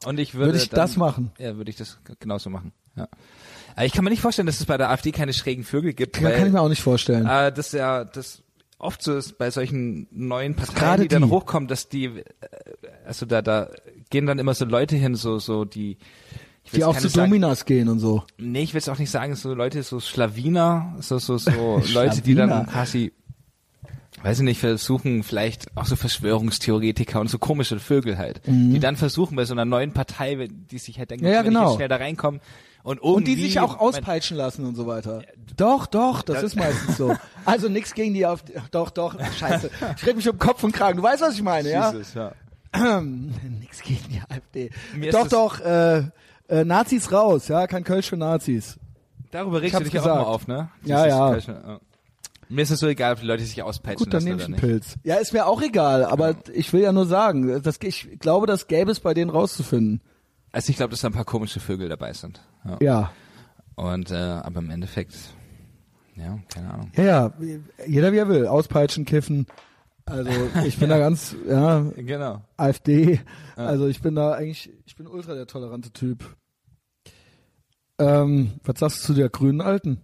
S2: und ich würde.
S1: Würde ich
S2: dann,
S1: das machen?
S2: Ja, würde ich das genauso machen. Ja. Aber Ich kann mir nicht vorstellen, dass es bei der AfD keine schrägen Vögel gibt,
S1: Ja,
S2: weil
S1: kann ich mir auch nicht vorstellen.
S2: äh, das ja das oft so ist bei solchen neuen Parteien,
S1: gerade
S2: die, dann
S1: die.
S2: hochkommen, dass die äh, also da da gehen dann immer so Leute hin, so so die ich will's
S1: die auch
S2: keine
S1: zu
S2: sagen,
S1: Dominas gehen und so.
S2: Nee, ich will es auch nicht sagen, so Leute, so Schlawiner, so, so, so Leute, die
S1: Schlawiner.
S2: dann quasi, weiß ich nicht, versuchen, vielleicht auch so Verschwörungstheoretiker und so komische Vögel halt, die dann versuchen bei so einer neuen Partei, wenn- die sich halt denken,
S1: Mhm. Ja, ja,
S2: wenn ich
S1: genau.
S2: jetzt schnell da reinkommen und irgendwie.
S1: Und die sich auch
S2: mein-
S1: auspeitschen lassen und so weiter. Doch, doch, das
S2: das-
S1: ist meistens so. Also nichts gegen die auf. Doch, doch, scheiße. Ich rede mich um Kopf und Kragen. Du weißt, was ich meine, ja?
S2: Jesus, ja.
S1: Nix gegen die AfD.
S2: Mir ist
S1: doch,
S2: es-
S1: doch, äh, äh, Nazis raus, ja? Kein Kölsch für Nazis.
S2: Darüber
S1: Ich
S2: regst du
S1: hab's
S2: dich ja auch
S1: gesagt.
S2: mal auf, ne?
S1: Ja, ja.
S2: Dieses- Mir ist es so egal, ob die Leute sich auspeitschen
S1: Gut, dann
S2: lassen
S1: nehme
S2: oder
S1: ich einen
S2: nicht.
S1: Pilz. Ja, ist mir auch egal, aber ich will ja nur sagen, das, ich glaube, das gäbe es bei denen rauszufinden.
S2: Also ich glaube, dass da ein paar komische Vögel dabei sind. Ja.
S1: Ja.
S2: Und äh, aber im Endeffekt, ja, keine Ahnung.
S1: Ja, ja, jeder wie er will. Auspeitschen, kiffen. Also ich bin da ganz, ja,
S2: Genau.
S1: AfD. Also ich bin da eigentlich, ich bin ultra der tolerante Typ. Ähm, was sagst du zu der grünen Alten?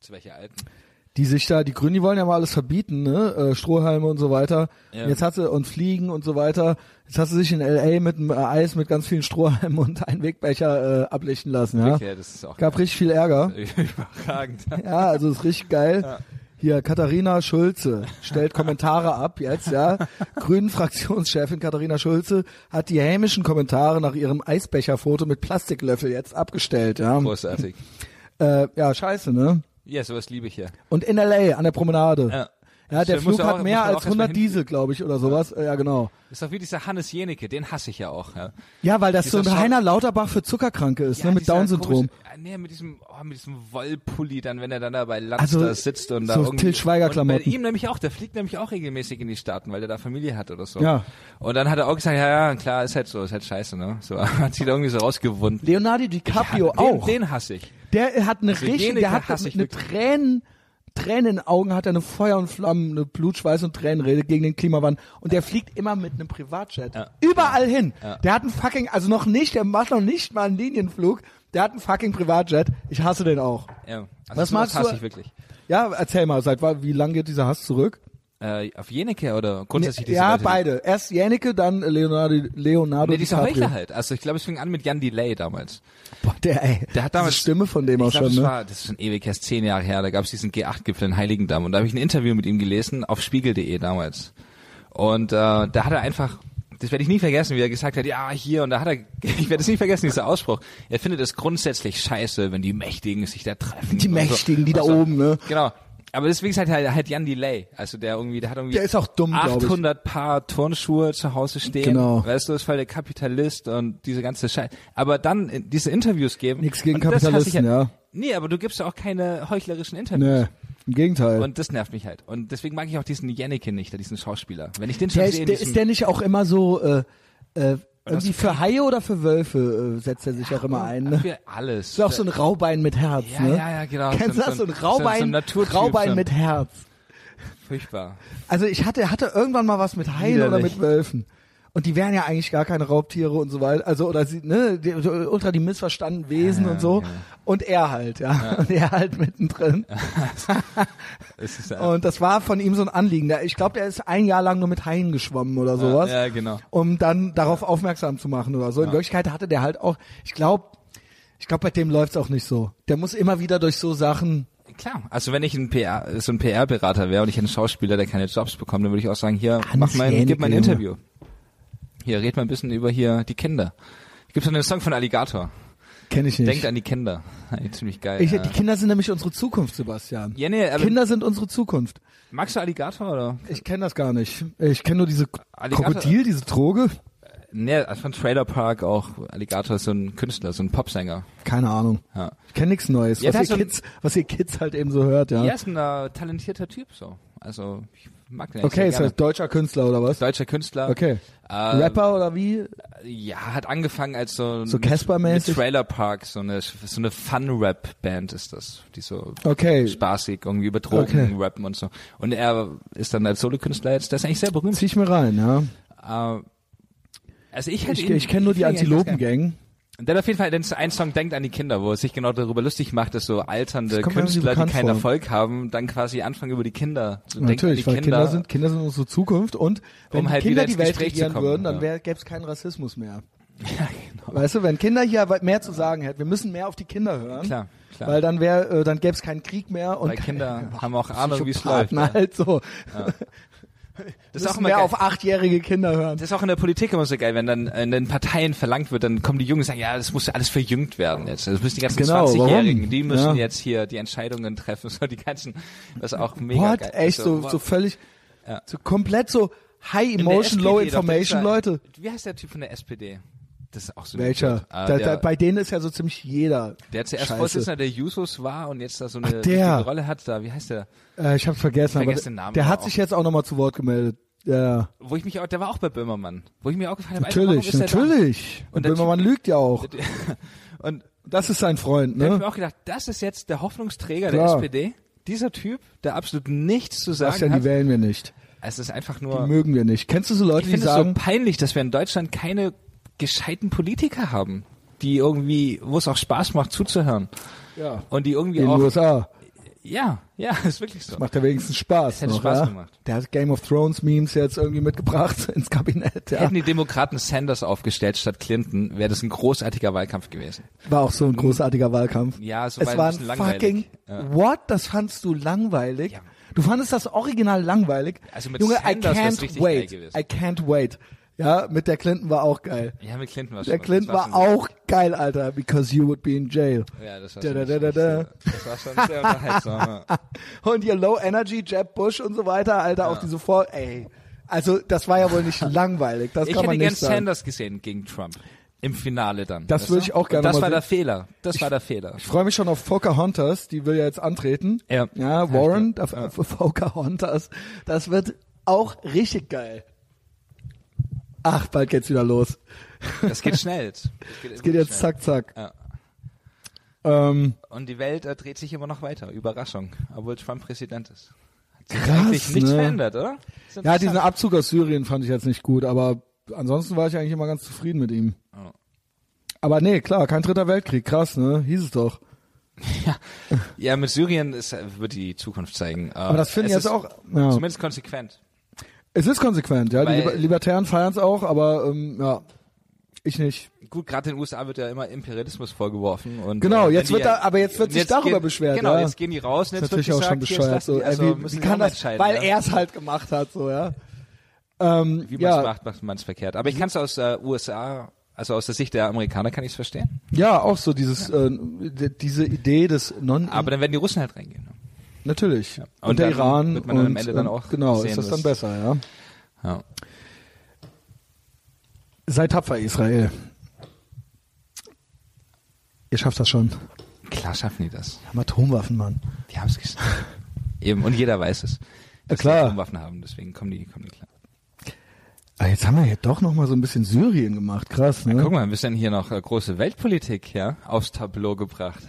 S2: Zu welcher alten?
S1: Die sich da, die Grünen, die wollen ja mal alles verbieten, ne? Äh, Strohhalme und so weiter.
S2: Ja.
S1: Und Jetzt hat sie, und Fliegen und so weiter. Jetzt hat sie sich in L.A. mit einem äh, Eis mit ganz vielen Strohhalmen und Einwegbecher äh, ablichten lassen, ja.
S2: Okay, das ist auch
S1: Gab richtig viel Ärger.
S2: überragend.
S1: Ja, also ist richtig geil. Hier, Katharina Schulze stellt Kommentare ab jetzt, ja. Grünen-Fraktionschefin Katharina Schulze hat die hämischen Kommentare nach ihrem Eisbecherfoto mit Plastiklöffel jetzt abgestellt, ja.
S2: Großartig.
S1: Äh, ja, scheiße, ne?
S2: Ja, sowas liebe ich ja.
S1: Und in L.A. an der Promenade. Ja. der
S2: ja. Stimmt, muss
S1: Flug
S2: man auch-
S1: hat mehr
S2: muss man auch
S1: als
S2: erst mal
S1: 100
S2: hin-
S1: Diesel, glaube ich, oder sowas. Ja, genau.
S2: Ist doch wie dieser Hannes Jeneke, den hasse ich ja auch. Ja.
S1: Ja, weil das so
S2: Dieser
S1: ein
S2: Schau-
S1: Heiner Lauterbach für Zuckerkranke ist,
S2: Ja,
S1: ne, mit
S2: dieser
S1: Down-Syndrom.
S2: komische- Ah, Nee, mit diesem, oh, mit diesem Wollpulli dann, wenn er dann da bei
S1: Also,
S2: Landster sitzt und da
S1: so
S2: irgendwie.
S1: Til Schweiger-Klamotten.
S2: Und Bei ihm nämlich auch, der fliegt nämlich auch regelmäßig in die Staaten, weil der da Familie hat oder so.
S1: Ja.
S2: Und dann hat er auch gesagt, ja, ja, klar, ist halt so, ist halt scheiße, ne? So, hat sich da irgendwie so rausgewunden.
S1: Leonardo DiCaprio
S2: den,
S1: auch.
S2: Den hasse ich.
S1: Der hat eine
S2: Also
S1: richtige,
S2: Jeneke
S1: der hat
S2: hasse ich
S1: eine
S2: wirklich.
S1: Tränen, Tränen in den Augen, hat er eine Feuer und Flammen, eine Blutschweiß und Tränenrede gegen den Klimawandel. Und der fliegt immer mit einem Privatjet.
S2: Ja.
S1: Überall hin.
S2: Ja.
S1: Der hat einen fucking, also noch nicht, der macht noch nicht mal einen Linienflug. Der hat einen fucking Privatjet. Ich hasse den auch.
S2: Ja. Also
S1: Was
S2: sowas
S1: magst du-
S2: hasse ich wirklich.
S1: Ja, erzähl mal, seit wann- wie lange geht dieser Hass zurück?
S2: Äh, auf Jeneke oder grundsätzlich diese
S1: ja,
S2: Leute, die-
S1: beide. Erst Jänicke, dann Leonardo, Leonardo
S2: Nee, dieser
S1: DiCaprio.
S2: Heuchler halt. Also ich glaube, es fing an mit Jan Delay damals.
S1: Boah, der, ey,
S2: Der hat
S1: diese
S2: damals-
S1: Stimme von dem auch
S2: ich glaube,
S1: schon,
S2: das
S1: ne?
S2: war, das ist schon ewig, erst zehn Jahre her, da gab es diesen G8-Gipfel in Heiligendamm und da habe ich ein Interview mit ihm gelesen auf spiegel.de damals. Und äh, da hat er einfach, das werde ich nie vergessen, wie er gesagt hat, ja, hier, und da hat er, ich werde es nie vergessen, dieser Ausspruch, er findet es grundsätzlich scheiße, wenn die Mächtigen sich da treffen.
S1: Die
S2: und
S1: Mächtigen, die da
S2: Also,
S1: oben, ne?
S2: Genau. Aber deswegen ist halt, halt, halt Jan Delay, also der irgendwie, der hat irgendwie
S1: Der ist auch dumm, glaub ich.
S2: 800 Paar Turnschuhe zu Hause stehen.
S1: Genau.
S2: Weißt du, ist voll der Kapitalist und diese ganze Scheiße. Aber dann äh, diese Interviews geben.
S1: Nix gegen
S2: und das hasse ich
S1: Kapitalisten, ja.
S2: Nee, aber du gibst ja auch keine heuchlerischen Interviews.
S1: Nee, im Gegenteil.
S2: Und das nervt mich halt. Und deswegen mag ich auch diesen Janneke nicht, diesen Schauspieler. Wenn ich eh den schon
S1: Der
S2: sehe,
S1: ist,
S2: in
S1: der,
S2: diesem-
S1: ist der nicht auch immer so, äh, äh, irgendwie für Haie oder für Wölfe äh, setzt er sich auch immer ein, ne?
S2: für alles.
S1: Ist auch so ein Raubein mit Herz,
S2: ja,
S1: ne?
S2: ja, ja, genau.
S1: Kennst du das? So ein Raubein,
S2: so ein
S1: Raubein
S2: Naturtyp,
S1: mit
S2: so
S1: Herz.
S2: ein- Furchtbar.
S1: Also ich hatte, hatte irgendwann mal was mit Haien
S2: Widerlich.
S1: oder mit Wölfen. Und die wären ja eigentlich gar keine Raubtiere und so weiter. Also, oder sie, ne, die, so ultra die missverstandenen Wesen
S2: Ja,
S1: und so.
S2: ja.
S1: Und er halt, ja. Und er halt mittendrin.
S2: Es ist, äh,
S1: Und das war von ihm so ein Anliegen. Der- Ich glaube, der ist ein Jahr lang nur mit Haien geschwommen oder sowas.
S2: ja, genau.
S1: Um dann darauf aufmerksam zu machen oder so. In Wirklichkeit hatte der halt auch, ich glaube, ich glaube, bei dem läuft's auch nicht so. Der muss immer wieder durch so Sachen.
S2: Klar, also wenn ich ein PR, so ein PR-Berater wäre und ich hätte einen Schauspieler, der keine Jobs bekommt, dann würde ich auch sagen, hier, mach mal,
S1: Jäneke,
S2: gib mal ein
S1: Junge.
S2: Interview. Hier, red mal ein bisschen über hier die Kinder. Gibt so einen Song von Alligator.
S1: Kenne ich nicht.
S2: Denkt an die Kinder. Eigentlich ziemlich geil.
S1: ich,
S2: ja.
S1: Die Kinder sind nämlich unsere Zukunft, Sebastian.
S2: ja, nee, aber
S1: Kinder sind unsere Zukunft.
S2: magst du Alligator oder?
S1: Ich kenne das gar nicht. Ich kenne nur diese K-
S2: Alligator-
S1: Krokodil, diese Droge.
S2: Nee, also von Trailer Park auch. Alligator ist so ein Künstler, so ein Popsänger.
S1: Keine Ahnung.
S2: Ja.
S1: Ich kenne nichts Neues,
S2: Jetzt
S1: was
S2: hast
S1: ihr,
S2: du-
S1: Kids, was ihr Kids halt eben so hört, ja.
S2: Er ist ein äh, talentierter Typ, so. Also, ich mag den eigentlich
S1: okay, ist
S2: sehr gerne.
S1: halt deutscher Künstler oder was?
S2: Deutscher Künstler.
S1: Okay.
S2: Äh,
S1: Rapper oder wie?
S2: Ja, hat angefangen als so,
S1: So
S2: mit-
S1: Casper-mäßig?
S2: mit Trailer Park, so eine so eine Fun Rap Band ist das, die so
S1: Okay.
S2: spaßig irgendwie über Drogen
S1: Okay.
S2: rappen und so. Und er ist dann als Solokünstler jetzt, der ist eigentlich sehr berühmt.
S1: Zieh ich mir rein, ja.
S2: Äh, also ich hätte
S1: Ich,
S2: ihn-
S1: ich kenne nur die
S2: finde ihn eigentlich ganz geil.
S1: Antilopen-Gang.
S2: Und Dann auf jeden Fall den ein Song Denkt an die Kinder, wo es sich genau darüber lustig macht, dass so alternde
S1: Das kommt mir irgendwie
S2: Künstler, die
S1: bekannt
S2: keinen
S1: vor.
S2: Erfolg haben, dann quasi anfangen über die Kinder zu denken.
S1: Natürlich,
S2: an
S1: weil
S2: die
S1: Kinder, sind Kinder sind unsere Zukunft und wenn
S2: Um
S1: die
S2: halt
S1: Kinder
S2: wieder ins
S1: die Welt
S2: Gespräch zu
S1: regieren
S2: kommen,
S1: würden, dann
S2: ja.
S1: wär- gäbe es keinen Rassismus mehr.
S2: Ja, genau.
S1: Weißt du, wenn Kinder hier mehr zu sagen hätten, wir müssen mehr auf die Kinder hören.
S2: Klar, klar.
S1: Weil dann wär, äh, dann gäbe es keinen Krieg mehr und
S2: Weil
S1: keine-
S2: Kinder
S1: Boah,
S2: haben auch Ahnung, wie es läuft.
S1: Psychopathen
S2: Ja.
S1: halt so.
S2: Das
S1: müssen mehr
S2: geil.
S1: auf achtjährige Kinder hören.
S2: Das ist auch in der Politik immer so geil, wenn dann äh, in den Parteien verlangt wird, dann kommen die Jungen und sagen, ja, das muss ja alles verjüngt werden jetzt. Also Das müssen die ganzen
S1: Genau,
S2: 20-Jährigen,
S1: warum?
S2: die müssen
S1: Ja.
S2: jetzt hier die Entscheidungen treffen, so die ganzen, was auch mega
S1: What?
S2: geil Also,
S1: Echt
S2: ist.
S1: so, so,
S2: wow.
S1: völlig,
S2: Ja.
S1: so komplett so high
S2: In der
S1: emotion,
S2: SPD
S1: low
S2: doch, das ist
S1: information,
S2: ja-
S1: Leute.
S2: Wie heißt der Typ von der SPD? Das ist auch so ein
S1: Welcher?
S2: Idiot. Ah,
S1: da,
S2: der,
S1: da, bei denen ist ja so ziemlich jeder.
S2: der zuerst
S1: Scheiße.
S2: Vorsitzender der Jusos war und jetzt da so eine
S1: Ach, der.
S2: wichtige Rolle hat, da, wie heißt der?
S1: Äh, ich hab's vergessen, aber
S2: vergesse den Namen
S1: der
S2: aber
S1: hat
S2: auch.
S1: sich jetzt auch nochmal zu Wort gemeldet. Ja,
S2: Wo ich mich auch, der war auch bei Böhmermann. Wo ich mir auch gefragt habe, Alter, warum
S1: natürlich,
S2: ist der da?
S1: natürlich.
S2: Und
S1: Und
S2: der
S1: Böhmermann lügt ja auch.
S2: Und
S1: Das ist sein Freund,
S2: da habe ich
S1: ne?
S2: mir auch gedacht, das ist jetzt der Hoffnungsträger
S1: Klar.
S2: der SPD. Dieser Typ, der absolut nichts zu
S1: Das
S2: sagen
S1: ja, die
S2: hat.
S1: wählen wir nicht.
S2: Es ist einfach
S1: Die
S2: nur,
S1: mögen wir nicht. Kennst du so
S2: ich
S1: Leute, die
S2: finde es so
S1: sagen,
S2: peinlich, dass wir in Deutschland keine gescheiten Politiker haben, die irgendwie, wo es auch Spaß macht zuzuhören.
S1: ja,
S2: Und die irgendwie
S1: in den
S2: auch,
S1: USA,
S2: ja, ja, ist wirklich so.
S1: macht ja wenigstens Spaß.
S2: hätte
S1: noch,
S2: Spaß
S1: ja?
S2: gemacht.
S1: Der hat Game of Thrones Memes jetzt irgendwie mitgebracht ins Kabinett. Ja.
S2: Hätten die Demokraten Sanders aufgestellt statt Clinton, wäre das ein großartiger Wahlkampf gewesen.
S1: War auch so ein großartiger Wahlkampf.
S2: Ja, so war
S1: es
S2: ein
S1: war
S2: bisschen
S1: ein
S2: langweilig.
S1: fucking
S2: Ja.
S1: What? Das fandst du langweilig?
S2: Ja.
S1: Du fandest das Original langweilig?
S2: Also mit
S1: Junge, I
S2: Sanders wär's
S1: can't
S2: richtig geil
S1: wait.
S2: gewesen.
S1: I can't wait. Ja, mit der Clinton war auch geil.
S2: Ja, mit Clinton war
S1: Der Clinton war auch geil, Alter, because you would be in jail.
S2: Ja, das war
S1: Da,
S2: schon,
S1: da, da,
S2: echt,
S1: da, da.
S2: äh, Das war schon sehr unterhaltsam. ja.
S1: Und ihr Low Energy, Jeb Bush und so weiter, Alter, auch diese Vor... Ey, also das war ja wohl nicht langweilig, das
S2: Ich
S1: kann
S2: hätte
S1: man
S2: gern
S1: nicht sagen.
S2: Sanders gesehen gegen Trump. Im Finale dann.
S1: Das
S2: weißt
S1: würde
S2: du?
S1: ich auch gerne
S2: Und Das
S1: mal
S2: war
S1: sehen.
S2: der Fehler. Das war der Fehler.
S1: Ich freue mich schon auf Pocahontas, die will ja jetzt antreten.
S2: Ja.
S1: Ja, Warren, auf, auf Pocahontas. Das wird auch richtig geil. Ach, bald geht's wieder los.
S2: Das geht schnell. Das geht,
S1: Es geht jetzt zack, zack.
S2: Ja.
S1: Ähm,
S2: Und die Welt äh, dreht sich immer noch weiter. Überraschung. Obwohl Trump Präsident ist. Hat sich
S1: Krass,
S2: eigentlich nichts
S1: ne?
S2: verändert, oder? Ist
S1: ja,
S2: interessant.
S1: diesen Abzug aus Syrien fand ich jetzt nicht gut, aber ansonsten war ich eigentlich immer ganz zufrieden mit ihm.
S2: Oh.
S1: Aber nee, klar, kein dritter Weltkrieg, krass, ne? Hieß es doch.
S2: ja, mit Syrien ist, äh, wird die Zukunft zeigen. Äh,
S1: Aber das finden jetzt auch. Ja.
S2: Zumindest konsequent.
S1: Es ist konsequent, ja. Die
S2: Weil-
S1: Liber Libertären feiern es auch, aber ähm, ja, ich nicht.
S2: Gut, gerade in den USA wird ja immer Imperialismus vorgeworfen. Und,
S1: Genau,
S2: äh, wenn
S1: jetzt
S2: die-
S1: wird da- aber jetzt wird sich darüber
S2: gehen,
S1: beschwert,
S2: Genau,
S1: ja.
S2: jetzt gehen die raus und
S1: Ist
S2: jetzt wird
S1: natürlich auch
S2: gesagt,
S1: schon
S2: hier ist
S1: bescheuert.
S2: das,
S1: So,
S2: die, also
S1: äh, wie,
S2: müssen
S1: wie
S2: die
S1: kann
S2: auch
S1: das?
S2: entscheiden, ne?
S1: Weil
S2: ja.
S1: er es halt gemacht hat, so ja. Ähm,
S2: Wie man es
S1: ja,
S2: macht, macht man es verkehrt. Aber ich kann es aus äh, USA, also aus der Sicht der Amerikaner kann ich es verstehen.
S1: ja, auch so dieses äh, d- diese Idee des non
S2: Aber dann werden die Russen halt reingehen. ne?
S1: natürlich
S2: Und
S1: der
S2: dann
S1: Iran
S2: wird man
S1: und
S2: dann am Ende dann
S1: und
S2: auch
S1: genau
S2: sehen,
S1: ist das dann
S2: was-
S1: besser, ja.
S2: Ja.
S1: Sei tapfer, Israel. Ihr schafft das schon.
S2: Klar schaffen die das.
S1: Wir haben Atomwaffen, Mann.
S2: Die haben es geschafft. Eben, und jeder weiß es. Dass
S1: klar.
S2: Die Atomwaffen haben, deswegen kommen die, kommen die klar.
S1: Aber Ah, jetzt haben wir hier doch noch mal so ein bisschen Syrien gemacht, krass, ne?
S2: Guck mal, ein bisschen hier noch äh, große Weltpolitik ja, aufs Tableau gebracht.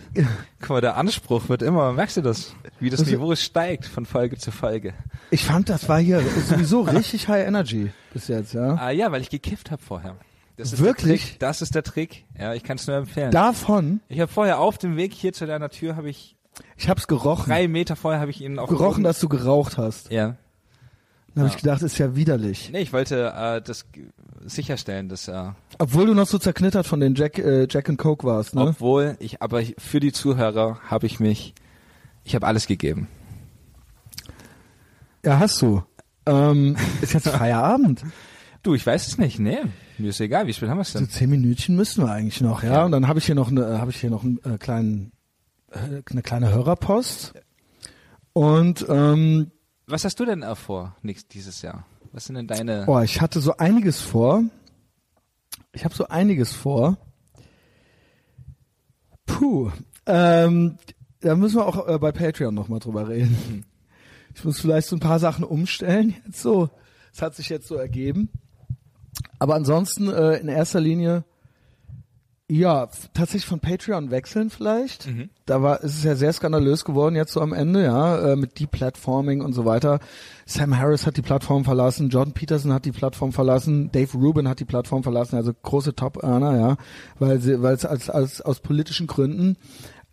S2: Guck mal, der Anspruch wird immer, merkst du das? Wie das Niveau steigt von Folge zu Folge.
S1: Ich fand, das war hier sowieso richtig High Energy bis jetzt, ja.
S2: Ah ja, weil ich gekifft habe vorher. Das ist
S1: Wirklich?
S2: Der Trick. Das ist der Trick. Ja, ich kann es nur empfehlen.
S1: Davon,
S2: ich habe vorher auf dem Weg hier zu deiner Tür habe ich
S1: ich hab's gerochen.
S2: drei Meter vorher habe ich ihn auf
S1: gerochen, dass du geraucht hast.
S2: Ja.
S1: Dann habe ich gedacht, ist ja widerlich.
S2: Nee, ich wollte äh, das g- sicherstellen, dass äh,
S1: Obwohl du noch so zerknittert von den Jack, äh, Jack and Coke warst, ne?
S2: obwohl ich aber ich- für die Zuhörer habe ich mich ich habe alles gegeben.
S1: Ja, hast du. Ähm, ist jetzt Feierabend.
S2: Du, ich weiß es nicht. Nee, mir ist egal, wie spät haben wir es
S1: So
S2: denn?
S1: zehn Minütchen müssen wir eigentlich noch, ja. Und dann habe ich hier noch eine, habe ich hier noch einen äh, kleinen, äh, eine kleine Hörerpost. Und ähm,
S2: Was hast du denn äh, vor nächst, dieses Jahr? Was sind denn deine
S1: boah, oh, ich hatte so einiges vor. Ich habe so einiges vor. Puh. Ähm, da müssen wir auch äh, bei Patreon nochmal drüber reden. Ich muss vielleicht so ein paar Sachen umstellen jetzt so. Es hat sich jetzt so ergeben. Aber ansonsten äh, in erster Linie ja, f- tatsächlich von Patreon wechseln vielleicht. Da war es ist ja sehr skandalös geworden jetzt so am Ende, ja, äh, mit Deplatforming und so weiter. Sam Harris hat die Plattform verlassen, Jordan Peterson hat die Plattform verlassen, Dave Rubin hat die Plattform verlassen, also große Top Earner, ja, weil sie weil es als, als aus politischen Gründen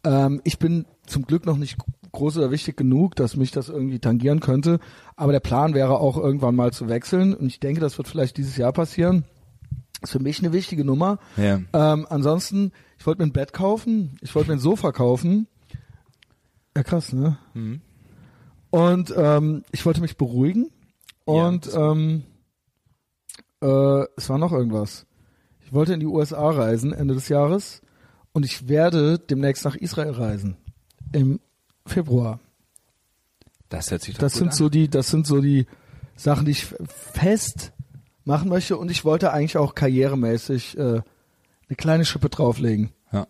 S1: ähm, ich bin zum Glück noch nicht groß oder wichtig genug, dass mich das irgendwie tangieren könnte, aber der Plan wäre auch irgendwann mal zu wechseln und ich denke, das wird vielleicht dieses Jahr passieren. Ist für mich eine wichtige Nummer.
S2: Ja.
S1: Ähm, ansonsten, ich wollte mir ein Bett kaufen, ich wollte mir ein Sofa kaufen. Ja, krass, ne?
S2: Mhm.
S1: Und ähm, ich wollte mich beruhigen.
S2: Ja,
S1: Und
S2: das-
S1: ähm, äh, es war noch irgendwas. Ich wollte in die USA reisen Ende des Jahres und ich werde demnächst nach Israel reisen. Im Februar.
S2: Das hört sich doch
S1: Das
S2: gut
S1: sind
S2: an.
S1: so die, das sind so die Sachen, die ich f- fest machen möchte. Und ich wollte eigentlich auch karrieremäßig äh, Eine kleine Schippe drauflegen.
S2: Ja.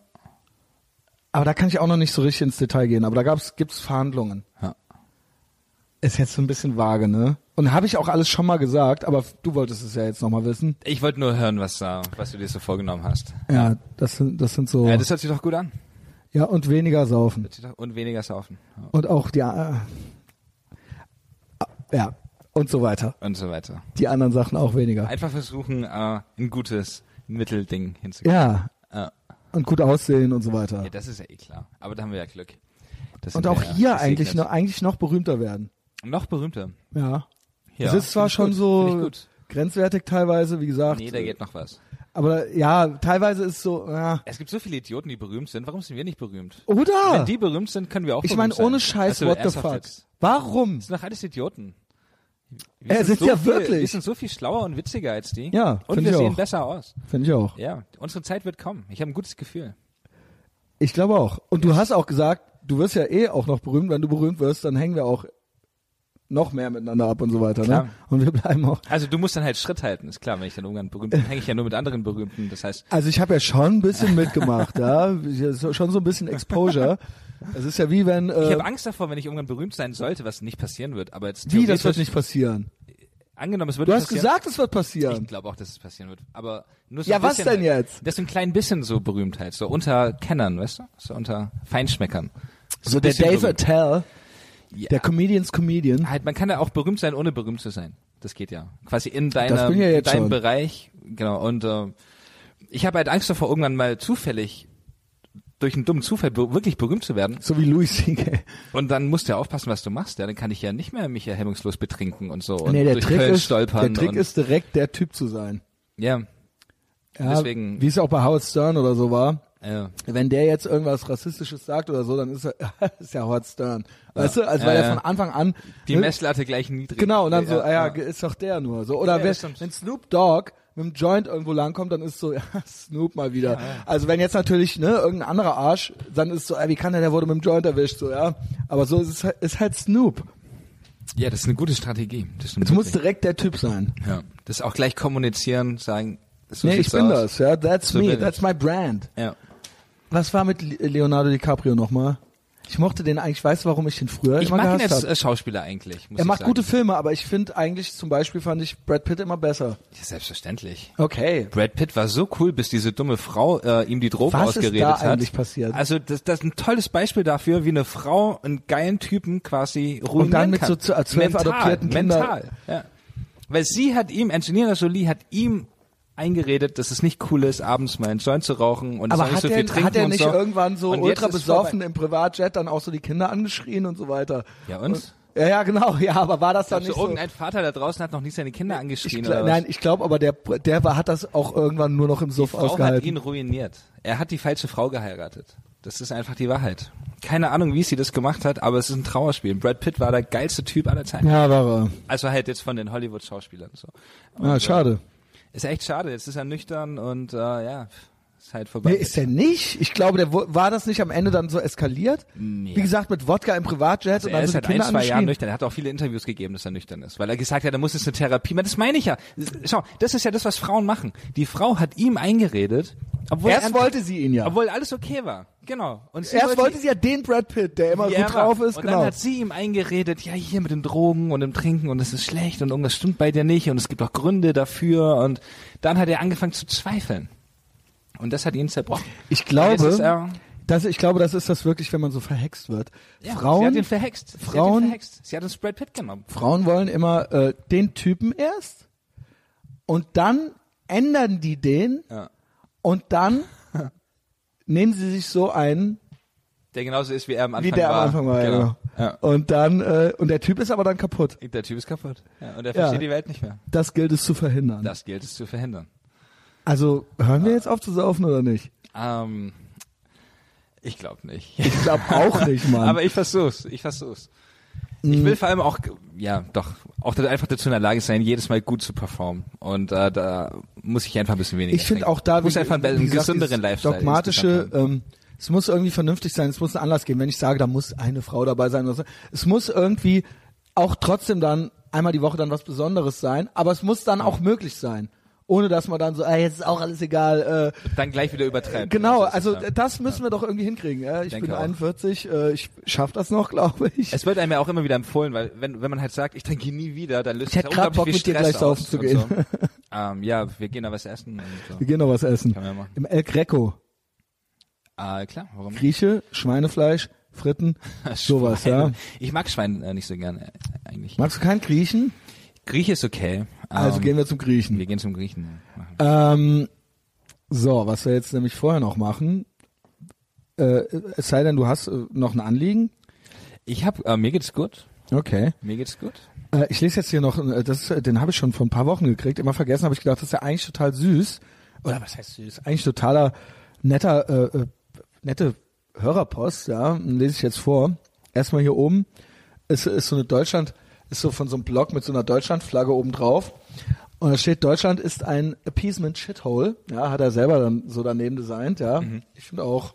S1: Aber da kann ich auch noch nicht so richtig ins Detail gehen. Aber da gab's, gibt's Verhandlungen.
S2: Ja.
S1: Ist jetzt so ein bisschen vage, ne? Und habe ich auch alles schon mal gesagt, aber du wolltest es ja jetzt nochmal wissen.
S2: Ich wollte nur hören, was, da, was du dir so vorgenommen hast.
S1: Ja, das sind, das sind so.
S2: Ja, das hört sich doch gut an.
S1: ja, und weniger saufen.
S2: Hört sich doch- Und weniger saufen. Ja.
S1: Und auch die, äh, ja, und so weiter.
S2: Und so weiter.
S1: Die anderen Sachen auch weniger.
S2: Einfach versuchen, äh, ein gutes Mittelding hinzukriegen.
S1: Ja,
S2: Ja.
S1: und gut aussehen und so weiter.
S2: ja, das ist ja eh klar. Aber da haben wir ja Glück. Das
S1: Und
S2: sind
S1: auch
S2: wir ja
S1: hier
S2: gesegnet.
S1: eigentlich noch, eigentlich noch berühmter werden.
S2: Noch berühmter.
S1: Ja.
S2: Ja.
S1: Es ist zwar
S2: Find ich
S1: schon
S2: gut. Find ich
S1: so
S2: gut.
S1: grenzwertig teilweise, wie gesagt.
S2: Nee, da geht noch was.
S1: aber ja, teilweise ist so, ja.
S2: Es gibt so viele Idioten, die berühmt sind. Warum sind wir nicht berühmt?
S1: Oder?
S2: Wenn die berühmt sind, können wir auch
S1: Ah. Ich meine,
S2: berühmt
S1: ohne
S2: sein.
S1: Scheiß,
S2: Also,
S1: what the
S2: ernsthaft
S1: fuck?
S2: jetzt.
S1: Warum?
S2: Das sind doch alles Idioten. Wir
S1: Ja, sind ja
S2: viel,
S1: wirklich.
S2: Wir sind so viel schlauer und witziger als die.
S1: Ja,
S2: Und
S1: find
S2: wir
S1: ich
S2: sehen
S1: auch.
S2: besser aus.
S1: Finde ich auch.
S2: Ja, unsere Zeit wird kommen. Ich habe ein gutes Gefühl.
S1: Ich glaube auch. Und du hast auch gesagt, du wirst ja eh auch noch berühmt. Wenn du berühmt wirst, dann hängen wir auch noch mehr miteinander ab und so weiter. Ne?
S2: Klar.
S1: Und wir bleiben auch.
S2: Also du musst dann halt Schritt halten, ist klar. Wenn ich dann irgendwann berühmt bin, hänge ich ja nur mit anderen Berühmten. Das heißt,
S1: Also ich habe ja schon ein bisschen mitgemacht, ja. Ich- so- Schon so ein bisschen Exposure. Es ist ja wie wenn.
S2: ich
S1: Äh,
S2: habe Angst davor, wenn ich irgendwann berühmt sein sollte, was nicht passieren wird. Aber jetzt
S1: wie, das wird
S2: theoretisch-
S1: nicht passieren.
S2: Angenommen, es wird
S1: Du hast
S2: passieren.
S1: gesagt, es wird passieren.
S2: Ich glaube auch, dass es passieren wird. Aber nur so
S1: Ja,
S2: ein
S1: was
S2: bisschen
S1: denn
S2: halt.
S1: jetzt?
S2: Das ist ein klein bisschen so Berühmtheit, so unter Kennern, weißt du? So unter Feinschmeckern.
S1: So der
S2: bisschen
S1: Dave
S2: berühmt.
S1: Attell,
S2: Ja.
S1: der Comedians Comedian.
S2: halt, man kann ja auch berühmt sein, ohne berühmt zu sein. Das geht ja. Quasi in
S1: Das
S2: deiner,
S1: bin ich ja
S2: in
S1: jetzt
S2: deinem
S1: schon.
S2: Bereich. Genau. Und äh, ich habe halt Angst davor, irgendwann mal zufällig durch einen dummen Zufall be wirklich berühmt zu werden.
S1: So wie Louis C.K.
S2: Und dann musst du ja aufpassen, was du machst. Ja, dann kann ich ja nicht mehr mich ja hemmungslos betrinken und so. Und
S1: Nee, der
S2: durch
S1: Trick,
S2: Köln
S1: ist,
S2: stolpern.
S1: der Trick
S2: und,
S1: ist direkt der Typ zu sein.
S2: Ja,
S1: Ja,
S2: Deswegen-
S1: Wie es auch bei Howard Stern oder so war.
S2: ja.
S1: Wenn der jetzt irgendwas Rassistisches sagt oder so, dann ist er ist ja Howard Stern. Weißt du? Also
S2: Ja,
S1: weil er
S2: ja.
S1: von Anfang an
S2: Die
S1: ne?
S2: Messlatte gleich niedrig.
S1: Genau, und dann so, ah ja,
S2: ja.
S1: ist doch der nur. So, oder
S2: Ja,
S1: wer,
S2: das stimmt.
S1: wenn Snoop Dogg mit dem Joint irgendwo langkommt, dann ist so, ja, Snoop mal wieder. Also wenn jetzt natürlich, ne, irgendein anderer Arsch, dann ist so, ey, wie kann der, der wurde mit dem Joint erwischt, so, ja. Aber so ist es halt, ist halt Snoop.
S2: Ja, das ist eine gute Strategie. Das stimmt
S1: Du musst
S2: wirklich.
S1: direkt der Typ sein.
S2: ja. das auch gleich kommunizieren, sagen, so
S1: nee, ich
S2: sieht's
S1: bin
S2: aus.
S1: das, ja. That's
S2: So bin
S1: me,
S2: ich.
S1: that's my brand.
S2: Ja.
S1: Was war mit Le- Leonardo DiCaprio nochmal? Ich mochte den eigentlich, ich weiß, warum ich den früher
S2: Ich
S1: immer
S2: mag ihn
S1: gehasst
S2: jetzt
S1: hab.
S2: als äh, Schauspieler eigentlich. Muss
S1: Er
S2: ich
S1: macht
S2: sagen.
S1: gute Filme, aber ich finde eigentlich, zum Beispiel fand ich Brad Pitt immer besser.
S2: Ja, selbstverständlich.
S1: Okay.
S2: Brad Pitt war so cool, bis diese dumme Frau äh, ihm die Drogen
S1: Was ist
S2: ausgeredet
S1: da
S2: hat.
S1: eigentlich passiert?
S2: Also das, das ist ein tolles Beispiel dafür, wie eine Frau einen geilen Typen quasi ruinieren
S1: Und dann mit
S2: kann.
S1: so zu- äh, zwölf
S2: mental,
S1: adoptierten Kindern.
S2: Mental, ja. Weil sie hat ihm, Angelina Jolie hat ihm eingeredet, dass es nicht cool ist, abends mal einen Joint zu rauchen und
S1: Aber
S2: soll nicht
S1: hat,
S2: so
S1: er,
S2: viel trinken
S1: hat er
S2: und
S1: nicht
S2: so.
S1: irgendwann so
S2: Und jetzt
S1: ultra
S2: ist es
S1: besoffen im Privatjet dann auch so die Kinder angeschrien und so weiter?
S2: Ja, und?
S1: ja, ja, genau. Ja, aber war das dann
S2: Also
S1: nicht so?
S2: irgendein Vater da draußen hat noch nie seine Kinder
S1: Ich,
S2: angeschrien
S1: gl-
S2: oder was?
S1: nein, ich glaube, aber der, der war, hat das auch irgendwann nur noch im Suff
S2: die Frau hat
S1: ausgehalten.
S2: halt ihn ruiniert. Er hat die falsche Frau geheiratet. Das ist einfach die Wahrheit. Keine Ahnung, wie sie das gemacht hat, aber es ist ein Trauerspiel. Brad Pitt war der geilste Typ aller Zeiten.
S1: ja, war
S2: Also halt jetzt von den Hollywood-Schauspielern. So.
S1: er.
S2: Also-
S1: Ja, schade.
S2: Ist echt schade. Jetzt ist er nüchtern und äh, ja, ist halt vorbei.
S1: Nee, ist er nicht? Ich glaube, der wo- war das nicht am Ende dann so eskaliert? Wie gesagt, mit Wodka im Privatjet und
S2: Also er
S1: dann
S2: ist
S1: so
S2: seit
S1: die
S2: ein,
S1: Kinder
S2: zwei Jahren
S1: angeschrien.
S2: nüchtern. Er hat auch viele Interviews gegeben, dass er nüchtern ist, weil er gesagt hat, er muss jetzt eine Therapie. Das meine ich ja. Schau, das ist ja das, was Frauen machen. Die Frau hat ihm eingeredet, obwohl
S1: Erst
S2: er,
S1: wollte sie ihn ja.
S2: obwohl alles okay war. Genau. Und sie
S1: Erst wollte sie ja den Brad Pitt, der immer
S2: Ja,
S1: gut drauf ist,
S2: und
S1: genau.
S2: dann hat sie ihm eingeredet, ja hier mit den Drogen und dem Trinken und das ist schlecht und irgendwas stimmt bei dir nicht und es gibt auch Gründe dafür und dann hat er angefangen zu zweifeln. Und das hat ihn zerbrochen.
S1: Ich
S2: Und jetzt ist
S1: glaube,
S2: er-
S1: das, ich glaube, das ist das wirklich, wenn man so verhext wird.
S2: ja, sie hat
S1: Frauen,
S2: ihn verhext. sie hat
S1: Frauen-
S2: ihn verhext. Sie hat uns Brad Pitt genommen.
S1: Frauen wollen immer äh, den Typen erst und dann ändern die den
S2: Ja.
S1: und dann nehmen sie sich so einen,
S2: Der genauso ist wie er am Anfang
S1: wie der
S2: war.
S1: am Anfang war.
S2: Genau.
S1: Genau.
S2: Ja.
S1: Und dann äh, und der Typ ist aber dann kaputt.
S2: Der Typ ist kaputt. Ja, und er
S1: Ja.
S2: versteht die Welt nicht mehr.
S1: Das gilt es zu verhindern.
S2: Das gilt es zu verhindern.
S1: Also hören wir jetzt auf zu saufen oder nicht?
S2: Ähm, ich glaube nicht.
S1: Ich glaube auch nicht, Mann. Mm.
S2: Aber ich versuch's, ich versuch's. Ich will vor allem auch, ja, doch, auch da- einfach dazu in der Lage sein, jedes Mal gut zu performen. Und äh, da muss ich einfach ein bisschen weniger.
S1: ich finde
S2: trinken.
S1: auch da
S2: Ich muss einfach einen, einen
S1: gesagt,
S2: gesünderen
S1: dieses
S2: Lifestyle.
S1: dogmatische.
S2: insgesamt haben.
S1: Ähm, es muss irgendwie vernünftig sein. Es muss einen Anlass geben. Wenn ich sage, da muss eine Frau dabei sein, oder so. es muss irgendwie auch trotzdem dann einmal die Woche dann was Besonderes sein. Aber es muss dann auch möglich sein. ohne dass man dann so, ah, jetzt ist auch alles egal. Äh,
S2: Dann gleich wieder übertreiben.
S1: genau,
S2: Das ist
S1: also
S2: klar.
S1: äh, das müssen wir doch irgendwie hinkriegen. Äh, ich
S2: Denke
S1: bin
S2: auch.
S1: 41, äh, ich schaff das noch, glaube ich.
S2: Es wird einem ja auch immer wieder empfohlen, weil wenn, wenn man halt sagt, ich trinke nie wieder, dann löst
S1: Ich hätte
S2: das
S1: grad
S2: unglaublich
S1: Bock,
S2: viel
S1: mit dir gleich
S2: Stress
S1: saufen
S2: aus
S1: zu
S2: und
S1: gehen.
S2: So. ähm, ja, wir gehen da was essen. Und so.
S1: wir gehen noch was essen.
S2: Kann man ja machen.
S1: Im El Greco.
S2: Ah, klar, warum?
S1: Grieche, Schweinefleisch, Fritten, sowas, ja.
S2: Schwein. Ich mag Schwein äh, nicht so gerne äh, eigentlich.
S1: Magst du keinen Griechen?
S2: Griech ist okay. Ähm,
S1: Also gehen wir zum Griechen.
S2: wir gehen zum Griechen. Machen.
S1: Ähm, so, was wir jetzt nämlich vorher noch machen, äh, es sei denn, du hast äh, noch ein Anliegen.
S2: Ich hab, äh, mir geht's gut.
S1: Okay.
S2: Mir geht's gut.
S1: Äh, ich lese jetzt hier noch, äh, das, ist, äh, den habe ich schon vor ein paar Wochen gekriegt, immer vergessen, habe ich gedacht, das ist ja eigentlich total süß. Oder was heißt süß? Eigentlich totaler netter, äh, äh, nette Hörerpost, ja, Den lese ich jetzt vor. Erstmal hier oben ist, ist so eine Deutschland, ist so von so einem Blog mit so einer Deutschlandflagge oben drauf. Und da steht, Deutschland ist ein Appeasement Shithole. Ja, hat er selber dann so daneben designt, ja. Ich finde auch,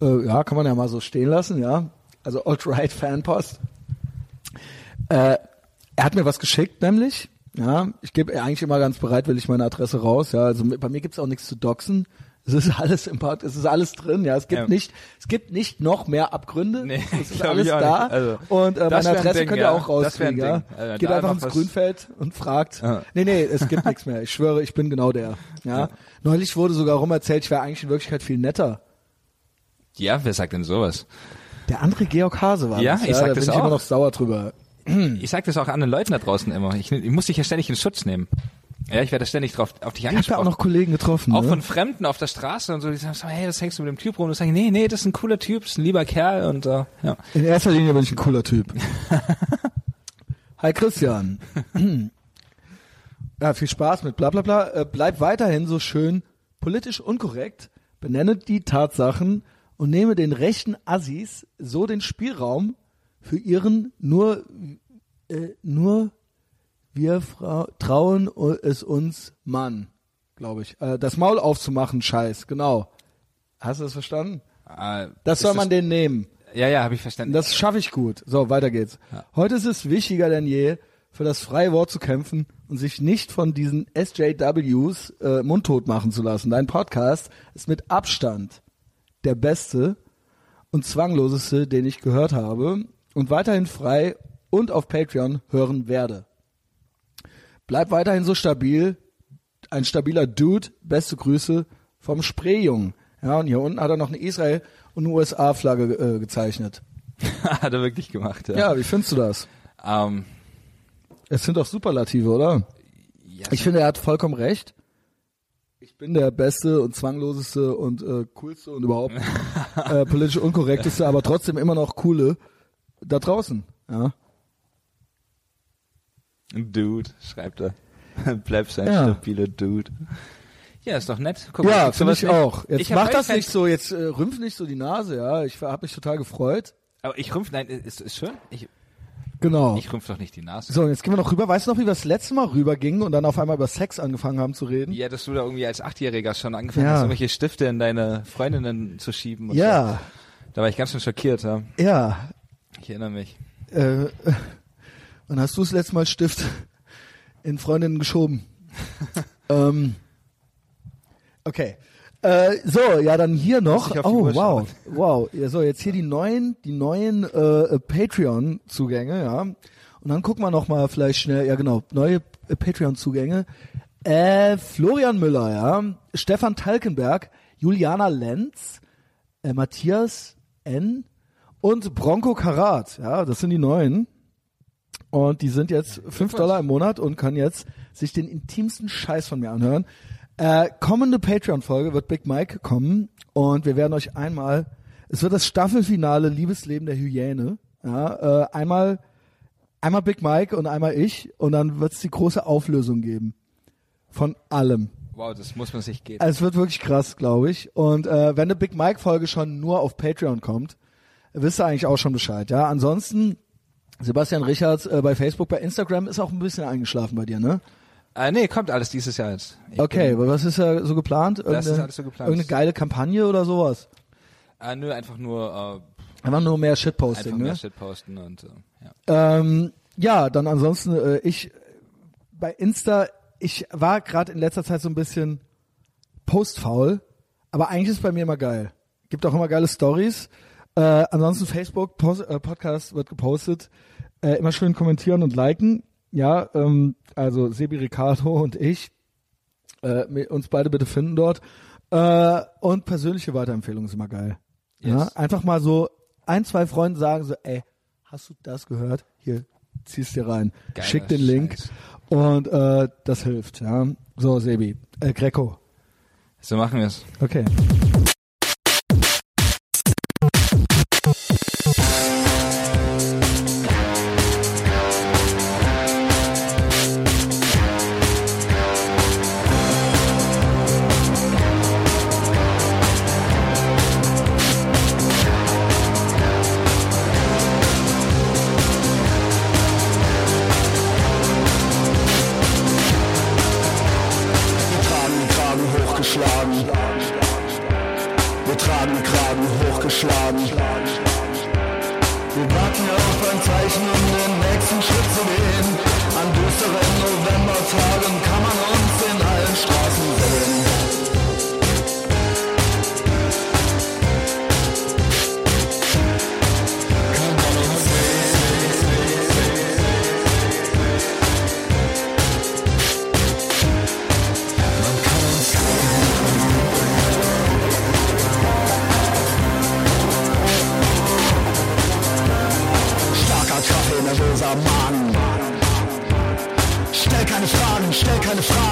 S1: äh, ja, kann man ja mal so stehen lassen, ja. Also Alt-Right-Fanpost. Äh, er hat mir was geschickt, nämlich. Ja, ich gebe eigentlich immer ganz bereitwillig meine Adresse raus. Ja, also mit- bei mir gibt's auch nichts zu doxen. Es ist alles im Pod, es ist alles drin. Ja, es gibt
S2: Ja.
S1: nicht, es gibt nicht noch mehr Abgründe.
S2: Nee,
S1: es ist
S2: glaub
S1: alles
S2: ich auch
S1: da.
S2: nicht. Also,
S1: und äh, meine
S2: das wär ein
S1: Adresse
S2: Ding,
S1: könnt ihr
S2: ja.
S1: auch
S2: Das wär ein
S1: rauskriegen. Ja.
S2: Ding. Also,
S1: Geht
S2: da
S1: einfach
S2: einfach
S1: ins
S2: was-
S1: Grünfeld und fragt.
S2: Ja.
S1: Nee, nee, es gibt nichts mehr. Ich schwöre, ich bin genau der. Ja. Neulich wurde sogar rum erzählt, ich wäre eigentlich in Wirklichkeit viel netter.
S2: Ja, wer sagt denn sowas?
S1: Der andere Georg Hase war
S2: Ja,
S1: das.
S2: ich sag
S1: da
S2: das
S1: bin ich immer
S2: auch.
S1: noch sauer drüber.
S2: Ich sag das auch anderen Leuten da draußen immer. Ich, ich muss dich ja ständig in Schutz nehmen. Ja, ich werde ständig drauf, auf dich
S1: Ich habe da
S2: angesprochen.
S1: auch noch Kollegen getroffen.
S2: Auch
S1: ne?
S2: von Fremden auf der Straße und so, die sagen, so, hey, das hängst du mit dem Typ rum. Und sag ich, nee, nee, das ist ein cooler Typ, das ist ein lieber Kerl und äh, ja.
S1: In erster Linie bin ich ein cooler Typ. Hi Christian. ja, viel Spaß mit bla bla bla. Äh, bleib weiterhin so schön politisch unkorrekt, benenne die Tatsachen und nehme den rechten Assis so den Spielraum für ihren nur, äh, nur wir Frau trauen u- es uns Mann, glaube ich. Äh, das Maul aufzumachen, Scheiß, genau. Hast du das verstanden?
S2: Äh,
S1: Das
S2: ist
S1: soll man den nehmen.
S2: Ja, ja, habe ich verstanden.
S1: Das schaffe ich gut. So, weiter geht's. Heute ist es wichtiger denn je, für das freie Wort zu kämpfen und sich nicht von diesen SJWs äh, mundtot machen zu lassen. Dein Podcast ist mit Abstand der beste und zwangloseste, den ich gehört habe und weiterhin frei und auf Patreon hören werde. Bleib weiterhin so stabil, ein stabiler Dude. Beste Grüße vom Spreejungen. Ja, und hier unten hat er noch eine Israel- und eine USA-Flagge äh, gezeichnet.
S2: hat er wirklich gemacht, ja.
S1: Ja, wie findest du das?
S2: ja. Ähm,
S1: Es sind doch Superlative, oder?
S2: ja
S1: Ich finde, er hat vollkommen recht. Ich bin der beste und zwangloseste und äh, coolste und überhaupt äh, politisch unkorrekteste, aber trotzdem immer noch coole da draußen. Ja,
S2: ein Dude, schreibt er. Bleib sein
S1: Ja.
S2: stabiler Dude. Ja, ist doch nett. Guck,
S1: ja
S2: kriegst du
S1: finde
S2: was
S1: ich
S2: mit.
S1: auch. Jetzt
S2: Ich hab
S1: mach das
S2: Neuigkeiten-
S1: nicht so, jetzt äh, rümpf nicht so die Nase, ja. Ich habe mich total gefreut.
S2: Aber ich rümpf, nein, ist, ist schön. Ich,
S1: Genau.
S2: ich rümpf doch nicht die Nase.
S1: So, und jetzt gehen wir noch rüber. Weißt du noch, wie wir das letzte Mal rübergingen und dann auf einmal über Sex angefangen haben zu reden?
S2: Ja, dass du da irgendwie als Achtjähriger schon angefangen
S1: Ja.
S2: hast, irgendwelche Stifte in deine Freundinnen zu schieben. Und
S1: Ja,
S2: So. Da war ich ganz schön schockiert, ja.
S1: ja.
S2: Ich erinnere mich.
S1: Äh, und hast du das letzte Mal Stift in Freundinnen geschoben? ähm, okay. Äh, so, ja, dann hier noch.
S2: Muss ich auf die
S1: Oh,
S2: Uhr
S1: wow. Wow. Ja, so, jetzt hier die neuen, die neuen äh, Patreon-Zugänge, ja. Und dann gucken wir noch mal vielleicht schnell, ja genau, neue äh, Patreon-Zugänge. Äh, Florian Müller, ja. Stefan Talkenberg, Juliana Lenz, äh, Matthias N. und Bronco Karat. Ja, das sind die neuen. Und die sind jetzt 5 Dollar im Monat und können jetzt sich den intimsten Scheiß von mir anhören. Äh, kommende Patreon-Folge wird Big Mike kommen und wir werden euch einmal, es wird das Staffelfinale Liebesleben der Hyäne. Ja, äh, einmal, einmal Big Mike und einmal ich und dann wird es die große Auflösung geben. Von allem.
S2: Wow, das muss man sich geben.
S1: Also Es wird wirklich krass, glaube ich. Und äh, wenn eine Big Mike Folge schon nur auf Patreon kommt, wisst ihr eigentlich auch schon Bescheid, ja? Ansonsten Sebastian Richards äh, bei Facebook, bei Instagram ist auch ein bisschen eingeschlafen bei dir, ne?
S2: Äh, nee, kommt alles dieses Jahr jetzt. Ich
S1: Okay,
S2: Bin,
S1: aber was ist da so geplant? Irgendeine,
S2: ist alles so geplant.
S1: Irgendeine geile Kampagne oder sowas?
S2: äh, nö, einfach nur
S1: Einfach nur mehr
S2: äh, einfach
S1: Shitposting,
S2: mehr
S1: ne?
S2: Shit posten und äh, ja.
S1: Ähm, ja, dann ansonsten äh, ich bei Insta ich war gerade in letzter Zeit so ein bisschen postfaul, aber eigentlich ist es bei mir immer geil. Gibt auch immer geile Stories. Äh, ansonsten Facebook, Post, äh, Podcast wird gepostet. Äh, immer schön kommentieren und liken. Ja, ähm, also Sebi Ricardo und ich, äh, mi- uns beide bitte finden dort. Äh, und persönliche Weiterempfehlung ist immer geil. Ja,
S2: Yes.
S1: einfach mal so ein, zwei Freunden sagen so, ey, hast du das gehört? Hier, ziehst dir rein.
S2: Geiler
S1: Schick den Link.
S2: Scheiß.
S1: Und äh, das hilft. Ja. So, Sebi. Äh, Greco.
S2: So machen wir es.
S1: Okay.
S3: Wir tragen den Kragen hochgeschlagen. Wir tragen den Kragen hochgeschlagen. Wir warten auf ein Zeichen, um den nächsten Schritt zu gehen. An düsteren Novembertagen kann man uns in allen Straßen sehen. Kann man uns Starker Kaffee, nervöser Mann. Stell keine Fragen, stell keine Fragen.